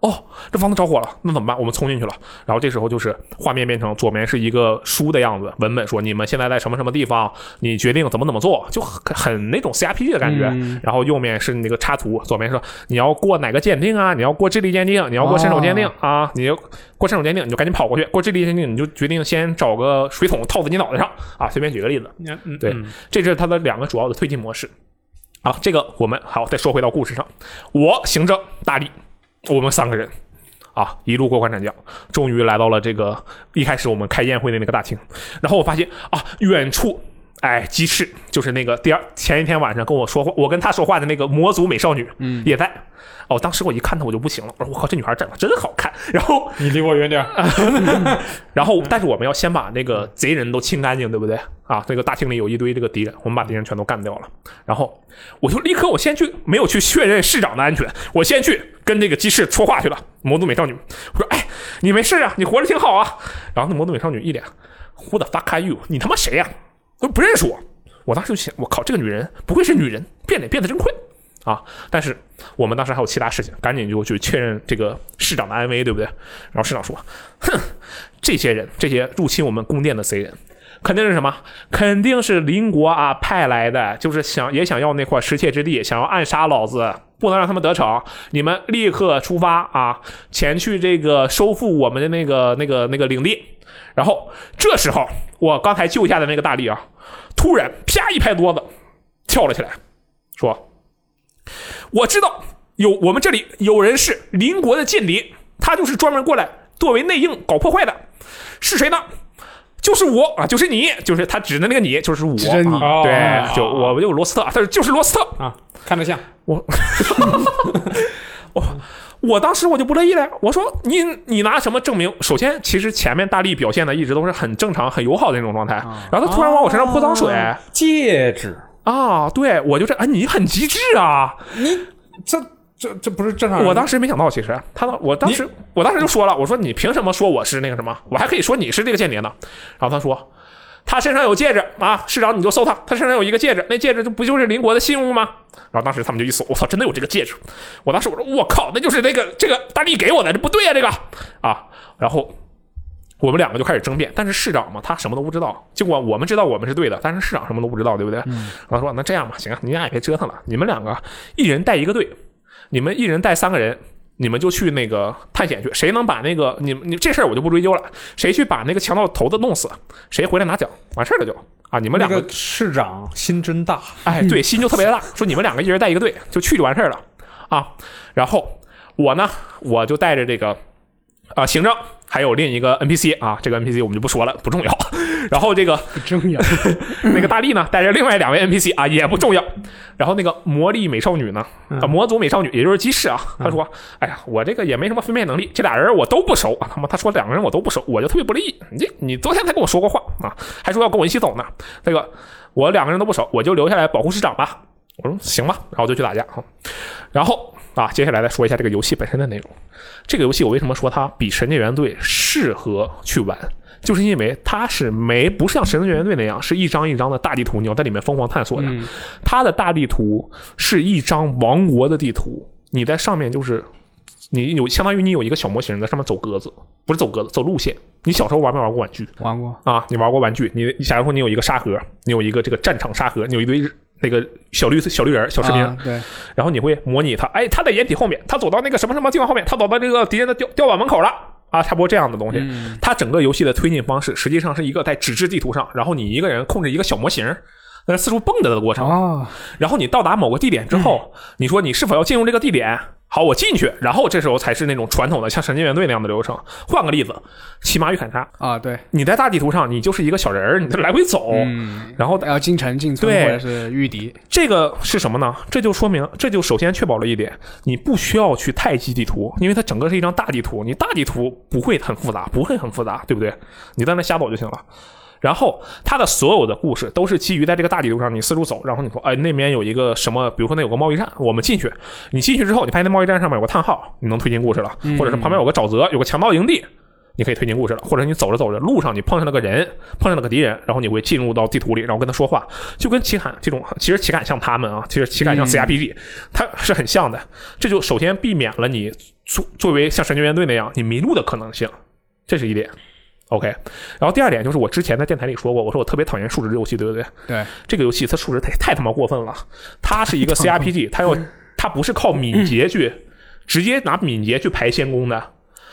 [SPEAKER 1] 哦，这房子着火了，那怎么办？我们冲进去了。然后这时候就是画面变成左边是一个书的样子，文本说你们现在在什么什么地方，你决定怎么怎么做，就很很 那种 CRPG 的感觉。然后右面是那个插图，左边说你要过哪个鉴定啊？你要过智力鉴定，你要过身手鉴定、啊？你要过身手鉴定，你就赶紧跑过去；过智力鉴定，你就决定先找个水桶套在你脑袋上啊。随便举个例子，
[SPEAKER 3] 嗯
[SPEAKER 1] 对，这是它的两个主要的推进模式。啊，这个我们好，再说回到故事上，我行政大力，我们三个人啊，一路过关斩将，终于来到了这个一开始我们开宴会的那个大厅。然后我发现啊，远处。哎，鸡翅就是那个第二前一天晚上跟我说话，我跟他说话的那个魔族美少女，嗯，也在。哦，当时我一看她，我就不行了，我说我靠，这女孩长得真好看。然后，
[SPEAKER 3] 你离我远点儿。
[SPEAKER 1] 然后，但是我们要先把那个贼人都清干净，对不对？啊，这个大厅里有一堆这个敌人，我们把敌人全都干掉了。然后我就立刻，我先去没有去确认市长的安全，我先去跟这个鸡翅说话去了。魔族美少女，我说：“哎，你没事啊，你活着挺好啊。”然后那魔族美少女一脸，Who the fuck are you？你他妈谁呀、都不认识我。我当时就想，我靠，这个女人不愧是女人，变脸变得真快啊！但是我们当时还有其他事情，赶紧就去确认这个市长的安危，对不对？然后市长说：“哼，这些人，这些入侵我们宫殿的贼人，肯定是什么？肯定是邻国啊派来的，就是想也想要那块失窃之地，想要暗杀老子，不能让他们得逞。你们立刻出发啊，前去这个收复我们的那个那个那个领地。然后这时候，我刚才救下的那个大力啊，突然啪一拍桌子，跳了起来，说：“我知道有我们这里有人是邻国的间谍，他就是专门过来作为内应搞破坏的，是谁呢？”就是我啊，就是你，就是他指的那个你，就是我，
[SPEAKER 2] 指着你
[SPEAKER 1] 啊
[SPEAKER 3] 哦
[SPEAKER 1] 对，就我就罗斯特，他说就是罗斯特，
[SPEAKER 3] 啊，看得像，
[SPEAKER 1] 我当时我就不乐意了，我说你你拿什么证明？首先，其实前面大力表现的一直都是很正常、很友好的那种状态，然后他突然往我身上泼脏水
[SPEAKER 3] 啊戒指，
[SPEAKER 1] 啊！对我就是，哎，你很机智啊！
[SPEAKER 3] 这这这不是正常人？
[SPEAKER 1] 我当时没想到，其实他当我当时我当时就说了，我说你凭什么说我是那个什么？我还可以说你是这个间谍呢。然后他说他身上有戒指啊，市长你就搜他，他身上有一个戒指，那戒指就不就是邻国的信物吗？然后当时他们就一搜，我操，真的有这个戒指！我当时我说我靠，那就是那个这个大力给我的，这不对啊，这个啊，然后。我们两个就开始争辩，但是市长嘛，他什么都不知道。尽管我们知道我们是对的，但是市长什么都不知道，对不对？然后说那这样吧，行，啊你俩也别折腾了，你们两个一人带一个队，你们一人带三个人，你们就去那个探险去。谁能把那个你你这事儿我就不追究了，谁去把那个强盗头子弄死，谁回来拿奖，完事儿了就啊！你们
[SPEAKER 3] 那
[SPEAKER 1] 两个
[SPEAKER 3] 个市长心真大，
[SPEAKER 1] 哎，对，心就特别大，说你们两个一人带一个队，就去就完事儿了啊。然后我呢，我就带着这个啊、行政，还有另一个 NPC 啊，这个 NPC 我们就不说了，不重要。 然后这个
[SPEAKER 2] 不重 要。
[SPEAKER 1] 那个大力呢，带着另外两位 NPC 啊，也不重要。然后那个魔力美少女呢，啊，魔族美少女，也就是鸡翅啊，她说：“哎呀，我这个也没什么分辨能力，这俩人我都不熟啊。”他妈，他说两个人我都不熟，我就特别不乐意。你这你昨天才跟我说过话啊，还说要跟我一起走呢。那个我两个人都不熟，我就留下来保护市长吧。我说行吧，然后就去打架啊。然后啊，接下来再说一下这个游戏本身的内容。这个游戏我为什么说它比《神界原队》适合去玩？就是因为它是没不像《神界原队》那样是一张一张的大地图，你要在里面疯狂探索的。它的大地图是一张王国的地图，你在上面就是你有相当于你有一个小模型在上面走格子，不是走格子，走路线。你小时候玩没玩过玩具？
[SPEAKER 2] 玩过，
[SPEAKER 1] 啊，你玩过玩具，你假如说你有一个沙盒，你有一个这个战场沙盒，你有一堆那个小绿小绿人儿小士兵，
[SPEAKER 2] 啊 对，
[SPEAKER 1] 然后你会模拟他，哎，他在掩体后面，他走到那个什么什么地方后面，他走到这个敌人的碉碉堡门口了。啊，差不多这样的东西，它整个游戏的推进方式实际上是一个在纸质地图上，然后你一个人控制一个小模型，在那四处蹦跶的过程。
[SPEAKER 2] 哦，
[SPEAKER 1] 然后你到达某个地点之后，你说你是否要进入这个地点？好，我进去，然后这时候才是那种传统的像神经元队那样的流程。换个例子，骑马与砍杀，
[SPEAKER 2] 啊，对，
[SPEAKER 1] 你在大地图上你就是一个小人儿，你就来回走，
[SPEAKER 2] 嗯，
[SPEAKER 1] 然后
[SPEAKER 2] 要进城进村
[SPEAKER 1] 对
[SPEAKER 2] 或者是御敌，
[SPEAKER 1] 这个是什么呢？这就说明，这就首先确保了一点，你不需要去太极地图，因为它整个是一张大地图，你大地图不会很复杂，不会很复杂，对不对？你在那瞎走就行了。然后它的所有的故事都是基于在这个大地图上你四处走，然后你说，哎，那边有一个什么，比如说那有个贸易站，我们进去，你进去之后，你发现那贸易站上面有个叹号，你能推进故事了，或者是旁边有个沼泽，有个强盗营地。你可以推进故事了，或者你走着走着路上你碰上了个人，碰上了个敌人，然后你会进入到地图里，然后跟他说话，就跟奇坎这种，其实奇坎像他们啊，其实奇坎像 CRPG，、它是很像的。这就首先避免了你作作为像神经元队那样你迷路的可能性，这是一点。OK，然后第二点就是我之前在电台里说过，我说我特别讨厌数值游戏，对不对？
[SPEAKER 2] 对，
[SPEAKER 1] 这个游戏它数值太太他妈过分了，它是一个 CRPG，它要它不是靠敏捷去、直接拿敏捷去排仙宫的，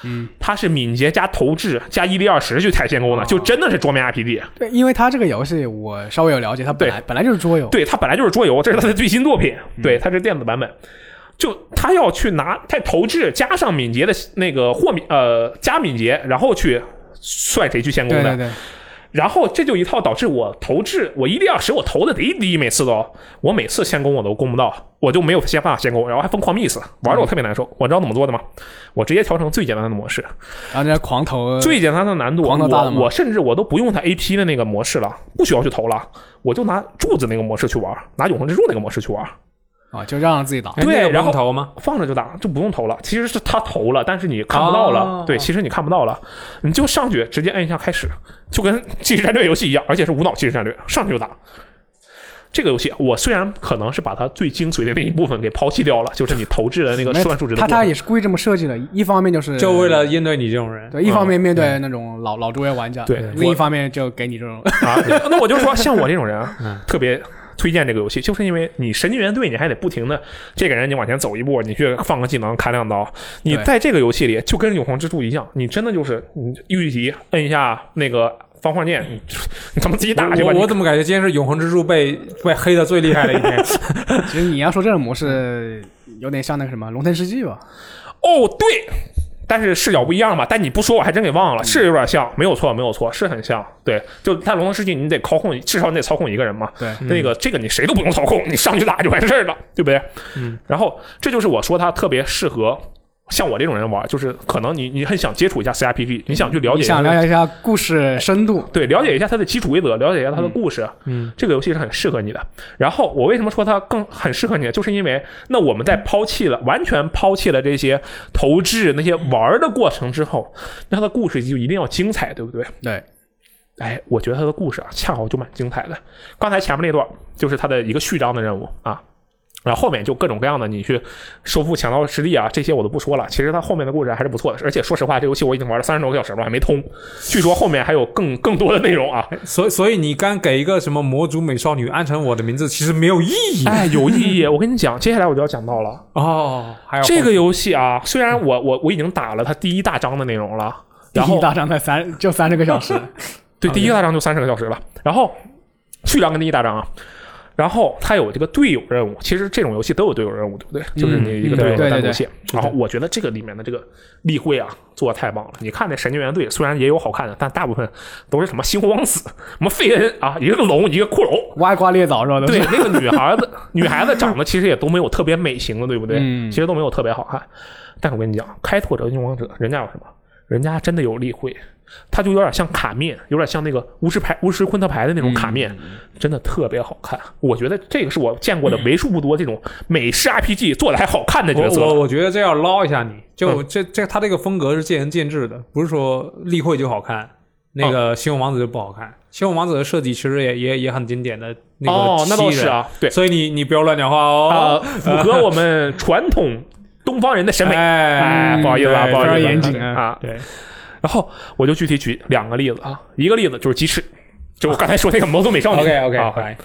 [SPEAKER 2] 嗯，
[SPEAKER 1] 它是敏捷加投掷加一 d 二十去排仙宫的，就真的是桌面 RPG。
[SPEAKER 2] 对，因为它这个游戏我稍微有了解，它本来本来就是桌游，
[SPEAKER 1] 对，它本来就是桌游，这是它的最新作品，
[SPEAKER 2] 嗯
[SPEAKER 1] 对，它是电子版本。就他要去拿他投掷加上敏捷的那个豁敏呃加敏捷，然后去算谁去仙宫
[SPEAKER 2] 对
[SPEAKER 1] 的，
[SPEAKER 2] 对对，
[SPEAKER 1] 然后这就一套导致我投掷，我一粒二十，我投的贼低，每次都，我每次先攻我都攻不到，我就没有先办法先攻，然后还疯狂 miss，玩的我特别难受。我知道怎么做的吗？我直接调成最简单的模式，
[SPEAKER 2] 然后在那狂投，
[SPEAKER 1] 最简单的难度，
[SPEAKER 2] 呃狂投大的
[SPEAKER 1] 我
[SPEAKER 2] 吗
[SPEAKER 1] 我甚至我都不用它 AT 的那个模式了，不需要去投了，我就拿柱子那个模式去玩，拿永恒之柱那个模式去玩，
[SPEAKER 2] 啊，就让自己打，
[SPEAKER 3] 哎
[SPEAKER 1] 对
[SPEAKER 3] 那个不
[SPEAKER 1] 然后
[SPEAKER 3] 用投吗？
[SPEAKER 1] 放着就打，就不用投了。其实是他投了，但是你看不到了。
[SPEAKER 3] 哦
[SPEAKER 1] 对，其实你看不到了，你就上去直接摁一下开始，就跟即时战略游戏一样，而且是无脑即时战略，上去就打。这个游戏我虽然可能是把它最精髓的那一部分给抛弃掉了，就是你投掷的那个
[SPEAKER 2] 没有
[SPEAKER 1] 算数值的
[SPEAKER 2] 他
[SPEAKER 1] 部
[SPEAKER 2] 他
[SPEAKER 1] 分
[SPEAKER 2] 也。是故意这么设计的，一方面就是
[SPEAKER 3] 就为了应对你这种人，
[SPEAKER 2] 对，一方面面对那种老老桌游玩家，
[SPEAKER 1] 嗯对
[SPEAKER 2] 另
[SPEAKER 1] 我
[SPEAKER 2] 一方面就给你这种
[SPEAKER 1] 啊， 那我就说，像我这种人啊，
[SPEAKER 3] 嗯
[SPEAKER 1] 特别推荐这个游戏，就是因为你神经元队，你还得不停的这个人，你往前走一步，你去放个技能砍两刀。你
[SPEAKER 2] 对
[SPEAKER 1] 在这个游戏里就跟永恒之柱一样，你真的就是你预习摁一下那个方块键，你你他妈自己打去吧。
[SPEAKER 3] 我
[SPEAKER 1] 你
[SPEAKER 3] 我怎么感觉今天是永恒之柱被被黑的最厉害的 一天？
[SPEAKER 2] 其实你要说这种模式，有点像那个什么《龙腾世纪》吧？
[SPEAKER 1] 哦，对，但是视角不一样嘛。但你不说我还真给忘了，
[SPEAKER 2] 嗯
[SPEAKER 1] 是有点像，没有错，没有错，是很像。对，就但龙腾世纪你得操控，至少你得操控一个人嘛。
[SPEAKER 2] 对，嗯
[SPEAKER 1] 那个这个你谁都不用操控，你上去打就完事儿了，对不对？
[SPEAKER 3] 嗯。
[SPEAKER 1] 然后这就是我说它特别适合像我这种人玩，就是可能你你很想接触一下 CRPG，你想去了
[SPEAKER 2] 你
[SPEAKER 1] 解一
[SPEAKER 2] 想
[SPEAKER 1] 下
[SPEAKER 2] 了解一下故事深度，
[SPEAKER 1] 对，了解一下它的基础规则，了解一下它的故事，
[SPEAKER 3] 嗯，
[SPEAKER 1] 这个游戏是很适合你的。然后我为什么说它更很适合你呢？就是因为那我们在抛弃了完全抛弃了这些投掷那些玩儿的过程之后，那它的故事就一定要精彩，对不对？
[SPEAKER 2] 对，
[SPEAKER 1] 哎，我觉得他的故事啊，恰好就蛮精彩的。刚才前面那段就是他的一个序章的任务啊，然后后面就各种各样的你去收复强盗势力啊，这些我都不说了。其实他后面的故事还是不错的，而且说实话，这游戏我已经玩了三十多个小时了，还没通。据说后面还有更更多的内容啊，
[SPEAKER 3] 所以所以你刚给一个什么魔族美少女安成我的名字，其实没有意义
[SPEAKER 1] 哎，有意 义。我跟你讲，接下来我就要讲到了
[SPEAKER 3] 哦。还有
[SPEAKER 1] 这个游戏啊，
[SPEAKER 2] 嗯
[SPEAKER 1] 虽然我我我已经打了它第一大章的内容了，
[SPEAKER 2] 第
[SPEAKER 1] 然后
[SPEAKER 2] 一大章才三 就三十个小时，
[SPEAKER 1] 对，第一大章就三十个小时了。然后序章跟第一大章啊，然后它有这个队友任务，其实这种游戏都有队友任务，对不对？就是你一个队友
[SPEAKER 2] 嗯对
[SPEAKER 1] 单独
[SPEAKER 2] 对
[SPEAKER 1] 线。然后我觉得这个里面的这个例会啊，做的太棒了。你看那神经元队虽然也有好看的，但大部分都是什么星火王子、什么费恩啊，一个龙，一个骷髅。
[SPEAKER 2] 歪瓜裂枣是吧？ 都是
[SPEAKER 1] 对，，那个女孩子，女孩子长得其实也都没有特别美型的，对不对？
[SPEAKER 2] 嗯
[SPEAKER 1] 其实都没有特别好看。但是我跟你讲，开拓者、勇王者，人家有什么？人家真的有例会，他就有点像卡面，有点像那个巫师牌、巫师昆特牌的那种卡面，真的特别好看。我觉得这个是我见过的为数不多这种美式 RPG 做的还好看的角
[SPEAKER 3] 我
[SPEAKER 1] 色。
[SPEAKER 3] 我我觉得这要捞一下你，就
[SPEAKER 1] 嗯
[SPEAKER 3] 这这他这个风格是见仁见智的，不是说例会就好看，
[SPEAKER 1] 哦
[SPEAKER 3] 那个新闻王子就不好看。新闻王子的设计其实也也也很经典的那个
[SPEAKER 1] 哦，那倒
[SPEAKER 3] 七
[SPEAKER 1] 是
[SPEAKER 3] 人，
[SPEAKER 1] 啊，对
[SPEAKER 3] 所以你你不要乱讲话
[SPEAKER 1] 啊、
[SPEAKER 3] 哦。
[SPEAKER 1] 符合我们传统东方人的审美。
[SPEAKER 3] 哎
[SPEAKER 1] 哎，不好意思啊，
[SPEAKER 3] 对
[SPEAKER 1] 不好意思啊，
[SPEAKER 2] 嗯非常严谨啊
[SPEAKER 1] 啊，
[SPEAKER 3] 对，
[SPEAKER 1] 然后我就具体举两个例子啊，一个例子就是鸡翅，就我刚才说那个魔族美少女。
[SPEAKER 3] OK OK，
[SPEAKER 1] 啊
[SPEAKER 3] 来，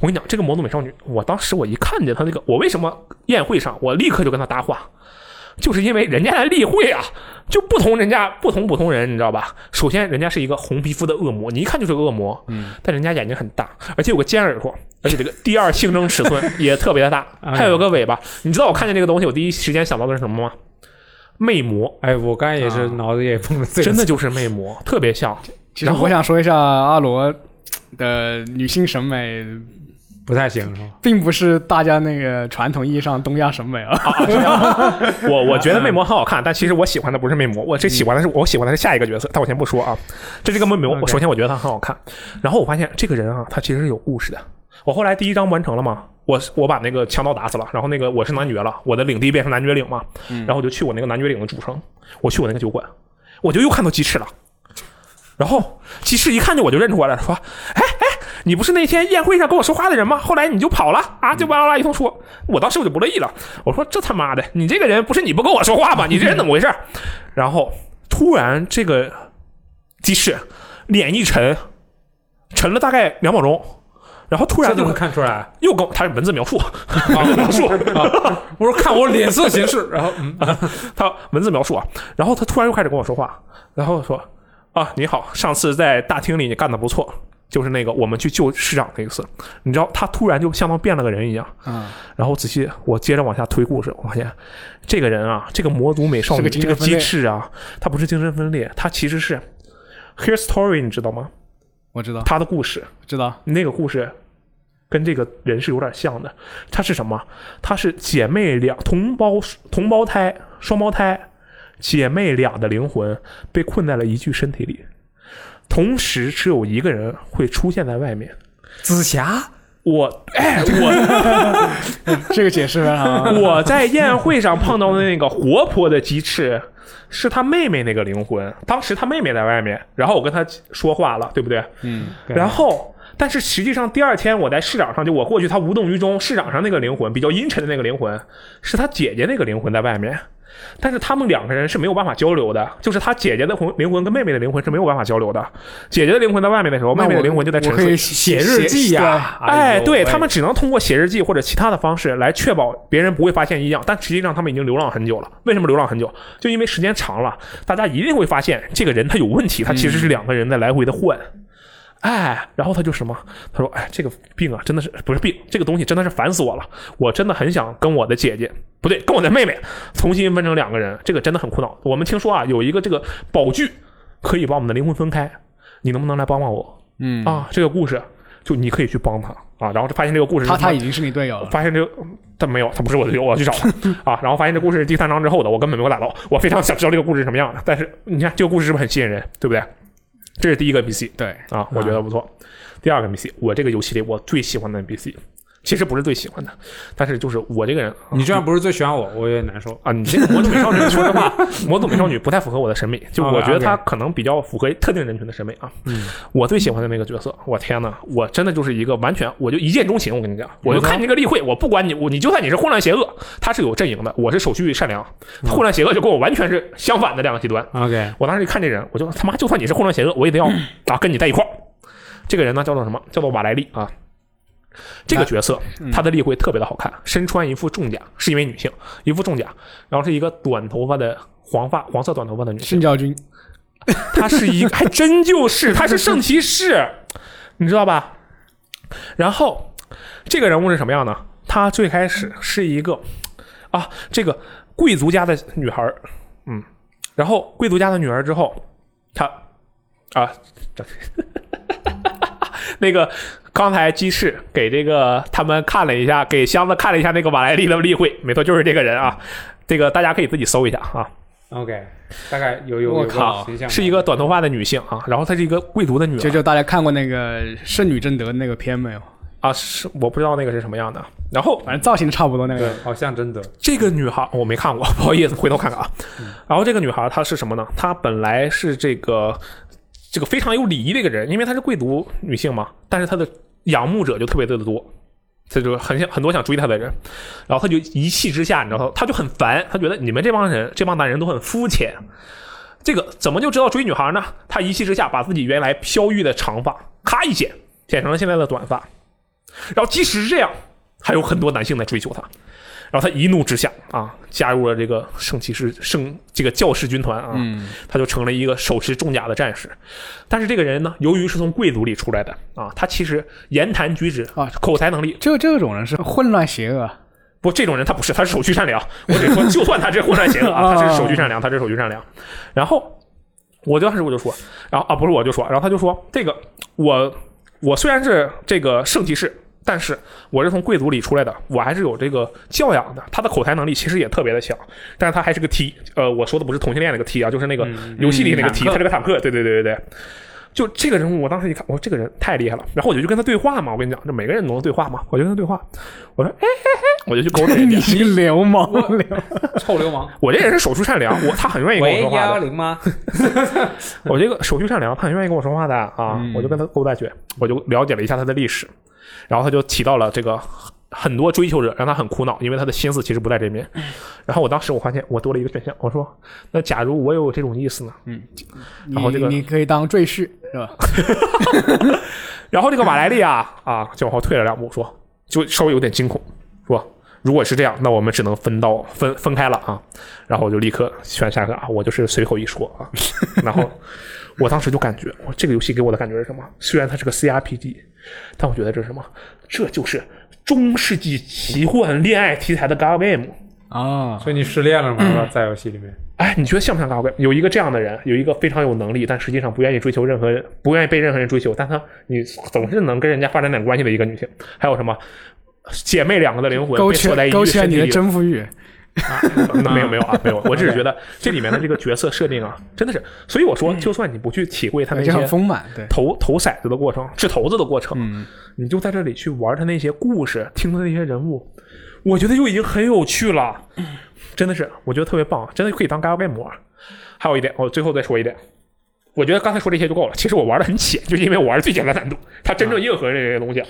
[SPEAKER 1] 我跟你讲，这个魔族美少女，我当时我一看见她那个，我为什么宴会上我立刻就跟她搭话，就是因为人家来例会啊，就不同人家不同普通人，你知道吧？首先人家是一个红皮肤的恶魔，你一看就是个恶魔，嗯，但人家眼睛很大，而且有个尖耳朵，而且这个第二性征尺寸也特别的大，
[SPEAKER 3] 哎呀
[SPEAKER 1] 还有个尾巴。你知道我看见这个东西，我第一时间想到的是什么吗？魅魔，
[SPEAKER 3] 哎，我刚才也是
[SPEAKER 2] 啊
[SPEAKER 3] 脑子也碰了这个
[SPEAKER 1] 真的就是魅魔，特别像。
[SPEAKER 2] 其实我想说一下阿罗的女性审美
[SPEAKER 3] 不太行是吧？
[SPEAKER 2] 并不是大家那个传统意义上东亚审美啊。
[SPEAKER 1] 我我觉得魅魔很好看，但其实我喜欢的不是魅魔，我这喜欢的是我喜欢的是下一个角色，但我先不说啊。这这个魅魔，
[SPEAKER 3] OK
[SPEAKER 1] 我首先我觉得他很好看，然后我发现这个人啊，他其实是有故事的。我后来第一章完成了嘛，我我把那个强盗打死了，然后那个我是男爵了，我的领地变成男爵领嘛，然后我就去我那个男爵领的主城，我去我那个酒馆，我就又看到鸡翅了。然后鸡翅一看见我就认出我来了，说：“哎哎，你不是那天宴会上跟我说话的人吗？后来你就跑了
[SPEAKER 3] 嗯
[SPEAKER 1] 啊？”就巴拉巴拉一通说，我当时我就不乐意了，我说：“这他妈的，你这个人不是你不跟我说
[SPEAKER 3] 嗯
[SPEAKER 1] 话吗？你这人怎么回事？”然后突然这个鸡翅脸一沉，沉了大概两秒钟，然后突然
[SPEAKER 3] 这
[SPEAKER 1] 就
[SPEAKER 3] 就能哦看出来。啊
[SPEAKER 1] 又跟我他是文字描述， 描述
[SPEAKER 3] 我说看我脸色行事，然后嗯，
[SPEAKER 1] 他文字描述啊，然后他突然又开始跟我说话，然后说啊，你好，上次在大厅里你干的不错，就是那个我们去救市长那一次，你知道他突然就像当变了个人一样，
[SPEAKER 2] 嗯，
[SPEAKER 1] 然后仔细我接着往下推故事，我发现这个人啊，这个魔族美少
[SPEAKER 2] 是
[SPEAKER 1] 女
[SPEAKER 2] 个
[SPEAKER 1] 这个
[SPEAKER 2] 精神分裂
[SPEAKER 1] 机制啊，他不是精神分裂，他其实是 Her Story，你知道吗？
[SPEAKER 2] 我知道，
[SPEAKER 1] 他的故事，
[SPEAKER 2] 知道。
[SPEAKER 1] 那个故事跟这个人是有点像的。她是什么？她是姐妹俩同胞同胞胎双胞胎姐妹俩的灵魂被困在了一具身体里，同时只有一个人会出现在外面。
[SPEAKER 3] 紫霞
[SPEAKER 1] 我哎，我
[SPEAKER 2] 这个解释非 常好
[SPEAKER 1] 我在宴会上碰到的那个 活泼的鸡翅，是他妹妹那个灵魂。当时他妹妹在外面，然后我跟他说话了，对不对？
[SPEAKER 2] 嗯，
[SPEAKER 1] 然后，但是实际上第二天我在市场上，就我过去，他无动于衷。市场上那个灵魂比较阴沉的那个灵魂，是他姐姐那个灵魂在外面。但是他们两个人是没有办法交流的，就是他姐姐的魂灵魂跟妹妹的灵魂是没有办法交流的。姐姐的灵魂在外面的时候，妹妹的灵魂就在沉
[SPEAKER 2] 我可以
[SPEAKER 1] 睡。
[SPEAKER 2] 写
[SPEAKER 3] 日记啊呀、
[SPEAKER 1] 哎，
[SPEAKER 3] 呦
[SPEAKER 1] 对
[SPEAKER 3] 喂
[SPEAKER 1] 他们只能通过写日记或者其他的方式来确保别人不会发现异样，但实际上他们已经流浪很久了。为什么流浪很久？就因为时间长了，大家一定会发现这个人他有问题，他其实是两个人在来回的换。哎，然后他就什么？他说：“哎，这个病啊，真的是不是病？这个东西真的是烦死我了！我真的很想跟我的姐姐，不对，跟我的妹妹重新分成两个人，这个真的很苦恼。我们听说啊，有一个这个宝具可以把我们的灵魂分开，你能不能来帮帮我？
[SPEAKER 2] 嗯，
[SPEAKER 1] 啊，这个故事就你可以去帮他啊，然后就发现这个故事是
[SPEAKER 2] 他
[SPEAKER 1] 什么
[SPEAKER 2] 他已经是你队友了。
[SPEAKER 1] 发现这个嗯他没有，他不是我的队友，我要去找他 啊，然后发现这故事是第三章之后的，我根本没有打到，我非常想知道这个故事是什么样的，但是你看这个故事是不是很吸引人，对不对？这是第一个 NPC
[SPEAKER 2] 对，
[SPEAKER 1] 啊，我觉得不错。第二个 NPC，我这个游戏里我最喜欢的 NPC，其实不是最喜欢的，但是就是我这个人，啊
[SPEAKER 3] 你这样不是最喜欢我，我有点难受。
[SPEAKER 1] 啊，你这个魔族美少女，说实话，魔族美少女不太符合我的审美，就我觉得她可能比较符合特定人群的审美啊。
[SPEAKER 3] 嗯，
[SPEAKER 1] 我最喜欢的那个角色，我天呐，我真的就是一个完全，我就一见钟情。我跟你讲，我就看你这个例会，我不管你，我你就算你是混乱邪恶，他是有阵营的，我是手续善良，混乱邪恶就跟我完全是相反的两个极端。
[SPEAKER 3] OK，
[SPEAKER 1] 我当时一看这人，我就他妈，就算你是混乱邪恶，我也得要啊跟你在一块儿。这个人呢叫做什么？叫做瓦莱丽啊。这个角色
[SPEAKER 2] 嗯
[SPEAKER 1] 她的立绘特别的好看，身穿一副重甲，是一位女性，一副重甲，然后是一个短头发的黄发黄色短头发的女性
[SPEAKER 2] 圣，教军
[SPEAKER 1] 她是一个还真就是她是圣骑士，你知道吧？然后这个人物是什么样呢？她最开始是一个啊，这个贵族家的女孩儿嗯，然后贵族家的女儿之后，她啊，这那个刚才鸡翅给这个他们看了一下，给箱子看了一下那个瓦莱丽的例会，没错，就是这个人啊。这个大家可以自己搜一下啊，
[SPEAKER 3] OK，大概有有
[SPEAKER 2] 我
[SPEAKER 3] 有
[SPEAKER 1] 靠
[SPEAKER 3] 个形象，
[SPEAKER 1] 是一个短头发的女性啊，然后她是一个贵族的女儿
[SPEAKER 2] 就就大家看过那个《圣女贞德》那个片没有？
[SPEAKER 1] 啊，是我不知道那个是什么样的。然后
[SPEAKER 2] 反正造型差不多那
[SPEAKER 3] 对
[SPEAKER 2] 个。，
[SPEAKER 3] 好像真的
[SPEAKER 1] 这个女孩哦我没看过，不好意思，回头看看啊。然后这个女孩她是什么呢？她本来是这个这个非常有礼仪的一个人，因为她是贵族女性嘛，但是她的仰慕者就特别的多，她就很想很多想追她的人，然后她就一气之下，你知道，她就很烦，她觉得你们这帮人这帮男人都很肤浅。这个怎么就知道追女孩呢？她一气之下把自己原来飘逸的长发咔一剪，剪成了现在的短发。然后即使是这样，还有很多男性在追求她。然后他一怒之下啊，加入了这个圣骑士圣这个教士军团啊，
[SPEAKER 2] 嗯，
[SPEAKER 1] 他就成了一个手持重甲的战士。但是这个人呢，由于是从贵族里出来的啊，他其实言谈举止
[SPEAKER 2] 啊
[SPEAKER 1] 口才能力
[SPEAKER 2] 就这种人是混乱邪 恶，
[SPEAKER 1] 不，这种人他不是，他是手续善良。我得说，就算他是混乱邪恶 啊，他是手续善良，他是手续善良。然后我就当时我就说，然后啊不是我就说，然后他就说这个我我虽然是这个圣骑士，但是我是从贵族里出来的，我还是有这个教养的。他的口才能力其实也特别的强，但是他还是个 T。呃，我说的不是同性恋那个 T 啊，就是那个游戏里那个 T，、
[SPEAKER 3] 嗯坦克
[SPEAKER 1] 他是个坦克。对对对对对。就这个人物，我当时一看，我说这个人太厉害了。然后我就去跟他对话嘛，我跟你讲，这每个人都能对话嘛，我就跟他对话。我说，哎哎哎，我就去勾搭人
[SPEAKER 2] 你
[SPEAKER 1] 家。
[SPEAKER 2] 是个流氓，
[SPEAKER 3] 臭流氓。
[SPEAKER 1] 我这人是手术善良，我他很愿意跟我
[SPEAKER 3] 喂，
[SPEAKER 1] 说
[SPEAKER 3] 幺
[SPEAKER 1] 话的
[SPEAKER 3] 幺。零吗？
[SPEAKER 1] 我这个手续善良，他很愿意跟我说话的啊，
[SPEAKER 2] 嗯
[SPEAKER 1] 我就跟他勾搭去，我就了解了一下他的历史，然后他就提到了这个很多追求者让他很苦恼，因为他的心思其实不在这
[SPEAKER 2] 嗯
[SPEAKER 1] 边。然后我当时我发现我多了一个选项，我说那假如我有这种意思呢？然后这个
[SPEAKER 2] 你你可以当赘婿 是吧？
[SPEAKER 1] 然后这个瓦莱利啊啊就往后退了两步，说就稍微有点惊恐，说如果是这样，那我们只能分道分分开了啊。然后我就立刻选下一个啊，我就是随口一说啊。 然后我当时就感觉，我这个游戏给我的感觉是什么？虽然它是个 CRPG，但我觉得这是什么？这就是中世纪奇幻恋爱题材的 g a game。
[SPEAKER 2] 啊，
[SPEAKER 3] 所以你失恋了吗？是吧在游戏里面，
[SPEAKER 1] 哎，你觉得像不像 g a game？有一个这样的人，有一个非常有能力，但实际上不愿意追求任何，不愿意被任何人追求，但她你总是能跟人家发展点关系的一个女性。还有什么？姐妹两个的灵魂
[SPEAKER 2] 勾
[SPEAKER 1] 被
[SPEAKER 2] 起
[SPEAKER 1] 错在一
[SPEAKER 2] 勾
[SPEAKER 1] 具
[SPEAKER 2] 起了
[SPEAKER 1] 身
[SPEAKER 2] 你
[SPEAKER 1] 体
[SPEAKER 2] 的
[SPEAKER 1] 里的
[SPEAKER 2] 征服欲，
[SPEAKER 1] 那没有没有啊，没有，我只是觉得这里面的这个角色设定啊，真的是，所以我说，就算你不去体会他那
[SPEAKER 2] 就很
[SPEAKER 1] 些
[SPEAKER 2] 丰满。嗯对，
[SPEAKER 1] 投投骰子的过程、掷骰子的过程，你就在这里去玩他那些故事，听他那些人物，我觉得就已经很有趣了，真的是，我觉得特别棒，真的可以当 gal game 玩。还有一点，我最后再说一点，我觉得刚才说这些就够了。其实我玩的很浅，就是因为我玩的最简单难度，它真正硬核这些东西啊，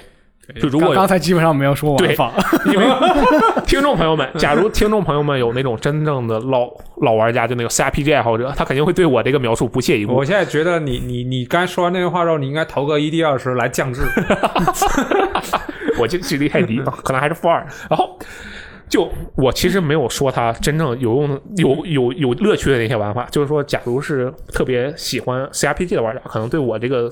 [SPEAKER 1] 就如
[SPEAKER 2] 刚
[SPEAKER 1] 果有
[SPEAKER 2] 刚才基本上没有说玩
[SPEAKER 1] 对
[SPEAKER 2] 法，
[SPEAKER 1] 因为听众朋友们，假如听众朋友们有那种真正的老老玩家，就那个 CRPG 爱好者，他肯定会对我这个描述不屑一顾
[SPEAKER 3] 我。现在觉得你你你刚才说完那句话之后，你应该投个一 d 二十来降 智。
[SPEAKER 1] 我这距离太低，可能还是负二。然后就我其实没有说他真正有用的、有有有乐趣的那些玩法，就是说，假如是特别喜欢 CRPG 的玩家，可能对我这个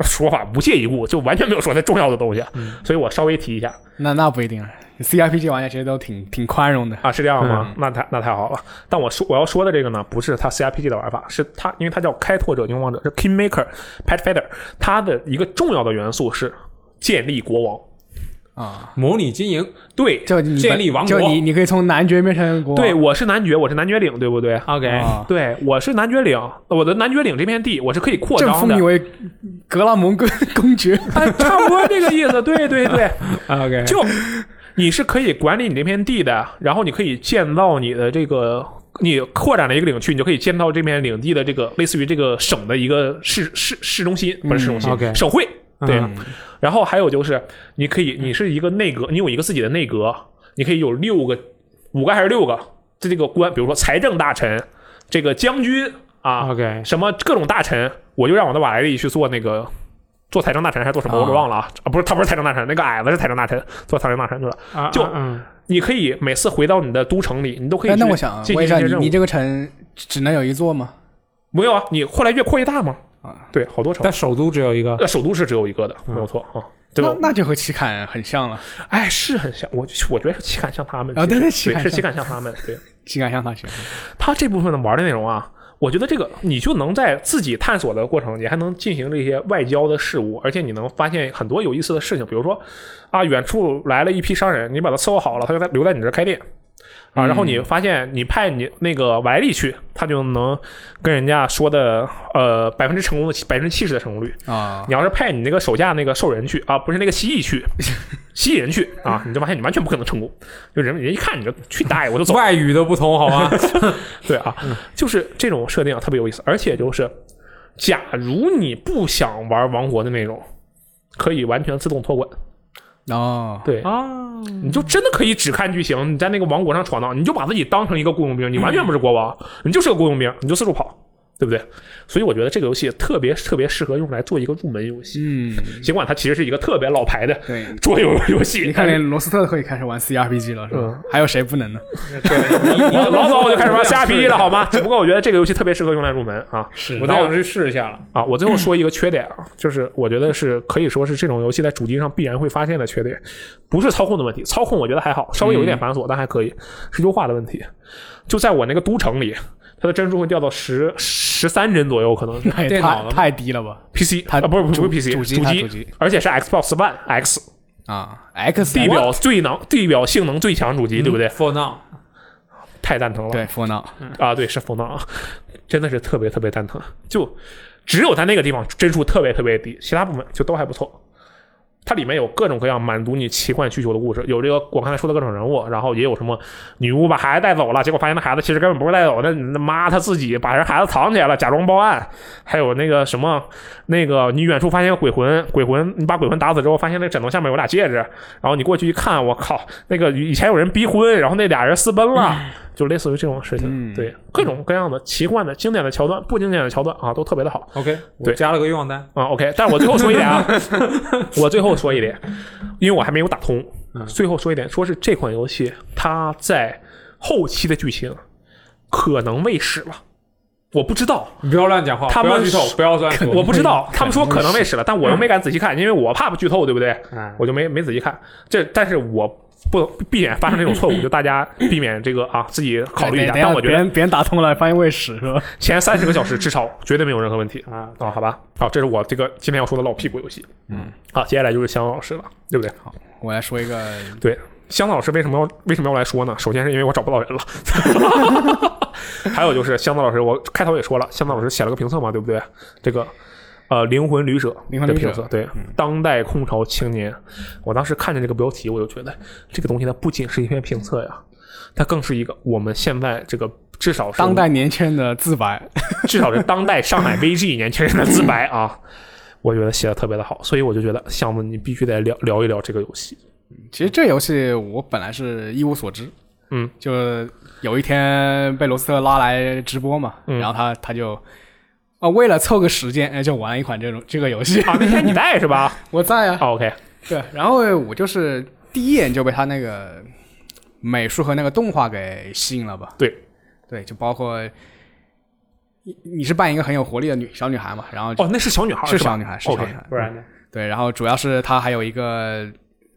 [SPEAKER 1] 说法不屑一顾，就完全没有说它重要的东西。所以我稍微提一下，
[SPEAKER 2] 那那不一定。CRPG 玩家其实都挺挺宽容的，
[SPEAKER 1] 啊，是这样吗？那太那太好了。但我说我要说的这个呢，不是它 CRPG 的玩法，是它因为它叫开拓者、勇王者，是 Kingmaker、Pathfinder，它的一个重要的元素是建立国王。
[SPEAKER 2] 啊，
[SPEAKER 3] 模拟经营，
[SPEAKER 1] 对
[SPEAKER 2] 就你
[SPEAKER 3] 建立王国
[SPEAKER 2] 就你你可以从男爵变成国王，
[SPEAKER 1] 对，我是男爵，我是男爵领，对不对？
[SPEAKER 3] ，OK，、
[SPEAKER 2] 啊
[SPEAKER 1] 对，我是男爵领，我的男爵领这片地我是可以扩
[SPEAKER 2] 正
[SPEAKER 1] 张
[SPEAKER 2] 封你
[SPEAKER 1] 的，
[SPEAKER 2] 为格拉蒙公 公爵，
[SPEAKER 1] 哎，差不多这个意思。对对 对，
[SPEAKER 3] 哎 OK，
[SPEAKER 1] 就你是可以管理你这片地的，然后你可以建造你的这个，你扩展了一个领区，你就可以建造这片领地的这个类似于这个省的一个市市市中心，不是市中心，
[SPEAKER 3] 嗯，OK
[SPEAKER 1] 省会。对，
[SPEAKER 3] 嗯
[SPEAKER 1] 然后还有就是，你可以，你是一个内阁，你有一个自己的内阁，你可以有六个、五个还是六个这这个官，比如说财政大臣、这个将军啊，
[SPEAKER 3] OK，
[SPEAKER 1] 什么各种大臣，我就让我的瓦莱丽去做那个做财政大臣，还是做什么我给忘了啊啊！不是，他不是财政大臣，那个矮子是财政大臣，做财政大臣去了。
[SPEAKER 3] 啊
[SPEAKER 1] 就
[SPEAKER 3] 啊嗯
[SPEAKER 1] 你可以每次回到你的都城里，你都可以
[SPEAKER 2] 哎，
[SPEAKER 1] 去
[SPEAKER 2] 那我想
[SPEAKER 1] 进
[SPEAKER 2] 问
[SPEAKER 1] 行
[SPEAKER 2] 一
[SPEAKER 1] 一些
[SPEAKER 2] 下，你
[SPEAKER 1] 任
[SPEAKER 2] 你
[SPEAKER 1] 务。
[SPEAKER 2] 这个城只能有一座吗？
[SPEAKER 1] 没有啊，你后来越扩越大嘛。
[SPEAKER 2] 啊
[SPEAKER 1] 对，好多城
[SPEAKER 3] 但，首都只有一个。
[SPEAKER 1] 呃，首都是只有一个的，没有错啊。对
[SPEAKER 2] 那
[SPEAKER 1] 吧？
[SPEAKER 2] 那就和奇坎很像了，
[SPEAKER 1] 哎，是很像我，我觉得是岂敢像他们
[SPEAKER 2] 啊
[SPEAKER 1] 其实
[SPEAKER 2] 对对岂
[SPEAKER 1] 对，
[SPEAKER 2] 敢
[SPEAKER 1] 是
[SPEAKER 2] 像
[SPEAKER 1] 岂敢像他们。对，
[SPEAKER 2] 奇坎像大学，
[SPEAKER 1] 他这部分的玩的内容啊，我觉得这个你就能在自己探索的过程，你还能进行这些外交的事物，而且你能发现很多有意思的事情，比如说啊，远处来了一批商人，你把他伺候好了，他就在留在你这儿开店。
[SPEAKER 2] 嗯
[SPEAKER 1] 啊，然后你发现你派你那个瓦莱利去，他就能跟人家说的，呃，百分之成功的百分之七十的成功率。
[SPEAKER 2] 啊，
[SPEAKER 1] 你要是派你那个手下那个兽人去啊，不是那个蜥蜴去，蜥蜴人去啊，你就发现你完全不可能成功。就人人一看你就去大爷，我就走。
[SPEAKER 3] 外语都不同，好 吗？
[SPEAKER 1] 对啊，
[SPEAKER 2] 嗯
[SPEAKER 1] 就是这种设定啊特别有意思，而且就是，假如你不想玩王国的内容，可以完全自动托管。
[SPEAKER 2] 哦，
[SPEAKER 1] 对，
[SPEAKER 3] 啊，
[SPEAKER 1] 你就真的可以只看剧情，你在那个王国上闯荡，你就把自己当成一个雇佣兵，你完
[SPEAKER 2] 嗯
[SPEAKER 1] 全不是国王，你就是个雇佣兵，你就四处跑，对不对？所以我觉得这个游戏特别特别适合用来做一个入门游戏，
[SPEAKER 2] 嗯，
[SPEAKER 1] 尽管它其实是一个特别老牌的
[SPEAKER 2] 对，
[SPEAKER 1] 桌游游戏。
[SPEAKER 2] 你看连罗斯特都可以开始玩 CRPG 了，是吧
[SPEAKER 1] 嗯？
[SPEAKER 2] 还有谁不能呢？
[SPEAKER 1] 我老早我就开始玩 CRPG 了，好吗？只不过我觉得这个游戏特别适合用来入门啊。
[SPEAKER 2] 是
[SPEAKER 3] 我待会儿去试一下了。
[SPEAKER 1] 啊，我最后说一个缺点啊，就是我觉得是可以说是这种游戏在主机上必然会发现的缺点，不是操控的问题，操控我觉得还好，稍微有一点繁琐，但还可以，是优化的问题。就在我那个都城里，它的帧数会掉到十十三帧左右，可 能是
[SPEAKER 2] 那也
[SPEAKER 3] 电脑
[SPEAKER 2] 太
[SPEAKER 3] 了吗
[SPEAKER 2] 太低了吧？
[SPEAKER 1] PC
[SPEAKER 2] 它
[SPEAKER 1] 啊，不是不是
[SPEAKER 2] 主
[SPEAKER 1] 不是 PC
[SPEAKER 2] 主机它主机
[SPEAKER 1] 而且是 Xbox One X
[SPEAKER 2] 啊，X
[SPEAKER 1] 地表最能地表性能最强主机，对不对？
[SPEAKER 3] ？For now，
[SPEAKER 1] 太蛋疼了。
[SPEAKER 2] 嗯对 For Now，
[SPEAKER 1] 啊，对，是风浪啊，真的是特别特别蛋疼。就只有它那个地方帧数特别特别低，其他部分就都还不错。它里面有各种各样满足你奇幻需求的故事，有这个我刚才说的各种人物，然后也有什么女巫把孩子带走了，结果发现那孩子其实根本不是带走的，那妈她自己把人孩子藏起来了，假装报案。还有那个什么，那个你远处发现鬼魂，鬼魂你把鬼魂打死之后，发现那个枕头下面有俩戒指，然后你过去一看，我靠，那个以前有人逼婚，然后那俩人私奔了，就类似于这种事情。
[SPEAKER 2] 嗯
[SPEAKER 1] 对，各种各样的奇幻的、经典的桥段、不经典的桥段啊，都特别的好。
[SPEAKER 3] OK，我
[SPEAKER 1] 对
[SPEAKER 3] 加了个愿望单。
[SPEAKER 1] 啊、o k 但我最后说一点 啊，我最后说一点，因为我还没有打通，最后说一点，说是这款游戏它在后期的剧情可能未始了，我不知道，
[SPEAKER 3] 你不要乱讲话，
[SPEAKER 1] 他
[SPEAKER 3] 不要
[SPEAKER 1] 们
[SPEAKER 3] 剧透，
[SPEAKER 1] 是
[SPEAKER 3] 不要乱说。
[SPEAKER 1] 啊我不知道，他们说可能
[SPEAKER 2] 未
[SPEAKER 1] 未始了，但我又没敢仔细看，因为我怕不剧透，对不对？
[SPEAKER 3] 嗯
[SPEAKER 1] 我就没没仔细看，这但是我不避免发生这种 错误，就大家避免这个啊自己考虑一下，
[SPEAKER 2] 等
[SPEAKER 1] 但我觉
[SPEAKER 2] 别
[SPEAKER 1] 得
[SPEAKER 2] 人别人打通了，发现喂屎是吧？
[SPEAKER 1] 前三十个小时至少绝对没有任何问题。
[SPEAKER 3] 啊，
[SPEAKER 1] 啊、好吧，好、这是我这个今天要说的老屁股游戏。
[SPEAKER 2] 嗯，
[SPEAKER 1] 好，接下来就是香港老师了，对不对？
[SPEAKER 2] 我来说一个，
[SPEAKER 1] 对，香港老师为什么要为什么要来说呢？首先是因为我找不到 人了，还有就是香港老师，我开头也说了，香港老师写了个评测嘛，对不对？这个呃，灵魂旅者，
[SPEAKER 2] 灵魂旅者嗯
[SPEAKER 1] 评测，对，当代空巢青年。我当时看见这个标题，我就觉得这个东西它不仅是一篇评测呀，它更是一个我们现在这个至少是
[SPEAKER 2] 当代年轻人的自白，
[SPEAKER 1] 至少是当代上 海 VG 年轻人的自白啊，我觉得写的特别的好，所以我就觉得箱子你必须得聊聊一聊这个游戏。
[SPEAKER 2] 其实这游戏我本来是一无所知，
[SPEAKER 1] 嗯，
[SPEAKER 2] 就有一天被罗斯特拉来直播嘛，
[SPEAKER 1] 嗯
[SPEAKER 2] 然后他他就啊为了凑个时间，哎，就玩了一款这种这个游戏。
[SPEAKER 1] 啊，那天你在是吧、
[SPEAKER 2] 我在啊，
[SPEAKER 1] 啊、？OK，
[SPEAKER 2] 对，然后我就是第一眼就被他那个美术和那个动画给吸引了吧？
[SPEAKER 1] 对，
[SPEAKER 2] 对，就包括你你是扮演一个很有活力的女小女孩嘛，然后就、
[SPEAKER 1] 哦，那是小女孩
[SPEAKER 2] 是
[SPEAKER 1] 吧
[SPEAKER 2] 小女孩，是小
[SPEAKER 1] OK，
[SPEAKER 2] 女孩，嗯
[SPEAKER 3] 不然呢？
[SPEAKER 2] 对，然后主要是她还有一个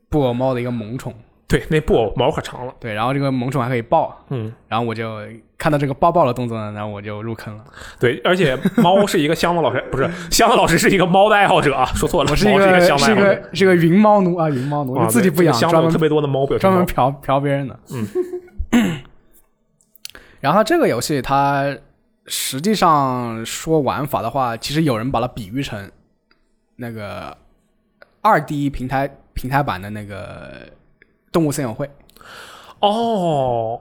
[SPEAKER 2] 布偶猫的一个萌宠，
[SPEAKER 1] 对，那布偶毛可长了，
[SPEAKER 2] 对，然后这个萌宠还可以抱，
[SPEAKER 1] 嗯，
[SPEAKER 2] 然后我就看到这个抱抱的动作呢，然后我就入坑了。
[SPEAKER 1] 对，而且猫是一个箱子老师， 不是箱子老师是一个猫的爱好者啊，说错了，
[SPEAKER 2] 我
[SPEAKER 1] 是
[SPEAKER 2] 一
[SPEAKER 1] 猫
[SPEAKER 2] 个
[SPEAKER 1] 一箱子
[SPEAKER 2] 是
[SPEAKER 1] 爱
[SPEAKER 2] 一
[SPEAKER 1] 好者。
[SPEAKER 2] 个是一个云猫奴啊，云猫奴，
[SPEAKER 1] 啊
[SPEAKER 2] 就自己
[SPEAKER 1] 对
[SPEAKER 2] 不养
[SPEAKER 1] 这，个箱
[SPEAKER 2] 专
[SPEAKER 1] 子有
[SPEAKER 2] 门
[SPEAKER 1] 特别多的猫表情
[SPEAKER 2] 专
[SPEAKER 1] 包
[SPEAKER 2] 门嫖嫖别人的。
[SPEAKER 1] 嗯。
[SPEAKER 2] 然后这个游戏它实际上说玩法的话，其实有人把它比喻成那个二 D 平台平台版的那个动物森友会。
[SPEAKER 1] 哦，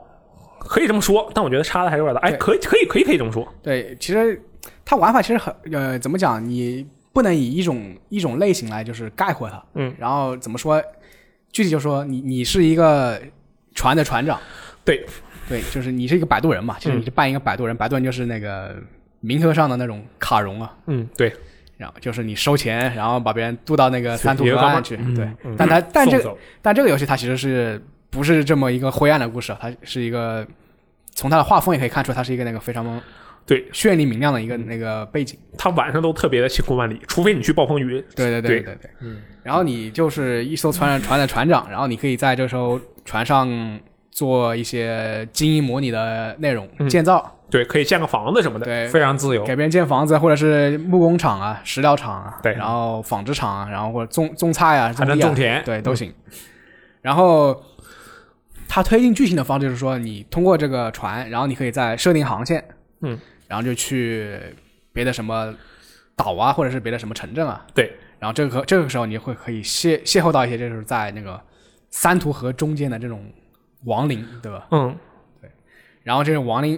[SPEAKER 1] 可以这么说，但我觉得差的还是有点大。哎，
[SPEAKER 2] 对
[SPEAKER 1] 可以，可以，可以，可以这么说。
[SPEAKER 2] 对，其实它玩法其实很呃，怎么讲？你不能以一种一种类型来就是概括它。
[SPEAKER 1] 嗯。
[SPEAKER 2] 然后怎么说？具体就说你你是一个船的船长。
[SPEAKER 1] 对。嗯
[SPEAKER 2] 对，就是你是一个摆渡人嘛，其实你是扮演一个摆渡人，摆渡人就是那个冥河上的那种卡戎啊，
[SPEAKER 1] 嗯，对，
[SPEAKER 2] 然后就是你收钱，然后把别人渡到那个三途
[SPEAKER 1] 也有
[SPEAKER 2] 河
[SPEAKER 1] 干嘛
[SPEAKER 2] 岸去。对，
[SPEAKER 1] 嗯
[SPEAKER 2] 但它但这
[SPEAKER 3] 送走
[SPEAKER 2] 但这个游戏它其实是不是这么一个灰暗的故事啊？它是一个从它的画风也可以看出，它是一个那个非常
[SPEAKER 1] 对
[SPEAKER 2] 绚丽明亮的一个那个背景。
[SPEAKER 1] 它晚上都特别的晴空万里，除非你去暴风雨。
[SPEAKER 2] 对对
[SPEAKER 1] 对
[SPEAKER 2] 对对对，嗯。然后你就是一艘船船的船长，然后你可以在这艘船上做一些精英模拟的内容
[SPEAKER 1] 嗯
[SPEAKER 2] 建造，
[SPEAKER 1] 对，可以建个房子什么的。
[SPEAKER 2] 对，
[SPEAKER 3] 非常自由。
[SPEAKER 2] 给别人建房子或者是木工厂啊、石料厂啊，
[SPEAKER 1] 对
[SPEAKER 2] 然后纺织厂啊，然后或者种种菜啊，
[SPEAKER 3] 还能
[SPEAKER 2] 地啊
[SPEAKER 3] 种田
[SPEAKER 2] 对，
[SPEAKER 1] 嗯
[SPEAKER 2] 都行。然后它推进剧情的方式就是说，你通过这个船，然后你可以再设定航线，
[SPEAKER 1] 嗯，
[SPEAKER 2] 然后就去别的什么岛啊，或者是别的什么城镇啊，
[SPEAKER 1] 对，
[SPEAKER 2] 然后这个这个时候你会可以邂邂逅到一些就是在那个三途河中间的这种亡灵，对吧？
[SPEAKER 1] 嗯，
[SPEAKER 2] 然后这种亡灵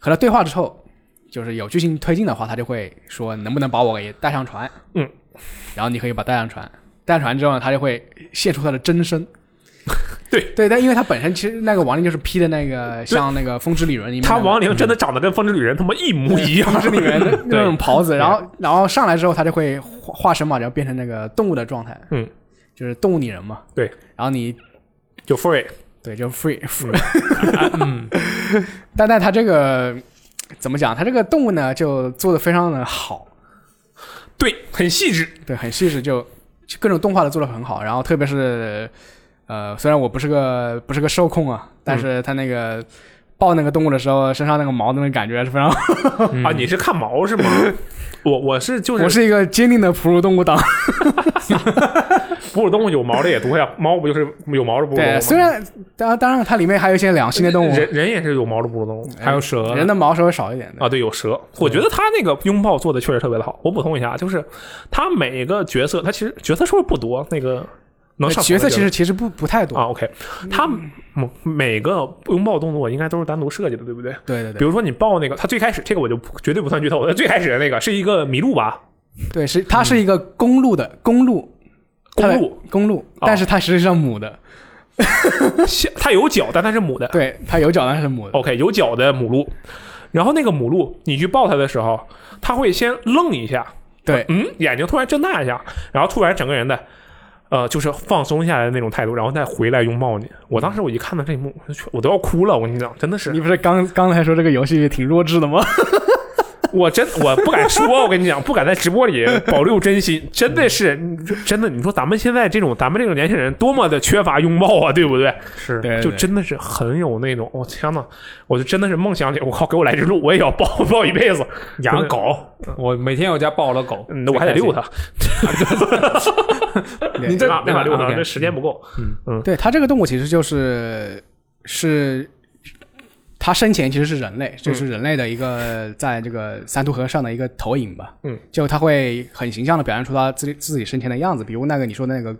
[SPEAKER 2] 和他对话之后，就是有剧情推进的话，他就会说能不能把我给带上船？
[SPEAKER 1] 嗯，
[SPEAKER 2] 然后你可以把带上船，带上船之后呢，他就会现出他的真身。
[SPEAKER 1] 对
[SPEAKER 2] 对，但因为他本身其实那个亡灵就是披的那个像那个风之旅人里面
[SPEAKER 1] 他
[SPEAKER 2] 那个
[SPEAKER 1] 亡灵真的长得跟风之旅人他妈一模一样，
[SPEAKER 2] 风之旅 人的那种
[SPEAKER 1] 对，
[SPEAKER 2] 袍子，然后然后上来之后他就会化化身嘛，然后变成那个动物的状态，
[SPEAKER 1] 嗯，
[SPEAKER 2] 就是动物拟人嘛。
[SPEAKER 1] 对，
[SPEAKER 2] 然后你
[SPEAKER 1] 就 free
[SPEAKER 2] 对，就是 free
[SPEAKER 1] 嗯
[SPEAKER 2] free。但但它这个怎么讲？它这个动物呢，就做的非常的好，
[SPEAKER 1] 对，很细致，
[SPEAKER 2] 对，很细致，就就各种动画都做的很好。然后特别是呃，虽然我不是个不是个受控啊，但是它那个抱那个动物的时候，身上那个毛的那个感觉是非常好。
[SPEAKER 1] 啊！你是看毛是吗？我我是就
[SPEAKER 2] 嗯我
[SPEAKER 1] 是
[SPEAKER 2] 是一个坚定的哺乳动物党，
[SPEAKER 1] 哺乳动物有毛的也多呀，猫不就是有毛的哺乳动
[SPEAKER 2] 对，
[SPEAKER 1] 物
[SPEAKER 2] 虽
[SPEAKER 1] 吗？
[SPEAKER 2] 然当然当然它里面还有一些两性的动物，
[SPEAKER 1] 人人也是有毛的哺乳动物啊
[SPEAKER 3] 还有蛇，
[SPEAKER 2] 人的毛稍微少一点的。
[SPEAKER 1] 啊，对，有蛇。
[SPEAKER 2] 嗯
[SPEAKER 1] 我觉得他那个拥抱做的确实特别的好。我补充一下，啊就是他每个角色，他其实角色数不多，那个能上
[SPEAKER 2] 呃角
[SPEAKER 1] 头
[SPEAKER 2] 色
[SPEAKER 1] 的
[SPEAKER 2] 其实其实不不太
[SPEAKER 1] 啊
[SPEAKER 2] 多，
[SPEAKER 1] ，OK，他每每个拥抱动作应该都是单独设计的，对不对？
[SPEAKER 2] 对对
[SPEAKER 1] 比
[SPEAKER 2] 对
[SPEAKER 1] 如说你抱那个，他最开始这个我就不绝对不算剧透，最开始的那个是一个麋鹿吧，
[SPEAKER 2] 对，是它
[SPEAKER 1] 嗯
[SPEAKER 2] 是一个公鹿的公鹿，它
[SPEAKER 1] 公
[SPEAKER 2] 的
[SPEAKER 1] 鹿，
[SPEAKER 2] 公鹿，
[SPEAKER 1] 哦
[SPEAKER 2] 但是它实际上母的，
[SPEAKER 1] 像它有脚，但它是母的。
[SPEAKER 2] 对，它有脚但是母的，
[SPEAKER 1] OK，有脚的母鹿。然后那个母鹿，你去抱它的时候，它会先愣一下，
[SPEAKER 2] 对
[SPEAKER 1] 嗯，眼睛突然睁大一下，然后突然整个人的，呃，就是放松下来的那种态度，然后再回来拥抱你。我当时我一看到这一幕，我就去我都要哭了。我跟你讲，真的是
[SPEAKER 2] 你，不是刚刚才说这个游戏挺弱智的吗？
[SPEAKER 1] 我真我不敢说，我跟你讲，不敢在直播里保留真心，真的是，
[SPEAKER 2] 嗯
[SPEAKER 1] 你说真的，你说咱们现在这种咱们这种年轻人多么的缺乏拥抱啊，对不 对？
[SPEAKER 3] 是
[SPEAKER 2] 对
[SPEAKER 1] 就真的是很有那种，我、天呐，我就真的是梦想里，我靠，给我来只鹿，我也要抱抱一辈子，
[SPEAKER 3] 养狗，我每天我家抱了狗，
[SPEAKER 1] 嗯，我还得遛它，
[SPEAKER 2] 你
[SPEAKER 1] 没办法遛它，
[SPEAKER 3] OK
[SPEAKER 1] 这时间不够。
[SPEAKER 2] 对它这个动物其实就是是。它生前其实是人
[SPEAKER 1] 嗯
[SPEAKER 2] 类，就是人类的一个在这个三途河上的一个投影吧。
[SPEAKER 1] 嗯，
[SPEAKER 2] 就它会很形象的表现出它自己自己生前的样子，比如那个你说的那个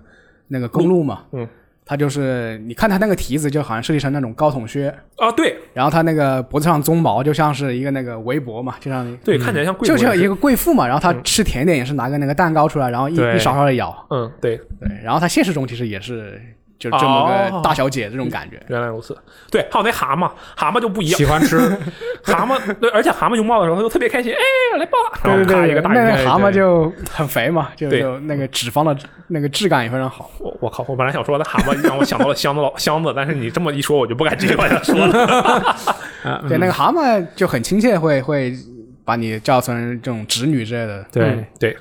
[SPEAKER 2] 那个公鹿嘛，
[SPEAKER 1] 嗯，
[SPEAKER 2] 它就是你看它那个蹄子就好像设计成那种高筒靴，
[SPEAKER 1] 啊，对
[SPEAKER 2] 然后它那个脖子上鬃毛就像是一个那个围脖嘛，就像一
[SPEAKER 1] 对，看起来像贵
[SPEAKER 2] 就
[SPEAKER 1] 族
[SPEAKER 2] 像
[SPEAKER 1] 人士
[SPEAKER 2] 一个贵妇嘛，然后她吃甜点也是拿个那个蛋糕出来，然后一
[SPEAKER 3] 对
[SPEAKER 2] 一勺勺的咬，
[SPEAKER 1] 嗯，对，
[SPEAKER 2] 对，然后她现实中其实也是就这么
[SPEAKER 1] 哦
[SPEAKER 2] 个大小姐这种感觉，
[SPEAKER 1] 原来如此。对，还有那蛤蟆，蛤蟆就不一样
[SPEAKER 3] 喜，欢 吃，
[SPEAKER 2] 嗯
[SPEAKER 1] 蛤蟆，对，而且蛤蟆拥抱的时候，它就特别开心，哎，来抱啊，然后
[SPEAKER 2] 对对
[SPEAKER 1] 咔
[SPEAKER 2] 对，
[SPEAKER 1] 一个大
[SPEAKER 2] 那
[SPEAKER 1] 鱼。哎
[SPEAKER 2] 个蛤蟆就很肥嘛，就
[SPEAKER 1] 对
[SPEAKER 2] 就那个脂肪的那个质感也非常好。
[SPEAKER 1] 我我靠！我本来想说的蛤蟆让我想到了箱子老 箱子，但是你这么一说，我就不敢继续往下说了。
[SPEAKER 3] 嗯
[SPEAKER 2] 对，那个蛤蟆就很亲切，会会把你叫成这种侄女之类的。
[SPEAKER 3] 对
[SPEAKER 1] 嗯，对，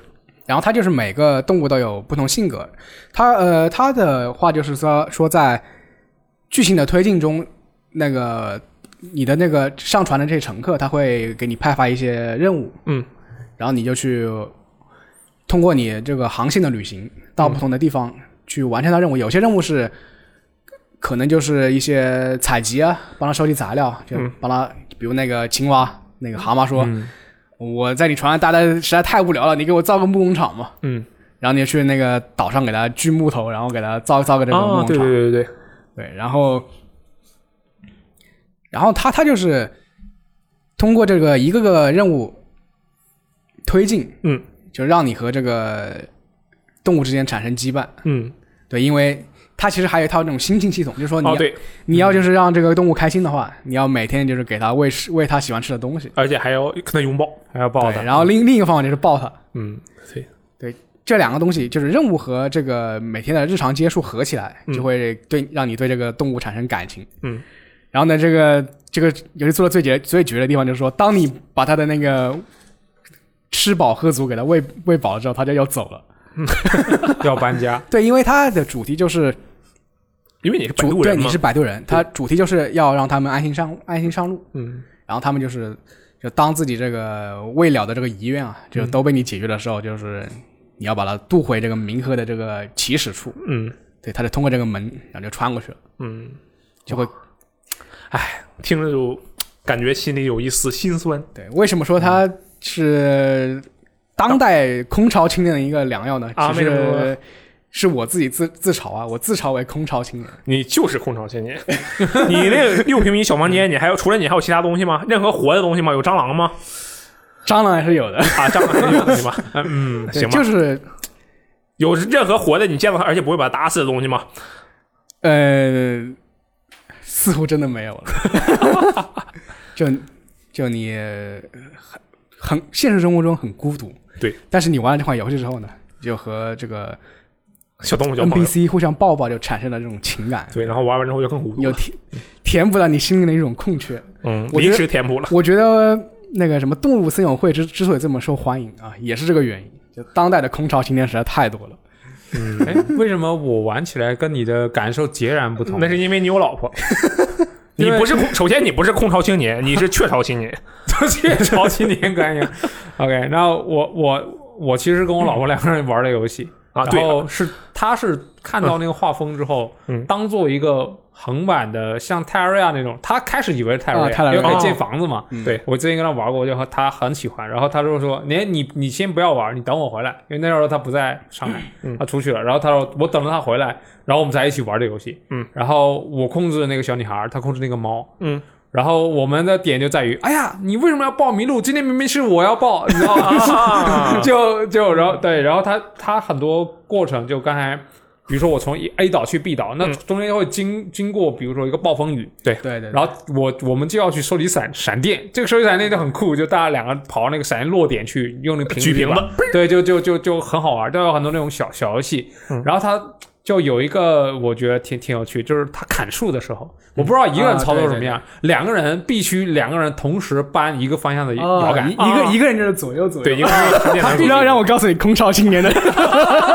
[SPEAKER 2] 然后它就是每个动物都有不同性格，它呃它的话就是说说在剧情的推进中，那个你的那个上船的这些乘客，他会给你派发一些任务，
[SPEAKER 1] 嗯，
[SPEAKER 2] 然后你就去通过你这个航线的旅行到不同的地方去完成它任务，有些任务是。可能就是一些采集啊，帮他收集材料，
[SPEAKER 1] 嗯
[SPEAKER 2] 就帮他，比如那个青蛙，那个蛤蟆说：“我在你船上待的实在太无聊了，你给我造个木工厂嘛。”
[SPEAKER 1] 嗯，
[SPEAKER 2] 然后你就去那个岛上给他锯木头，然后给他造造个这个木工
[SPEAKER 1] 啊，
[SPEAKER 2] 厂。
[SPEAKER 1] 对对对对对，
[SPEAKER 2] 对然后，然后他他就是通过这个一个个任务推进，
[SPEAKER 1] 嗯，
[SPEAKER 2] 就让你和这个动物之间产生羁绊。
[SPEAKER 1] 嗯，
[SPEAKER 2] 对，因为它其实还有一套那种心情系统，就是说你要、
[SPEAKER 1] 哦对，
[SPEAKER 2] 你要就是让这个动物开心的话，你要每天就是给它喂食喂它喜欢吃的东西。
[SPEAKER 1] 而且还要跟它拥抱。
[SPEAKER 3] 还要抱
[SPEAKER 2] 对
[SPEAKER 3] 它，
[SPEAKER 2] 然后另另一个方法就是抱它。
[SPEAKER 1] 嗯，对，
[SPEAKER 2] 这两个东西就是任务和这个每天的日常接触合起来，
[SPEAKER 1] 嗯
[SPEAKER 2] 就会对让你对这个动物产生感情。
[SPEAKER 1] 嗯，
[SPEAKER 2] 然后呢，这个这个游戏做的最绝最绝的地方就是说，当你把它的那个吃饱喝足给它喂喂饱了之后，它就要走了。
[SPEAKER 3] 要搬家，
[SPEAKER 2] 对，因为它的主题就是
[SPEAKER 1] 因为你是摆
[SPEAKER 2] 主
[SPEAKER 1] 渡
[SPEAKER 2] 对
[SPEAKER 1] 人
[SPEAKER 2] 你
[SPEAKER 1] 嘛
[SPEAKER 2] 是。摆渡人，它主题就是要让他们安心上安心上路，
[SPEAKER 1] 嗯，
[SPEAKER 2] 然后他们就是就当自己这个未了的这个遗愿啊，就都被你解决的时候，就是你要把它渡回这个冥河的这个起始处。
[SPEAKER 1] 嗯
[SPEAKER 2] 对，他就通过这个门，然后就穿过去了，
[SPEAKER 1] 嗯，
[SPEAKER 2] 就会
[SPEAKER 1] 听着就感觉心里有一丝心酸。
[SPEAKER 2] 对。为什么说他
[SPEAKER 1] 嗯
[SPEAKER 2] 是当代空巢青年的一个良药呢？
[SPEAKER 1] 啊
[SPEAKER 2] 其
[SPEAKER 1] 为什么
[SPEAKER 2] 实是我自己自自嘲啊，我自嘲为空巢青年。
[SPEAKER 1] 你就是空巢 青年，你那个六平米小房间，你还有除了你还有其他东西吗？任何活的东西吗？有蟑螂吗？
[SPEAKER 2] 蟑螂还是有的，
[SPEAKER 1] 啊，蟑螂有东西吗？ 嗯，
[SPEAKER 2] 对
[SPEAKER 1] 行吧
[SPEAKER 2] 就。是
[SPEAKER 1] 有任何活的你见到它，而且不会把它打死的东西吗？
[SPEAKER 2] 呃，似乎真的没有了。 就就你呃很很现实生活中很孤独，
[SPEAKER 1] 对。
[SPEAKER 2] 但是你玩了这款游戏之后呢，就和这个
[SPEAKER 1] 小动物交朋友。
[SPEAKER 2] NPC 互相抱抱，就产生了这种情感。
[SPEAKER 1] 对，然后玩完之后就更糊涂
[SPEAKER 2] 有
[SPEAKER 1] 了，
[SPEAKER 2] 填填补了你心里的一种空缺。
[SPEAKER 1] 嗯，
[SPEAKER 2] 我觉
[SPEAKER 1] 临
[SPEAKER 2] 得
[SPEAKER 1] 时填补了。
[SPEAKER 2] 我觉得那个什么动物森友会之之所以这么受欢迎啊，也是这个原因。就当代的空巢青年实在太多了。
[SPEAKER 3] 哎，为什么我玩起来跟你的感受截然不同？
[SPEAKER 1] 那是因为你有老婆，你
[SPEAKER 3] 因为
[SPEAKER 1] 不是空，首先你不是空巢青年，你是雀巢青年。
[SPEAKER 3] 雀巢青年感应。OK，那我我我其实跟我老婆两个人玩的游戏，
[SPEAKER 1] 啊，对
[SPEAKER 3] 然，后是他是看到那个画风之后，
[SPEAKER 1] 嗯
[SPEAKER 3] 当做一个横版的，像泰瑞亚那种，他开始以为是泰瑞
[SPEAKER 2] 啊泰
[SPEAKER 3] 亚，
[SPEAKER 2] 瑞亚
[SPEAKER 3] 因为可以建房子
[SPEAKER 1] 哦
[SPEAKER 3] 嘛。
[SPEAKER 2] 嗯
[SPEAKER 3] 对我之前跟他玩过，就他很喜欢，然后他就说：“你你你先不要玩，你等我回来，因为那时候他不在上海，
[SPEAKER 1] 嗯
[SPEAKER 3] 他出去了。”然后他说：“我等着他回来，然后我们才一起玩这个游戏。”
[SPEAKER 1] 嗯，
[SPEAKER 3] 然后我控制那个小女孩，他控制那个猫，
[SPEAKER 1] 嗯。
[SPEAKER 3] 然后我们的点就在于，哎呀，你为什么要报麋鹿？今天明明是我要报，你知道吗？
[SPEAKER 1] 啊
[SPEAKER 3] 就就然后对，然后他他很多过程，就刚才，比如说我从一 A 岛去 B 岛，那
[SPEAKER 1] 嗯
[SPEAKER 3] 中间会经经过，比如说一个暴风雨，对，
[SPEAKER 2] 对对，
[SPEAKER 3] 然后我我们就要去收集闪闪电，这个收集闪电就很酷，就大家两个跑到那个闪电落点去，用
[SPEAKER 2] 呃
[SPEAKER 3] 那个
[SPEAKER 1] 举
[SPEAKER 3] 平
[SPEAKER 1] 瓶
[SPEAKER 3] 吧
[SPEAKER 1] 子，
[SPEAKER 3] 对，就就就就很好玩，都有很多那种小小游戏。
[SPEAKER 2] 嗯
[SPEAKER 3] 然后他就有一个我觉得挺挺有趣，就是他砍树的时候，我不知道一个人
[SPEAKER 2] 啊
[SPEAKER 3] 操作
[SPEAKER 2] 对
[SPEAKER 3] 什么
[SPEAKER 2] 对
[SPEAKER 3] 样，两个人必须两个人同时搬一个方向的摇杆
[SPEAKER 2] 哦一，一啊个一个人就是左右左右，
[SPEAKER 1] 对，因为很简单
[SPEAKER 2] 不要让我告诉你空巢青年的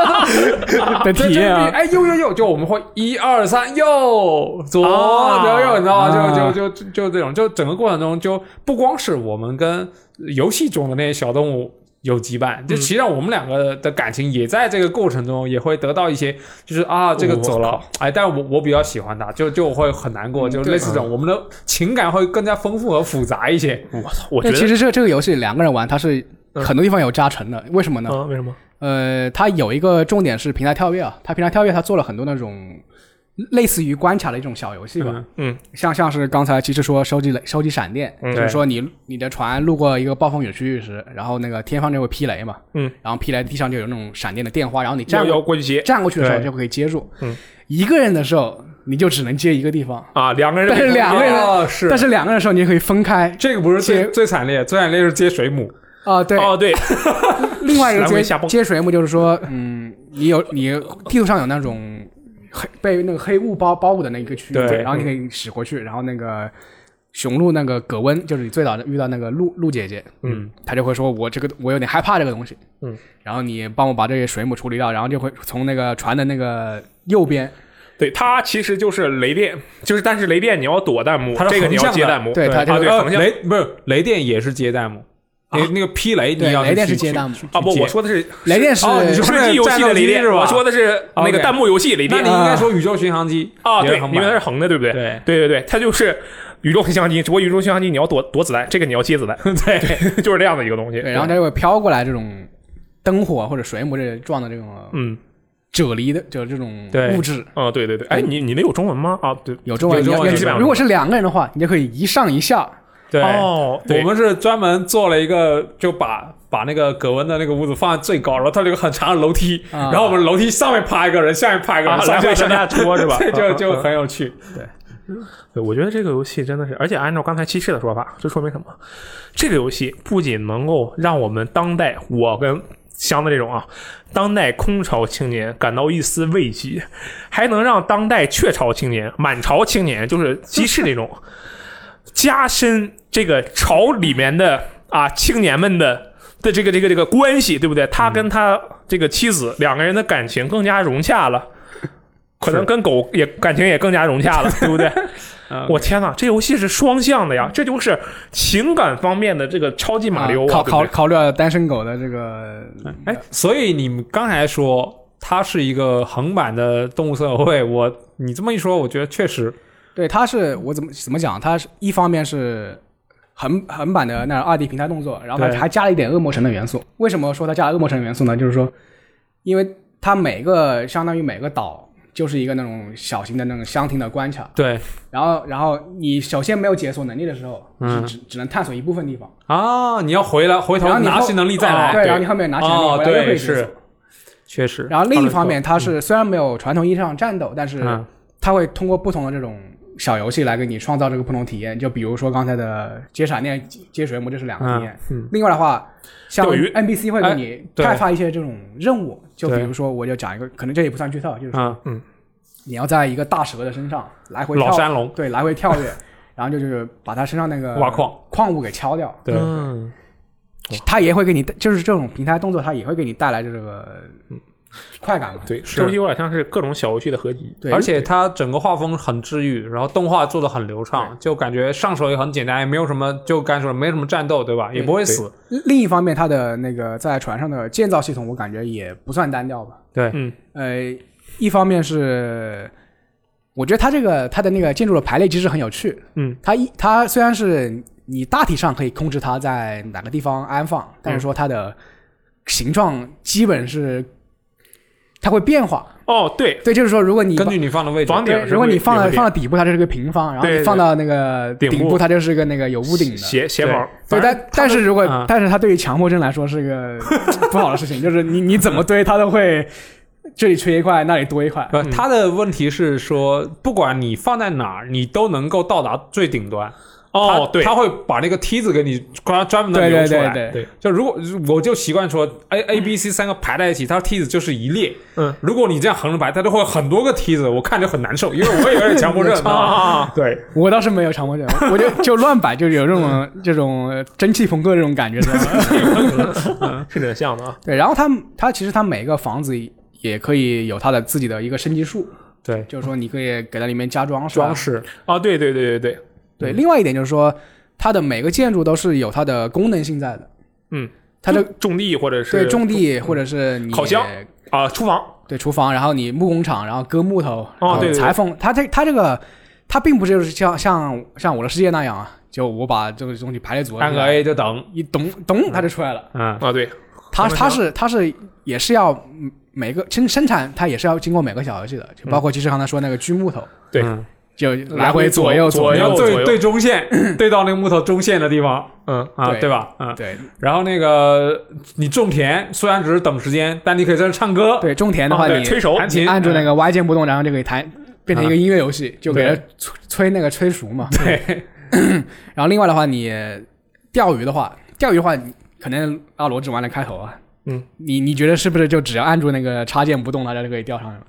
[SPEAKER 2] 的
[SPEAKER 3] 对
[SPEAKER 2] 体
[SPEAKER 3] 就
[SPEAKER 2] 验
[SPEAKER 3] 是你
[SPEAKER 2] 啊！
[SPEAKER 3] 哎呦呦呦，就我们会一二三右左
[SPEAKER 1] 啊
[SPEAKER 3] 左右，你知道吗？就
[SPEAKER 2] 啊
[SPEAKER 3] 就就就这种，就整个过程中，就不光是我们跟游戏中的那些小动物。有羁绊，
[SPEAKER 2] 嗯
[SPEAKER 3] 就其实上我们两个的感情也在这个过程中也会得到一些，就是
[SPEAKER 2] 哦
[SPEAKER 3] 啊，这个
[SPEAKER 1] 我
[SPEAKER 3] 走了
[SPEAKER 1] 靠，
[SPEAKER 3] 哎，但我我比较喜欢他，就就会很难
[SPEAKER 2] 嗯
[SPEAKER 3] 过，就类似这种，我们的情感会更加丰富和复杂一些。
[SPEAKER 1] 我操，我 觉
[SPEAKER 2] 那
[SPEAKER 1] 得
[SPEAKER 2] 其实这个这个游戏两个人玩，它是
[SPEAKER 1] 嗯
[SPEAKER 2] 很多地方有加成的，为什么呢？
[SPEAKER 1] 啊，为什么？
[SPEAKER 2] 呃，它有一个重点是平台跳跃啊，它平台跳跃它做了很多那种类似于关卡的一种小游戏吧，
[SPEAKER 3] 嗯
[SPEAKER 1] 嗯
[SPEAKER 2] 像像是刚才其实说收集雷收集闪电，
[SPEAKER 1] 嗯
[SPEAKER 2] 就是说你你的船路过一个暴风雨区域时，然后那个天上就会劈雷嘛，
[SPEAKER 1] 嗯，
[SPEAKER 2] 然后劈雷地上就有那种闪电的电花，然后你
[SPEAKER 1] 要
[SPEAKER 2] 站
[SPEAKER 1] 要过去 接
[SPEAKER 2] 站过去的时候
[SPEAKER 3] 对
[SPEAKER 2] 就可以接住，
[SPEAKER 1] 嗯，
[SPEAKER 2] 一个人的时候你就只能接一个地方，
[SPEAKER 1] 啊，两个人
[SPEAKER 2] 但是两个人
[SPEAKER 3] 哦是
[SPEAKER 2] 但是两个人的时候你也可以分开
[SPEAKER 3] 这个不是最
[SPEAKER 2] 接
[SPEAKER 3] 最惨烈，最惨烈是接水母，
[SPEAKER 2] 啊，对，
[SPEAKER 1] 哦，对，
[SPEAKER 2] 另外一个
[SPEAKER 1] 来回
[SPEAKER 2] 接
[SPEAKER 1] 下蹦
[SPEAKER 2] 接水幕就是说，嗯，你有你地图上有那种黑被那个黑雾包包裹的那个区域，
[SPEAKER 3] 对
[SPEAKER 2] 然后你可以驶过去，然后那个雄鹿那个葛温，就是你最早遇到那个鹿鹿姐姐，
[SPEAKER 3] 嗯，
[SPEAKER 2] 她就会说我这个我有点害怕这个东西，
[SPEAKER 1] 嗯，
[SPEAKER 2] 然后你帮我把这些水母处理掉，然后就会从那个船的那个右边，
[SPEAKER 1] 对，它其实就是雷电，就是但是雷电你要躲弹幕，
[SPEAKER 3] 它是
[SPEAKER 1] 这个你要
[SPEAKER 3] 横向
[SPEAKER 1] 接
[SPEAKER 3] 的
[SPEAKER 1] 弹幕，
[SPEAKER 2] 对它
[SPEAKER 1] 啊
[SPEAKER 2] 就
[SPEAKER 1] 对
[SPEAKER 3] 呃
[SPEAKER 1] 横向
[SPEAKER 3] 雷不是雷电也是接弹幕，那那个劈雷你
[SPEAKER 2] 对
[SPEAKER 3] 要，
[SPEAKER 2] 雷电
[SPEAKER 3] 去
[SPEAKER 2] 是接弹幕，
[SPEAKER 1] 啊不，
[SPEAKER 3] 去接
[SPEAKER 1] 我说的是
[SPEAKER 2] 雷电是
[SPEAKER 3] 哦你是
[SPEAKER 1] 是机游戏的雷
[SPEAKER 3] 战斗机
[SPEAKER 1] 电，
[SPEAKER 3] 是吧
[SPEAKER 1] 我说的是那个
[SPEAKER 3] OK
[SPEAKER 1] 弹幕游戏雷
[SPEAKER 3] 那
[SPEAKER 1] 电
[SPEAKER 3] 你应该说宇宙巡航机
[SPEAKER 1] 啊，
[SPEAKER 3] 也
[SPEAKER 1] 对
[SPEAKER 3] 是，横
[SPEAKER 1] 因为它是
[SPEAKER 3] 版，
[SPEAKER 1] 横的，对不对？
[SPEAKER 3] 对
[SPEAKER 1] 对对对，它就是宇宙飞翔机，只不过宇宙飞翔机你要躲躲子弹，这个你要接子弹，对， 就是这样的一个东西。
[SPEAKER 2] 对，然后它就会飘过来这种灯火或者水母这撞的这种
[SPEAKER 1] 嗯
[SPEAKER 2] 啫喱的，就是这种
[SPEAKER 3] 对
[SPEAKER 2] 物质。
[SPEAKER 1] 啊，对对对，哎，你你那有中文吗？啊，对，
[SPEAKER 2] 有中文，
[SPEAKER 3] 有中文
[SPEAKER 2] 你
[SPEAKER 3] 有
[SPEAKER 2] 要
[SPEAKER 3] 中文
[SPEAKER 2] 如果是两个人的话，你就可以一上一下。
[SPEAKER 3] 对。
[SPEAKER 1] 哦，
[SPEAKER 3] 我
[SPEAKER 1] 对，
[SPEAKER 3] 们是专门做了一个，就把把那个葛温的那个屋子放在最高，然后它有一个很长的楼梯，
[SPEAKER 2] 啊
[SPEAKER 3] 然后我们楼梯上面趴一个人，下面趴一个人，
[SPEAKER 1] 啊来回上下拖是吧
[SPEAKER 3] 对 就就
[SPEAKER 1] 啊啊啊
[SPEAKER 3] 很有趣。
[SPEAKER 1] 对，我觉得这个游戏真的是，而且按照刚才七七的说法，这说明什么？这个游戏不仅能够让我们当代我跟箱子这种啊，当代空巢青年感到一丝慰藉，还能让当代雀巢青年、满巢青年，就是鸡翅这种， 加深这个巢里面的啊青年们的的这个这个这个关系，对不对？他跟他这个妻子两个人的感情更加融洽了。可能跟狗也感情也更加融 洽了，对不对？
[SPEAKER 3] 嗯
[SPEAKER 1] 我天哪，这游戏是双向的呀！这就是情感方面的这个超级马里奥、
[SPEAKER 2] 啊
[SPEAKER 1] 啊，
[SPEAKER 2] 考
[SPEAKER 1] 对不
[SPEAKER 2] 考
[SPEAKER 1] 对
[SPEAKER 2] 考虑到单身狗的这个，
[SPEAKER 3] 哎，所以你们刚才说它是一个横版的动物森友会，我你这么一说，我觉得确实
[SPEAKER 2] 对，它是我怎么怎么讲？它是一方面是横横版的那二 D 平台动作，然后它
[SPEAKER 3] 对
[SPEAKER 2] 还加了一点恶魔城的元素。为什么说它加了恶魔城元素呢？就是说，因为它每个相当于每个岛就是一个那种小型的那种箱庭的关卡，
[SPEAKER 3] 对
[SPEAKER 2] 然后然后你首先没有解锁能力的时候，
[SPEAKER 3] 嗯
[SPEAKER 2] 只只只能探索一部分地方，
[SPEAKER 3] 啊，你要回来回头
[SPEAKER 2] 然后你
[SPEAKER 3] 拿
[SPEAKER 2] 后啊
[SPEAKER 3] 起能力再来，
[SPEAKER 2] 对，然后你后面拿起能力
[SPEAKER 3] 哦
[SPEAKER 2] 回来又可
[SPEAKER 3] 对
[SPEAKER 2] 以解锁
[SPEAKER 3] 是。确实。
[SPEAKER 2] 然后另一方
[SPEAKER 3] 面。
[SPEAKER 2] 面，它是虽然没有传统意义上战斗，但是
[SPEAKER 3] 嗯
[SPEAKER 2] 它会通过不同的这种小游戏来给你创造这个不同体验。就比如说刚才的接闪电、接接水幕，这是两个体验。另外的话，像
[SPEAKER 1] 钓鱼
[SPEAKER 2] NPC 会
[SPEAKER 3] 嗯哎
[SPEAKER 2] 给你
[SPEAKER 3] 对
[SPEAKER 2] 派发一些这种任务，就比
[SPEAKER 3] 对
[SPEAKER 2] 如说我就讲一个，可能这也不算剧透，就是说
[SPEAKER 3] 啊，
[SPEAKER 1] 嗯
[SPEAKER 2] 你要在一个大蛇的身上来回
[SPEAKER 3] 老
[SPEAKER 2] 跳，
[SPEAKER 3] 山龙，
[SPEAKER 2] 对，来回跳跃，然后就是把它身上那个
[SPEAKER 3] 挖矿
[SPEAKER 2] 矿物给敲掉。
[SPEAKER 3] 对，
[SPEAKER 1] 嗯，
[SPEAKER 2] 它也会给你，就是这种平台动作，它也会给你带来这个快感嘛。
[SPEAKER 1] 对，
[SPEAKER 3] 是
[SPEAKER 1] 这游戏有点像是各种小游戏的合集。
[SPEAKER 2] 对，
[SPEAKER 3] 而且它整个画风很治愈，然后动画做的很流畅，就感觉上手也很简单，也没有什么就干什么，没什么战斗，对吧？也不会死。
[SPEAKER 2] 另一方面，它的那个在船上的建造系统，我感觉也不算单调吧。
[SPEAKER 3] 对，
[SPEAKER 1] 嗯，
[SPEAKER 2] 呃，一方面是，我觉得它这个它的那个建筑的排列机制很有趣。
[SPEAKER 1] 嗯，
[SPEAKER 2] 它一它虽然是你大体上可以控制它在哪个地方安放，但
[SPEAKER 1] 嗯
[SPEAKER 2] 是说它的形状基本是它会变化。
[SPEAKER 1] 哦，对，
[SPEAKER 2] 对，就是说，如果你
[SPEAKER 3] 根据你放的位置，
[SPEAKER 1] 房顶
[SPEAKER 2] 对
[SPEAKER 1] 是
[SPEAKER 2] 如果
[SPEAKER 1] 会
[SPEAKER 2] 你放
[SPEAKER 1] 有
[SPEAKER 2] 到
[SPEAKER 1] 点
[SPEAKER 2] 放到底部，它就是个平方；然后
[SPEAKER 1] 对
[SPEAKER 2] 你
[SPEAKER 1] 对
[SPEAKER 2] 放到那个
[SPEAKER 1] 顶部
[SPEAKER 2] 部，它就是个那个有屋顶的。
[SPEAKER 1] 斜斜毛，
[SPEAKER 2] 嗯对，
[SPEAKER 3] 反正
[SPEAKER 2] 但但是如果、
[SPEAKER 3] 嗯
[SPEAKER 2] 但是它对于强迫症来说是个不好的事情，就是你你怎么堆它都会这里缺一块，那里多一块。
[SPEAKER 1] 嗯
[SPEAKER 3] 呃，它的问题是说，不管你放在哪儿，你都能够到达最顶端。
[SPEAKER 1] 哦
[SPEAKER 3] 它，
[SPEAKER 1] 对，
[SPEAKER 3] 它会把那个梯子给你专专门的
[SPEAKER 2] 对
[SPEAKER 3] 留
[SPEAKER 2] 对
[SPEAKER 3] 出来。
[SPEAKER 2] 对对
[SPEAKER 3] 就如果我就习惯说 A A B C 三个排在一起，它梯子就是一列。
[SPEAKER 1] 嗯，
[SPEAKER 3] 如果你这样横着排，它就会有很多个梯子，我看着很难受，因为我也有点强迫症
[SPEAKER 2] 你的
[SPEAKER 3] 啊。
[SPEAKER 1] 啊，对，
[SPEAKER 2] 我倒是没有强迫症，我就就乱摆，就有这种这种蒸汽朋克这种感觉。知道吗嗯
[SPEAKER 1] 是挺像的啊。
[SPEAKER 2] 对，然后它它其实它每个房子也可以有它的自己的一个升级数，
[SPEAKER 3] 对，
[SPEAKER 2] 就是说你可以给它里面加装饰啊
[SPEAKER 3] 装饰
[SPEAKER 1] 啊，对对对对对，
[SPEAKER 2] 对，另外一点就是说，它的每个建筑都是有它的功能性在的。
[SPEAKER 1] 嗯，
[SPEAKER 2] 它的
[SPEAKER 1] 种地或者是
[SPEAKER 2] 对种地或者是你
[SPEAKER 1] 烤箱啊，厨房
[SPEAKER 2] 对厨房，然后你木工厂，然后割木头，然后
[SPEAKER 1] 哦对对对
[SPEAKER 2] 裁缝，它这它这个它并不是就是像像像我的世界那样啊，就我把这个东西排列组合
[SPEAKER 3] 按
[SPEAKER 2] 出
[SPEAKER 3] 个
[SPEAKER 2] 来，
[SPEAKER 3] A 就等，
[SPEAKER 2] 一咚咚它就出来了。
[SPEAKER 3] 嗯，
[SPEAKER 1] 啊，对，他
[SPEAKER 2] 它
[SPEAKER 1] 们
[SPEAKER 2] 它
[SPEAKER 1] 想
[SPEAKER 2] 是它是也是要嗯每个生生产，它也是要经过每个小游戏的，就包括其实刚才说那个锯木头，
[SPEAKER 1] 对
[SPEAKER 3] 嗯
[SPEAKER 2] 就来
[SPEAKER 1] 嗯回
[SPEAKER 2] 回
[SPEAKER 1] 左
[SPEAKER 2] 左右
[SPEAKER 1] 左
[SPEAKER 3] 你
[SPEAKER 1] 右
[SPEAKER 3] 要
[SPEAKER 1] 左
[SPEAKER 3] 对
[SPEAKER 1] 右
[SPEAKER 3] 对中线，对到那个木头中线的地方
[SPEAKER 1] 嗯，
[SPEAKER 3] 啊，
[SPEAKER 2] 对
[SPEAKER 3] 对吧？嗯，
[SPEAKER 2] 对
[SPEAKER 3] 然后那个你种田虽然只是等时间，但你可以在这唱歌、
[SPEAKER 2] 对，种田的
[SPEAKER 1] 啊
[SPEAKER 2] 话
[SPEAKER 1] 对
[SPEAKER 2] 你
[SPEAKER 1] 吹手
[SPEAKER 3] 弹琴，
[SPEAKER 2] 按住那
[SPEAKER 3] 嗯
[SPEAKER 2] 个 Y 键不动，然后就可以弹，变成一个音乐游戏，就给它吹吹那个吹熟嘛。
[SPEAKER 3] 对，
[SPEAKER 2] 然后另外的话，你钓鱼的话，钓鱼的话，你可能阿罗只玩了开头啊。
[SPEAKER 1] 嗯，
[SPEAKER 2] 你你觉得是不是就只要按住那个插件不动，大家就可以钓上来了？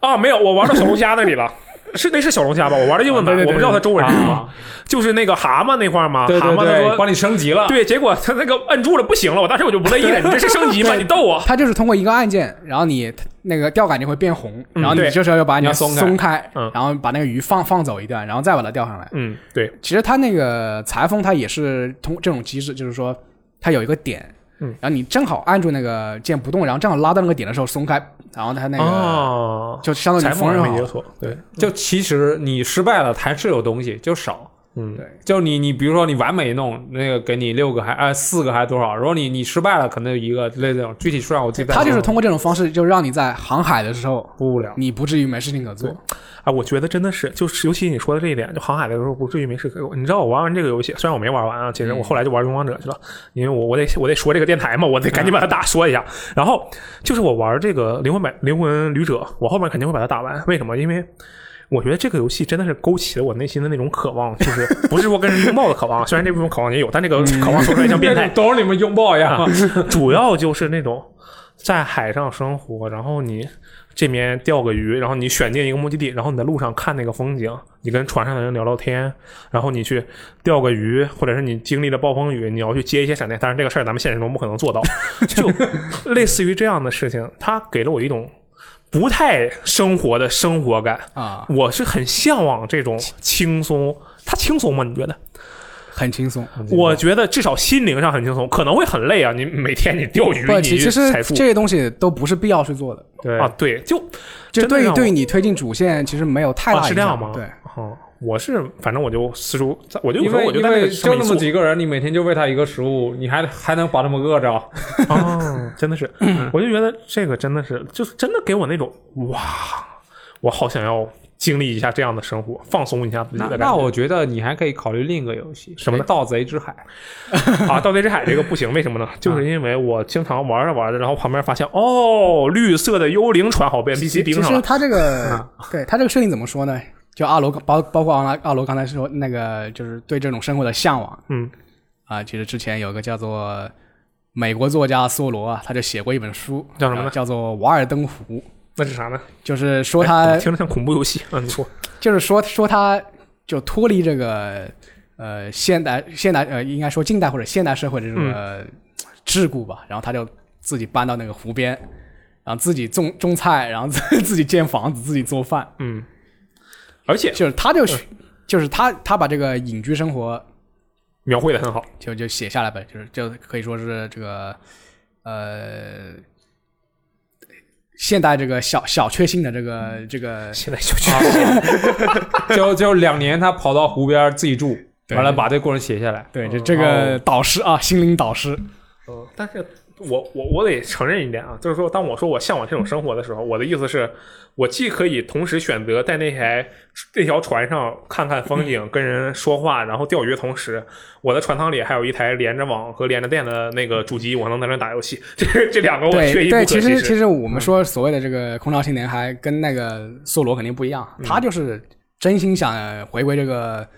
[SPEAKER 1] 啊，没有，我玩到小龙虾那里 了。是那是小龙虾吧？我玩的英文版，
[SPEAKER 2] 啊对对对
[SPEAKER 1] 我不知道它中文是什么
[SPEAKER 3] 啊，
[SPEAKER 1] 就是那个蛤蟆那块儿嘛，
[SPEAKER 3] 对
[SPEAKER 1] 蛤
[SPEAKER 3] 对
[SPEAKER 1] 蟆他
[SPEAKER 3] 对，
[SPEAKER 1] 说
[SPEAKER 3] 帮你升级了，
[SPEAKER 1] 对，结果他那个摁住了不行了，我当时我就不乐 意了，你这是升级吗？你逗我
[SPEAKER 2] 它就是通过一个按键，然后你那个钓竿就会变红，
[SPEAKER 1] 嗯
[SPEAKER 2] 然后你
[SPEAKER 1] 对
[SPEAKER 2] 这时候要把
[SPEAKER 3] 你
[SPEAKER 2] 你
[SPEAKER 3] 要松开
[SPEAKER 2] 松开
[SPEAKER 1] 嗯，
[SPEAKER 2] 然后把那个鱼放放走一段，然后再把它钓上来。
[SPEAKER 1] 嗯，对，
[SPEAKER 2] 其实它那个裁缝它也是通这种机制，就是说它有一个点，
[SPEAKER 1] 嗯，
[SPEAKER 2] 然后你正好按住那个键不动，然后正好拉到那个点的时候松开，然后它那个、
[SPEAKER 1] 哦，
[SPEAKER 2] 就相当于
[SPEAKER 1] 裁
[SPEAKER 2] 你
[SPEAKER 1] 缝
[SPEAKER 2] 缝纫
[SPEAKER 1] 还没解
[SPEAKER 2] 好。
[SPEAKER 1] 锁，对，
[SPEAKER 3] 就其实你失败了还是有东西，就少。
[SPEAKER 1] 嗯，
[SPEAKER 3] 就你你比如说你完美弄那个给你六个还呃四个还是多少？如果你你失败了，可能有一个类似这种具体数量我记不太
[SPEAKER 2] 它就是
[SPEAKER 3] 清楚
[SPEAKER 2] 通过这种方式，就让你在航海的时候，
[SPEAKER 3] 不无 聊。，
[SPEAKER 2] 你不至于没事情可做。
[SPEAKER 1] 啊，我觉得真的是，就是尤其你说的这一点，就航海的时候不至于没事可干。你知道我玩完这个游戏，虽然我没玩完啊，其实我后来就玩《勇王者》去了，因为我我得我得说这个电台嘛，我得赶紧把它打说一下。然后就是我玩这个《灵魂百灵魂旅者》，我后面肯定会把它打完，为什么？因为。我觉得这个游戏真的是勾起了我内心的那种渴望，就是不是说跟人拥抱的渴望， 虽然这部分渴望也有，但这个渴望说出来像变态
[SPEAKER 3] 都是你们拥抱呀！
[SPEAKER 1] 主要就是那种在海上生活，然后你这边钓个鱼，然后你选定一个目的地，然后你在路上看那个风景，你跟船上的人聊聊天，然后你去钓个鱼，或者是你经历了暴风雨，你要去接一些闪电，当然这个事儿咱们现实中不可能做到，就类似于这样的事情，它给了我一种。不太生活的生活感，
[SPEAKER 2] 啊，
[SPEAKER 1] 我是很向往这种轻松。它轻松吗？你觉得？
[SPEAKER 2] 很轻松。
[SPEAKER 1] 我觉得至少心灵上很轻松，可能会很累啊。你每天你钓鱼，
[SPEAKER 2] 不，
[SPEAKER 1] 你
[SPEAKER 2] 其其实
[SPEAKER 1] 财富
[SPEAKER 2] 这些东西都不是必要去做的，
[SPEAKER 3] 对
[SPEAKER 1] 啊，对，就真
[SPEAKER 2] 就
[SPEAKER 1] 的
[SPEAKER 2] 对于
[SPEAKER 1] 让我
[SPEAKER 2] 对于你推进主线其实没有太
[SPEAKER 1] 啊
[SPEAKER 2] 大
[SPEAKER 1] 是
[SPEAKER 2] 影
[SPEAKER 1] 这样
[SPEAKER 2] 响。
[SPEAKER 1] 吗？
[SPEAKER 2] 对，
[SPEAKER 1] 哦，我是反正我就四处，我就有
[SPEAKER 3] 因
[SPEAKER 1] 时候
[SPEAKER 3] 为
[SPEAKER 1] 我就
[SPEAKER 3] 因
[SPEAKER 1] 在那
[SPEAKER 3] 为
[SPEAKER 1] 个
[SPEAKER 3] 就那么
[SPEAKER 1] 上面
[SPEAKER 3] 几个人，你每天就喂他一个食物，你还还能把他们饿着？
[SPEAKER 1] 坐哦，真的是，我就觉得这个真的是，就是真的给我那种哇，我好想要经历一下这样的生活，放松一下自己
[SPEAKER 3] 那
[SPEAKER 1] 的感
[SPEAKER 3] 那
[SPEAKER 1] 觉
[SPEAKER 3] 我觉得你还可以考虑另一个游戏，
[SPEAKER 1] 什么呢
[SPEAKER 3] 《盗贼之海》。
[SPEAKER 1] 啊。盗贼之海这个不行，为什么呢？就是因为我经常玩着玩着，然后旁边发现哦，绿色的幽灵船好被 NPC
[SPEAKER 2] 其
[SPEAKER 1] 盯上
[SPEAKER 2] 实
[SPEAKER 1] 了，
[SPEAKER 2] 它 这个，对它这个设定怎么说呢？就阿罗包包括阿罗阿罗刚才说那个，就是对这种生活的向往
[SPEAKER 1] 嗯
[SPEAKER 2] 啊。其实之前有个叫做美国作家梭罗啊，他就写过一本书，啊
[SPEAKER 1] 叫什么呢
[SPEAKER 2] 叫做《瓦尔登湖》，
[SPEAKER 1] 那是啥呢？
[SPEAKER 2] 就是说
[SPEAKER 1] 哎
[SPEAKER 2] 他
[SPEAKER 1] 听着像恐怖游戏啊，你说
[SPEAKER 2] 就是说说他就脱离这个呃现代现代呃应该说近代或者现代社会的这种、
[SPEAKER 1] 嗯
[SPEAKER 2] 呃桎梏吧，然后他就自己搬到那个湖边，然后自己种种菜，然后自 自己建房子，自己做饭，
[SPEAKER 1] 嗯，而且
[SPEAKER 2] 就是他就是、就是他他把这个隐居生活
[SPEAKER 1] 描绘的很好，
[SPEAKER 2] 就就写下来呗，就是就可以说是这个呃现代这个小小确幸的这个这个
[SPEAKER 1] 现在就去
[SPEAKER 3] 就就两年他跑到湖边儿自己住，
[SPEAKER 2] 对
[SPEAKER 3] 完了把这过程写下来。
[SPEAKER 2] 对这这个导师啊，心灵导师，
[SPEAKER 1] 嗯，但是我我我得承认一点啊，就是说，当我说我向往这种生活的时候，我的意思是，我既可以同时选择在那台那条船上看看风 景、跟人说话，然后钓鱼，的同时我的船舱里还有一台连着网和连着电的那个主机，我能在那打游戏。 这这两个我缺
[SPEAKER 2] 对
[SPEAKER 1] 一不
[SPEAKER 2] 对，
[SPEAKER 1] 可。
[SPEAKER 2] 其
[SPEAKER 1] 实
[SPEAKER 2] 实其实我们说所谓的这个空巢青年，还跟那个梭罗肯定不一样，他就是真心想回归这个，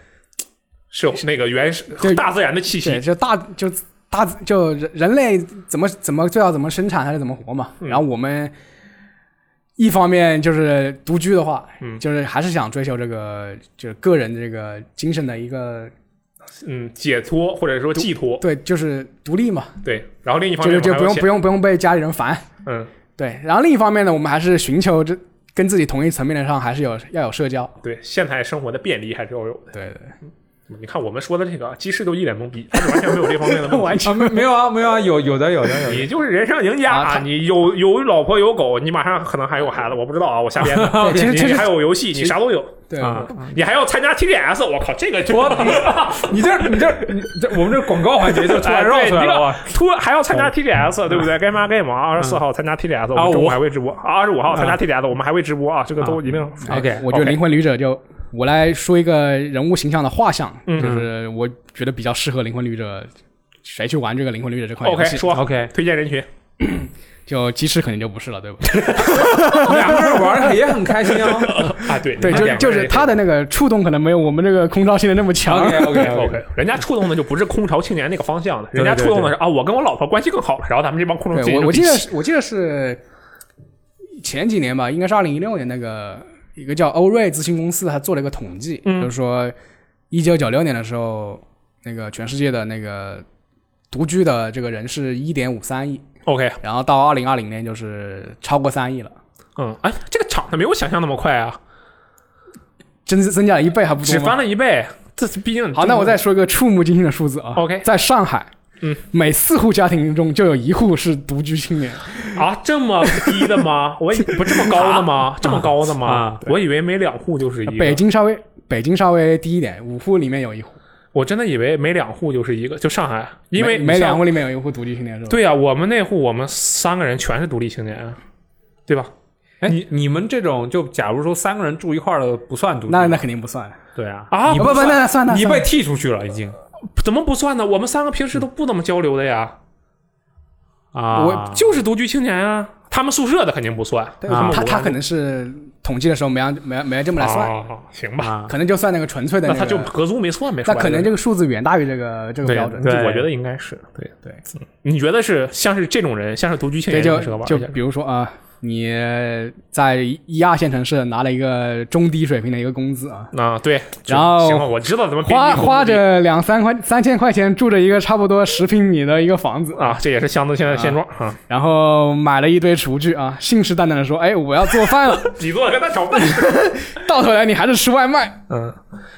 [SPEAKER 1] 是有那个原始
[SPEAKER 2] 对
[SPEAKER 1] 大自然的气
[SPEAKER 2] 对，
[SPEAKER 1] 息。
[SPEAKER 2] 就大就大就人人类怎么怎么最好怎么生产还是怎么活嘛。
[SPEAKER 1] 嗯
[SPEAKER 2] 然后我们一方面就是独居的话，
[SPEAKER 1] 嗯
[SPEAKER 2] 就是还是想追求这个就是个人的这个精神的一个
[SPEAKER 1] 嗯，解脱或者说寄托，
[SPEAKER 2] 对，就是独立嘛，
[SPEAKER 1] 对。然后另一方
[SPEAKER 2] 就
[SPEAKER 1] 面
[SPEAKER 2] 是就不用
[SPEAKER 1] 我
[SPEAKER 2] 不用不用被家里人烦，
[SPEAKER 1] 还要写嗯，
[SPEAKER 2] 对。然后另一方面呢，我们还是寻求这跟自己同一层面的上还是有要有社交。
[SPEAKER 1] 对，现代生活的便利还是要有的。
[SPEAKER 2] 对对，
[SPEAKER 1] 你看我们说的这个，鸡翅都一脸懵逼，他是完全没有这方 面的问题。
[SPEAKER 3] 啊，没没有啊，没有啊，有有的有的有的。
[SPEAKER 1] 你就是人生赢家
[SPEAKER 2] 啊他
[SPEAKER 1] 你有有老婆有狗，你马上可能还有孩子，我不知道啊，我瞎编的。
[SPEAKER 2] 对其实
[SPEAKER 1] 你
[SPEAKER 2] 其实
[SPEAKER 1] 还有游戏，你啥都有
[SPEAKER 2] 对，
[SPEAKER 3] 啊
[SPEAKER 1] 你还要参加 TGS，我靠，这个就
[SPEAKER 3] 我 你这你这你这我们这广告环节就突
[SPEAKER 1] 哎
[SPEAKER 3] 然绕出来了哇！
[SPEAKER 1] 突然还要参
[SPEAKER 2] 哦
[SPEAKER 1] 加 TGS，对不
[SPEAKER 2] 啊
[SPEAKER 1] 对？该嘛该嘛，二
[SPEAKER 2] 嗯
[SPEAKER 1] 十四号参加 TGS，我们中午
[SPEAKER 3] 我
[SPEAKER 1] 还会直播，二十五号参加 TGS，我们还会直播啊，这个都一定。
[SPEAKER 2] 哎
[SPEAKER 3] OK，
[SPEAKER 2] 啊我觉得
[SPEAKER 1] OK
[SPEAKER 2] 灵魂旅者就我来说一个人物形象的画像，
[SPEAKER 1] 嗯
[SPEAKER 2] 就是我觉得比较适合灵魂旅者，谁去玩这个灵魂旅者这款游
[SPEAKER 1] OK，
[SPEAKER 2] 戏，
[SPEAKER 1] 说
[SPEAKER 3] OK，
[SPEAKER 1] 推荐人群，
[SPEAKER 2] 就鸡翅肯定就不是了，对吧？
[SPEAKER 3] 两个人玩儿也很开心 啊。
[SPEAKER 1] 啊，对
[SPEAKER 2] 对，就就是他的那个触动可能没有我们这个空巢性的那么强
[SPEAKER 3] OK。OK
[SPEAKER 1] OK，人家触动的就不是空巢青年那个方向的，人家
[SPEAKER 3] 对对对
[SPEAKER 1] 触动的是啊，我跟我老婆关系更好了，然后咱们这帮空巢青
[SPEAKER 2] 对
[SPEAKER 1] 年就
[SPEAKER 2] 我我记
[SPEAKER 1] 一
[SPEAKER 2] 得
[SPEAKER 1] 起
[SPEAKER 2] 是我记得是前几年吧，应该是二零一六年那个一个叫欧瑞咨询公司，他做了一个统计，
[SPEAKER 1] 嗯
[SPEAKER 2] 就是说一九九六年的时候，那个全世界的那个独居的这个人是一点五三亿。
[SPEAKER 1] OK，
[SPEAKER 2] 然后到二零二零年就是超过三亿了，
[SPEAKER 1] 嗯，哎，这个涨的没有想象那么快啊，
[SPEAKER 2] 增增加了一倍还不
[SPEAKER 1] 只
[SPEAKER 2] 多
[SPEAKER 1] 翻
[SPEAKER 2] 吗？
[SPEAKER 1] 了一倍，这是毕竟
[SPEAKER 2] 好，那我再说一个触目惊心的数字啊。
[SPEAKER 1] OK
[SPEAKER 2] 在上海，
[SPEAKER 1] 嗯，
[SPEAKER 2] 每四户家庭中就有一户是独居青年。
[SPEAKER 1] 啊这么低的吗？我以不这么高的吗？这么高的吗？
[SPEAKER 3] 啊
[SPEAKER 1] 我以为每两户就是一个，
[SPEAKER 2] 北京稍微北京稍微低一点，五户里面有一户，
[SPEAKER 1] 我真的以为每两户就是一个，就上海，因为
[SPEAKER 2] 每每两
[SPEAKER 1] 户
[SPEAKER 2] 户里面有一户独居青年是吧？，
[SPEAKER 1] 对呀、我们那户我们三个人全是独立青年啊，对吧？
[SPEAKER 3] 哎，你你们这种就假如说三个人住一块儿的不算独居，
[SPEAKER 2] 那那肯定不算。
[SPEAKER 3] 对啊，
[SPEAKER 1] 啊
[SPEAKER 3] 你
[SPEAKER 2] 不不，
[SPEAKER 3] 算
[SPEAKER 2] 那那算那
[SPEAKER 3] 你
[SPEAKER 2] 算
[SPEAKER 3] 被剔出去了已经
[SPEAKER 1] 怎么不算呢？我们三个平
[SPEAKER 2] 嗯
[SPEAKER 1] 时都不怎么交流的呀，
[SPEAKER 3] 啊！
[SPEAKER 1] 我就是独居青年啊，他们宿舍的肯定不算，
[SPEAKER 2] 对
[SPEAKER 1] 们
[SPEAKER 2] 他
[SPEAKER 1] 我
[SPEAKER 2] 他可能是统计的时候没按没按没按这么来算，
[SPEAKER 1] 啊，行吧，
[SPEAKER 3] 啊，
[SPEAKER 2] 可能就算那个纯粹的
[SPEAKER 1] 那
[SPEAKER 2] 个
[SPEAKER 1] 他就合租没算呗，
[SPEAKER 2] 那
[SPEAKER 1] 说白
[SPEAKER 2] 可
[SPEAKER 1] 了
[SPEAKER 2] 能这个数字远大于这个这个
[SPEAKER 1] 对
[SPEAKER 2] 标准。
[SPEAKER 3] 对
[SPEAKER 1] 我觉得应该是对
[SPEAKER 2] 对
[SPEAKER 1] 嗯你觉得是像是这种人，像是独居青
[SPEAKER 2] 对，
[SPEAKER 1] 年
[SPEAKER 2] 就
[SPEAKER 1] 人适合玩
[SPEAKER 2] 就
[SPEAKER 1] 一下
[SPEAKER 2] 比如说啊，你在一二线城市拿了一个中低水平的一个工资啊，
[SPEAKER 1] 啊，对，就
[SPEAKER 2] 然后
[SPEAKER 1] 行了，我知道怎么比
[SPEAKER 2] 花
[SPEAKER 1] 你恐怖
[SPEAKER 2] 花着两三块三千块钱住着一个差不多十平米的一个房子，
[SPEAKER 1] 啊，这也是箱子现在的现状啊，
[SPEAKER 2] 然后买了一堆厨具啊，信誓旦旦的说，哎，我要做饭了，
[SPEAKER 1] 你做的跟他吵笨，
[SPEAKER 2] 到头来你还是吃外卖
[SPEAKER 1] 嗯，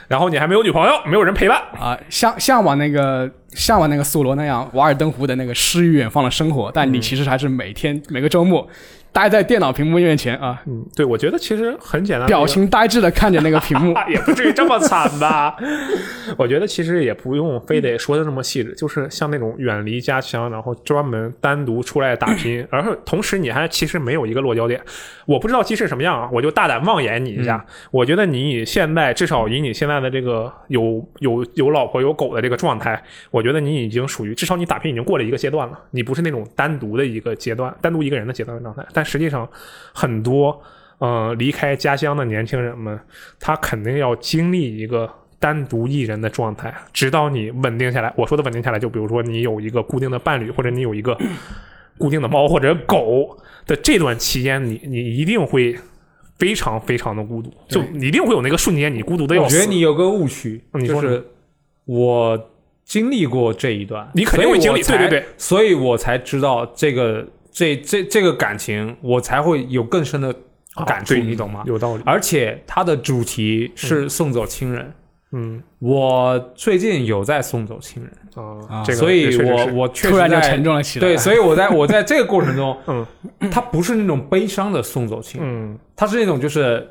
[SPEAKER 1] 然后你还没有女朋友，没有人陪伴，
[SPEAKER 2] 啊，向向往那个向往那个梭罗那样瓦尔登湖的那个诗与远方的生活，但
[SPEAKER 1] 嗯
[SPEAKER 2] 你其实还是每天每个周末待在电脑屏幕面前啊，
[SPEAKER 1] 嗯，对，我觉得其实很简单，
[SPEAKER 2] 表情呆滞的看着那个屏幕，
[SPEAKER 1] 啊，也不至于这么惨吧？ 我觉得其实也不用非得说的那么细致，就是像那种远离家乡，然后专门单独出来打 拼，而后同时你还其实没有一个落脚点。我不知道鸡翅什么样啊，我就大胆妄言你一下。我觉得你以现在至少以你现在的这个有有有老婆有狗的这个状态，我觉得你已经属于至少你打拼已经过了一个阶段了，你不是那种单独的一个阶段，单独一个人的阶段的状态。但实际上很多。呃，离开家乡的年轻人们，他肯定要经历一个单独一人的状态，直到你稳定下来。我说的稳定下来，就比如说你有一个固定的伴侣，或者你有一个固定的猫或者狗的这段期间，你你一定会非常非常的孤独，就你一定会有那个瞬间，你孤独的要
[SPEAKER 3] 我觉
[SPEAKER 1] 死。
[SPEAKER 3] 得你有个误区，
[SPEAKER 1] 哎嗯你
[SPEAKER 3] 就
[SPEAKER 1] 说
[SPEAKER 3] 是我经历过这一段，
[SPEAKER 1] 你肯定会经历
[SPEAKER 3] 所以我才
[SPEAKER 1] 对对对，
[SPEAKER 3] 所以我才知道这个这这这个感情，我才会有更深的感触，
[SPEAKER 1] 啊对
[SPEAKER 3] 你懂吗？
[SPEAKER 1] 有道理，
[SPEAKER 3] 而且它的主题是送走亲人，
[SPEAKER 1] 嗯
[SPEAKER 3] 我最近有在送走亲人，
[SPEAKER 1] 啊
[SPEAKER 2] 啊，
[SPEAKER 1] 这个
[SPEAKER 3] 所 以
[SPEAKER 1] 确实
[SPEAKER 3] 我
[SPEAKER 1] 是
[SPEAKER 3] 我确实
[SPEAKER 2] 突然就
[SPEAKER 3] 在
[SPEAKER 2] 沉重了起来。
[SPEAKER 3] 对，所以我在我在这个过程中，
[SPEAKER 1] 嗯
[SPEAKER 3] 它不是那种悲伤的送走亲人，
[SPEAKER 1] 嗯，
[SPEAKER 3] 它是那种就是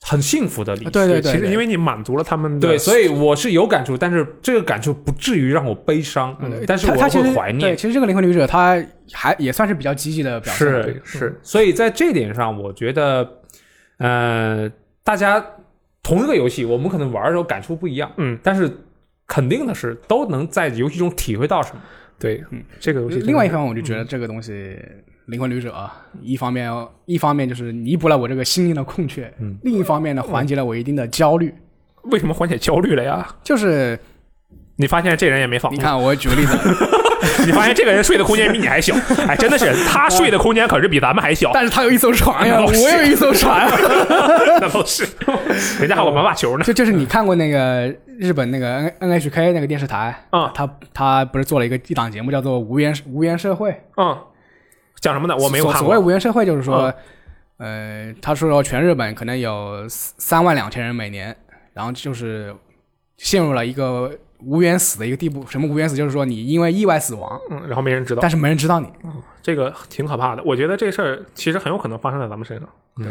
[SPEAKER 3] 很幸福的离
[SPEAKER 2] 啊
[SPEAKER 3] 去。
[SPEAKER 2] 对对对，
[SPEAKER 1] 其实
[SPEAKER 2] 对
[SPEAKER 1] 因为你满足了他们的，
[SPEAKER 3] 对，所以我是有感触，但是这个感触不至于让我悲伤，嗯
[SPEAKER 2] 对
[SPEAKER 3] 但是
[SPEAKER 2] 嗯他
[SPEAKER 3] 我
[SPEAKER 2] 他其实
[SPEAKER 3] 会怀
[SPEAKER 2] 对，
[SPEAKER 3] 念。
[SPEAKER 2] 其实这个灵魂旅者他还也算是比较积极的表现。嗯
[SPEAKER 3] 是
[SPEAKER 1] 对是
[SPEAKER 3] 所以在这点上，我觉得，呃，大家同一个游戏，我们可能玩的时候感触不一样，
[SPEAKER 1] 嗯，
[SPEAKER 3] 但是肯定的是都能在游戏中体会到什么。
[SPEAKER 1] 对，这个游戏真的
[SPEAKER 2] 另外一方面，我就
[SPEAKER 3] 嗯
[SPEAKER 2] 觉得这个东西灵魂旅者啊，一方面一方面就是弥补了我这个心灵的空缺，
[SPEAKER 3] 嗯
[SPEAKER 2] 另一方面呢缓解了我一定的焦虑。
[SPEAKER 1] 为什么缓解焦虑了呀？
[SPEAKER 2] 就是
[SPEAKER 1] 你发现这人也
[SPEAKER 3] 哦
[SPEAKER 1] 没房
[SPEAKER 2] 你
[SPEAKER 1] 子，
[SPEAKER 2] 看，我举个例子，
[SPEAKER 1] 你发现这个人睡的空间比你还小，哎，真的是他睡的空间可是比咱们还小，
[SPEAKER 2] 但是他有一艘 船呀，
[SPEAKER 1] 哦是
[SPEAKER 2] 我有一艘船。啊
[SPEAKER 1] 那都是，人家还有个玩把球呢。
[SPEAKER 2] 就就是你看过那个日本那个 N N H K 那个电视台
[SPEAKER 1] 嗯
[SPEAKER 2] 他他不是做了一个一档节目叫做《无缘无缘社会》。
[SPEAKER 1] 嗯，讲什么呢？我没有
[SPEAKER 2] 所
[SPEAKER 1] 看
[SPEAKER 2] 所谓
[SPEAKER 1] 过。嗯
[SPEAKER 2] 无缘社会，就是说，呃，他说全日本可能有三万两千人每年，然后就是陷入了一个无缘死的一个地步。什么无缘死？就是说你因为意外死亡，
[SPEAKER 1] 嗯，然后没人知道，
[SPEAKER 2] 但是没人知道你。
[SPEAKER 1] 这个挺可怕的。我觉得这事儿其实很有可能发生在咱们身上。
[SPEAKER 2] 对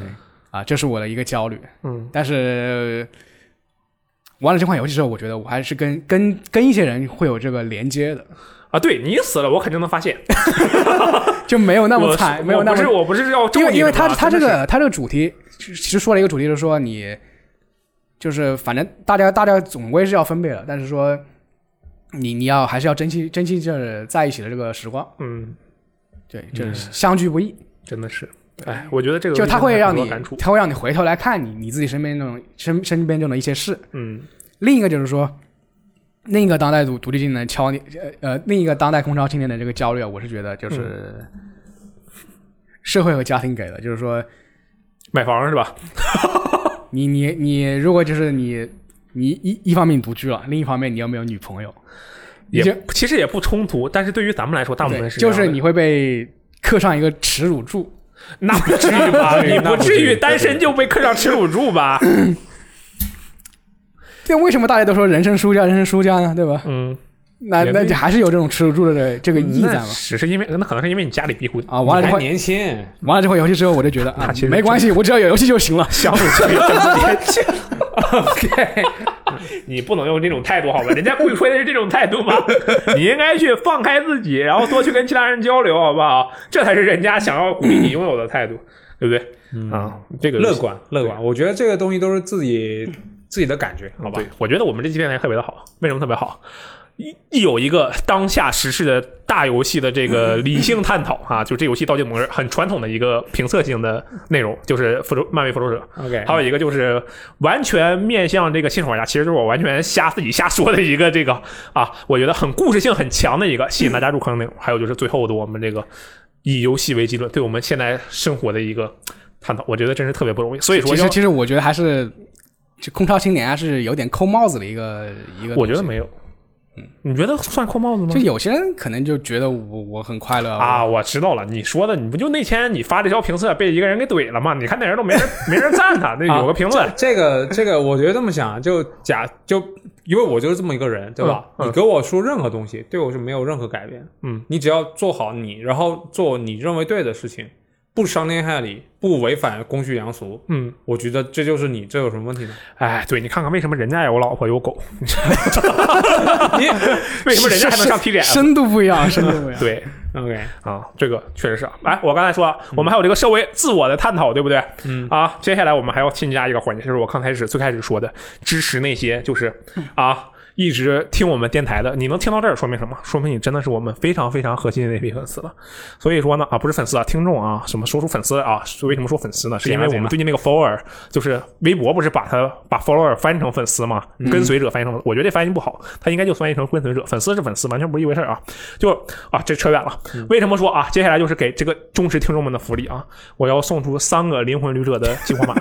[SPEAKER 2] 啊，这是我的一个焦虑。
[SPEAKER 1] 嗯，
[SPEAKER 2] 但是玩了这款游戏之后，我觉得我还是跟跟跟一些人会有这个连接的，
[SPEAKER 1] 啊，对你死了，我肯定能发现。
[SPEAKER 2] 就没有那么
[SPEAKER 1] 我
[SPEAKER 2] 惨，
[SPEAKER 1] 我
[SPEAKER 2] 没有那
[SPEAKER 1] 不
[SPEAKER 2] 么
[SPEAKER 1] 是，我不是要咒
[SPEAKER 2] 因为
[SPEAKER 1] 你
[SPEAKER 2] 因为
[SPEAKER 1] 什么
[SPEAKER 2] 他
[SPEAKER 1] 啊
[SPEAKER 2] 他这
[SPEAKER 1] 真的
[SPEAKER 2] 个他这个主题，其实说了一个主题，就是说你就是反正大家大家总归是要分别的，但是说你你要还是要珍惜珍惜就是在一起的这个时光，
[SPEAKER 1] 是嗯，
[SPEAKER 2] 对，就是相聚不易，
[SPEAKER 1] 真的是，哎，我觉嗯得这个
[SPEAKER 2] 就他会
[SPEAKER 1] 有
[SPEAKER 2] 让你
[SPEAKER 1] 很多感触。
[SPEAKER 2] 他会让你回头来看你你自己身边那种身身边这种的一些事。
[SPEAKER 1] 嗯
[SPEAKER 2] 另一个就是说，另一个当代独独立青年敲你呃呃，另一个当代空巢青年的这个焦虑，啊，我是觉得就是
[SPEAKER 1] 嗯
[SPEAKER 2] 社会和家庭给的，就是说。
[SPEAKER 1] 买房是吧？
[SPEAKER 2] 你你你，如果就是你你一一方面你独居了，另一方面你又没有女朋友，你
[SPEAKER 1] 也
[SPEAKER 2] 就
[SPEAKER 1] 其实也不冲突，但是对于咱们来说，大部分
[SPEAKER 2] 对
[SPEAKER 1] 是这
[SPEAKER 2] 就
[SPEAKER 1] 样的
[SPEAKER 2] 是你会被刻上一个耻辱柱。
[SPEAKER 1] 那不至于 吧？你
[SPEAKER 3] 那
[SPEAKER 1] 不
[SPEAKER 3] 不
[SPEAKER 1] 至
[SPEAKER 3] 至于
[SPEAKER 1] 于单身就被刻上耻辱柱吧？
[SPEAKER 2] 对，为什么大家都说人生输家，人生输家呢？对吧？
[SPEAKER 1] 嗯，
[SPEAKER 2] 那
[SPEAKER 1] 也
[SPEAKER 2] 那
[SPEAKER 1] 对
[SPEAKER 2] 就还是有这种耻辱柱的这这个意义在
[SPEAKER 1] 那
[SPEAKER 2] 嘛？
[SPEAKER 1] 只是因为那可能是因为你家里逼婚
[SPEAKER 2] 啊， 玩了这
[SPEAKER 3] 还
[SPEAKER 2] 款
[SPEAKER 3] 年轻，
[SPEAKER 2] 玩了这款游戏之后，我就觉得啊
[SPEAKER 1] 那其实，
[SPEAKER 2] 没关系，我只要有游戏就 行了。
[SPEAKER 1] 相互催眠 OK，你不能用这种态度好吧？人家跪吹的是这种态度吗？ 你应该去放开自己，然后多去跟其他人交流，好不好？这才是人家想要鼓励你拥有的态度，对不对？啊，这个
[SPEAKER 3] 嗯乐观乐
[SPEAKER 1] 对
[SPEAKER 3] 观，我觉得这个东西都是 自己自己的感觉，好
[SPEAKER 1] 好
[SPEAKER 3] 吧
[SPEAKER 1] 吧？？我觉得我们这期电台特别的好，为什么特别好？一一有一个当下时事的大游戏的这 个理性探讨啊，就这游戏到底怎么回事？很传统的一个评测性的内容，就是复仇漫威复仇者，
[SPEAKER 3] OK，
[SPEAKER 1] 还有一个就是完全面向这个新手玩家，其实就是我完全瞎自己瞎说的一个这个啊，我觉得很故事性很强的一个吸引大家入坑的内容。还有就是最后的我们这个以游戏为基论，对我们现在生活的一个探讨，我觉得真是特别不容易。所以说
[SPEAKER 2] 其
[SPEAKER 1] 要
[SPEAKER 2] 实，其实我觉得还是这空巢青年还是有点扣帽子的一个一个。
[SPEAKER 1] 我觉得。没有，你觉得算扣帽子吗
[SPEAKER 2] 嗯就？有些人可能就觉得我我很快乐
[SPEAKER 1] 啊，，我知道了，你说的，你不就那天你发这条评测被一个人给怼了吗？你看那人都没人没人赞他，
[SPEAKER 2] 啊
[SPEAKER 1] 那有个评论，
[SPEAKER 3] 这个这个，我觉得这么想，就假就因为我就是这么一个人，对吧？
[SPEAKER 1] 嗯嗯
[SPEAKER 3] 你给我说任何东西，对我是没有任何改变。
[SPEAKER 1] 嗯，
[SPEAKER 3] 你只要做好你，然后做你认为对的事情，不伤天害理，不违反公序良俗，
[SPEAKER 1] 嗯，
[SPEAKER 3] 我觉得这就是你，这有什么问题呢？
[SPEAKER 1] 哎，对你看看为什么人家有老婆有狗，
[SPEAKER 3] 你
[SPEAKER 1] 为什么人家还能上啊 TGS？
[SPEAKER 2] 深度不一样，深度不一样。
[SPEAKER 1] 对
[SPEAKER 3] OK，
[SPEAKER 1] 啊，这个确实是。哎，我刚才说啊，我们还有这个社会自我的探讨，对不对？
[SPEAKER 3] 嗯
[SPEAKER 1] 啊，接下来我们还要添加一个环节，就是我刚开始最开始说的，支持那些就是
[SPEAKER 3] 嗯
[SPEAKER 1] 啊。一直听我们电台的，你能听到这儿，说明什么？说明你真的是我们非常非常核心的那批粉丝了。所以说呢，啊，不是粉丝啊，听众啊，什么说出粉丝啊？是为什么说粉丝呢？是因为我
[SPEAKER 3] 行啊
[SPEAKER 1] 们
[SPEAKER 3] 了
[SPEAKER 1] 最近那个 follower，就是微博不是把它把 follower 翻译成粉丝嘛，
[SPEAKER 3] 嗯
[SPEAKER 1] 跟随者翻译成，我觉得这翻译不好，它应该就翻译成跟随者。粉丝是粉丝，完全不是一回事儿啊。就啊，这扯远了。为什么说啊？接下来就是给这个忠实听众们的福利啊，我要送出三个灵魂旅者的激活码。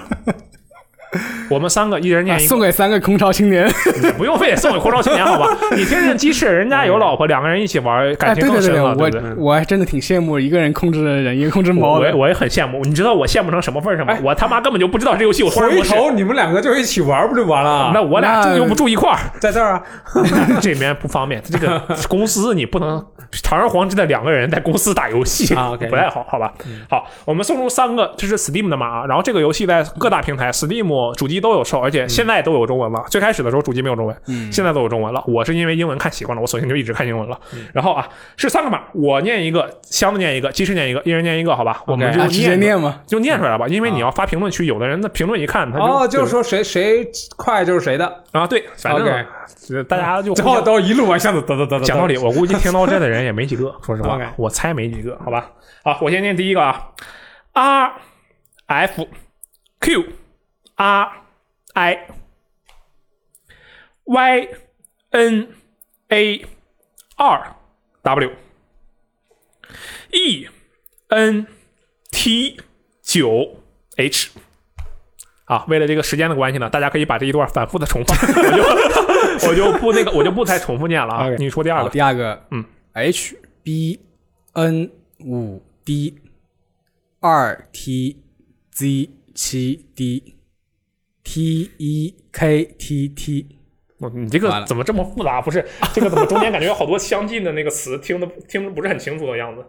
[SPEAKER 1] 我们三个一人念
[SPEAKER 2] 啊
[SPEAKER 1] 一个，
[SPEAKER 2] 送给三个空巢青年。
[SPEAKER 1] 不用非得送给空巢青年，好吧？你听听鸡翅，人家有老婆，两个人一起玩，感
[SPEAKER 2] 哎，
[SPEAKER 1] 情
[SPEAKER 2] 对
[SPEAKER 1] 更
[SPEAKER 2] 对
[SPEAKER 1] 深
[SPEAKER 2] 对，
[SPEAKER 1] 了，对不
[SPEAKER 2] 我我还真的挺羡慕一个人控制人，一个控制猫
[SPEAKER 1] 我也
[SPEAKER 2] 的。
[SPEAKER 1] 我也很羡慕，你知道我羡慕成什么份儿上吗
[SPEAKER 3] 哎？
[SPEAKER 1] 我他妈根本就不知道这游戏有双人
[SPEAKER 3] 回
[SPEAKER 1] 模式，
[SPEAKER 3] 头你们两个就一起玩不就完了？
[SPEAKER 1] 那我俩
[SPEAKER 2] 那
[SPEAKER 1] 住又不住一块儿，
[SPEAKER 3] 在这儿啊，
[SPEAKER 1] 这里面不方便。这 个公司你不能堂而皇之的两个人在公司打游戏
[SPEAKER 3] 啊 ，OK
[SPEAKER 1] 不太好，好吧？好，我们送出三个，这是 Steam 的码，然后这个游戏在各大平台 Steam 主机都有售，
[SPEAKER 3] 嗯
[SPEAKER 1] 而且现在都有中文了。最开始的时候主机没有中文，现在都有中文了。我是因为英文看习惯了，我索性就一直看英文了。
[SPEAKER 3] 嗯
[SPEAKER 1] 然后啊，是三个码，我念一个，箱子念一个，鸡翅念一个，一人念一个，好吧？我们
[SPEAKER 3] OK
[SPEAKER 1] 就
[SPEAKER 2] 啊
[SPEAKER 1] 念
[SPEAKER 2] 直接念
[SPEAKER 1] 着
[SPEAKER 2] 吗？
[SPEAKER 1] 就念出来了吧，因为你要发评论区，有的人的评论一看，他
[SPEAKER 3] 啊哦，
[SPEAKER 1] 就
[SPEAKER 3] 就是说谁谁快就是谁的，
[SPEAKER 1] 啊，对，反正
[SPEAKER 3] OK
[SPEAKER 1] 呃大家就
[SPEAKER 3] 之后都一路往箱子得得得得。
[SPEAKER 1] 讲道理，我估 计听到这的人也没几个，说实话
[SPEAKER 3] 呃 OK，
[SPEAKER 1] 我猜没几个，好吧？好，我先念第一个啊，R F Q R I Y N A R W E N T 九 H。啊，为了这个时间的关系呢，大家可以把这一段反复的 重放，我就我就不那个，我就不太重复念了啊。
[SPEAKER 3] OK
[SPEAKER 1] 你说第二
[SPEAKER 2] 好，
[SPEAKER 1] 个，
[SPEAKER 2] 第二个，
[SPEAKER 1] 嗯
[SPEAKER 2] ，H B N 五 D 二 T Z 七 D T 一 K T T
[SPEAKER 1] 我你这
[SPEAKER 2] 完
[SPEAKER 1] 个
[SPEAKER 2] 了
[SPEAKER 1] 怎么这么复杂？不是这个怎么中间感觉有好多相近的那个词，听的听的不是很清楚的样子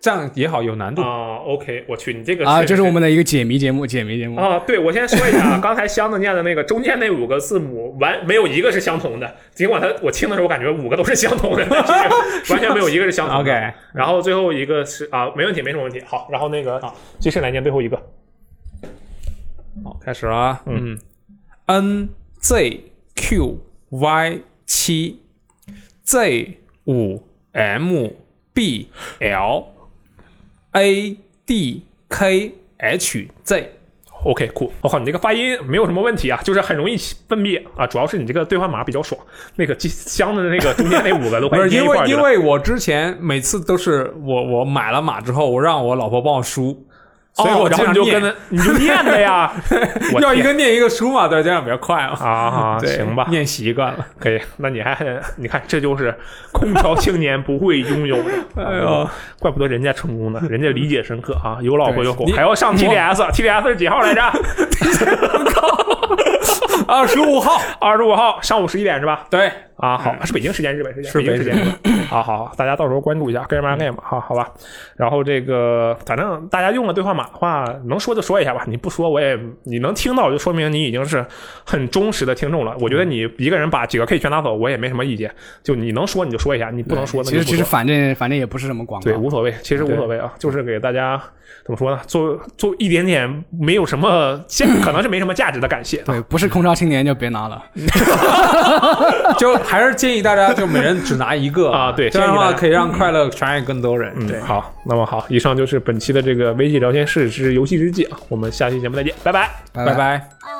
[SPEAKER 3] 这样也好，有难度。
[SPEAKER 1] 啊。OK，我去，你这个
[SPEAKER 2] 啊，
[SPEAKER 1] 确实
[SPEAKER 2] 这是我们的一个解谜节目，解谜节目。
[SPEAKER 1] 啊。对，我先说一下啊，刚才箱子念的那个中间那五个字母完没有一个是相同的，尽管它我听的时候感觉五个都是相同的，但 是完全没有一个是相同的。
[SPEAKER 3] OK，
[SPEAKER 1] 然后最后一个是啊，没问题，没什么问题。好，然后那个继续来念最后一个
[SPEAKER 3] 好，开始了啊。嗯，N Z Q Y 七 Z 五 M B L A D K H Z。
[SPEAKER 1] OK，酷！我哦靠，你这个发音没有什么问题啊，就是很容易分辨啊，主要是你这个兑换码比较爽。那个机箱子的那个中间那五个都
[SPEAKER 3] 不
[SPEAKER 1] 快
[SPEAKER 3] 是
[SPEAKER 1] 粘
[SPEAKER 3] 因
[SPEAKER 1] 一块儿
[SPEAKER 3] 为
[SPEAKER 1] 去
[SPEAKER 3] 因
[SPEAKER 1] 了
[SPEAKER 3] 为我之前每次都是我我买了码之后，我让我老婆帮我输，所以
[SPEAKER 1] 哦
[SPEAKER 3] 我
[SPEAKER 1] 然后你就跟他
[SPEAKER 3] 他，
[SPEAKER 1] 你就念的呀 我
[SPEAKER 3] 要一
[SPEAKER 1] 天
[SPEAKER 3] 个念一个输嘛，对，这样比较快嘛。
[SPEAKER 1] 啊，
[SPEAKER 3] 对
[SPEAKER 1] 行吧，
[SPEAKER 3] 念习惯了。
[SPEAKER 1] 可以。那你还你看，这就是空巢青年不会拥有的， 啊
[SPEAKER 3] 哎呦，
[SPEAKER 1] 怪不得人家成功呢，人家理解深刻啊，有老婆有狗
[SPEAKER 3] 你，
[SPEAKER 1] 还要上 TDS，TDS 是几号 来着？
[SPEAKER 3] 二十 五号，
[SPEAKER 1] 二十五号上午十一点是吧？
[SPEAKER 3] 对，
[SPEAKER 1] 啊，好，是北京时间，日本时间，
[SPEAKER 3] 是
[SPEAKER 1] 北京时
[SPEAKER 3] 北
[SPEAKER 1] 间。啊， 好，好大家到时候关注一下 Game on Game，好好吧。然后这个，反正大家用了兑换码的话，能说就说一下吧，你不说我也，你能听到就说明你已经是很忠实的听众了。我觉得你一个人把几个 K 全拿走，我也没什么意见。就你能说你就说一下，你不能说那
[SPEAKER 2] 其
[SPEAKER 1] 就
[SPEAKER 2] 实
[SPEAKER 1] 不
[SPEAKER 2] 其实
[SPEAKER 1] 说。啊
[SPEAKER 2] 反正反正也不是什么广告
[SPEAKER 1] 对，，无所谓，其实无所谓啊，就是给大家怎么说呢，做做一点点没有什么价，可能是没什么价值的感谢啊。
[SPEAKER 2] 对，不是空巢青年就别拿了。
[SPEAKER 3] 就还是建议大家就每人只拿一个
[SPEAKER 1] 啊对
[SPEAKER 3] 这样
[SPEAKER 1] 建
[SPEAKER 3] 的
[SPEAKER 1] 议
[SPEAKER 3] 话
[SPEAKER 1] 大家
[SPEAKER 3] 可以让快乐传染更多人。
[SPEAKER 1] 嗯，好，那么好，以上就是本期的这个微信聊天室之游戏日记啊，我们下期节目再见，拜拜。
[SPEAKER 2] 拜
[SPEAKER 3] 拜拜。
[SPEAKER 4] I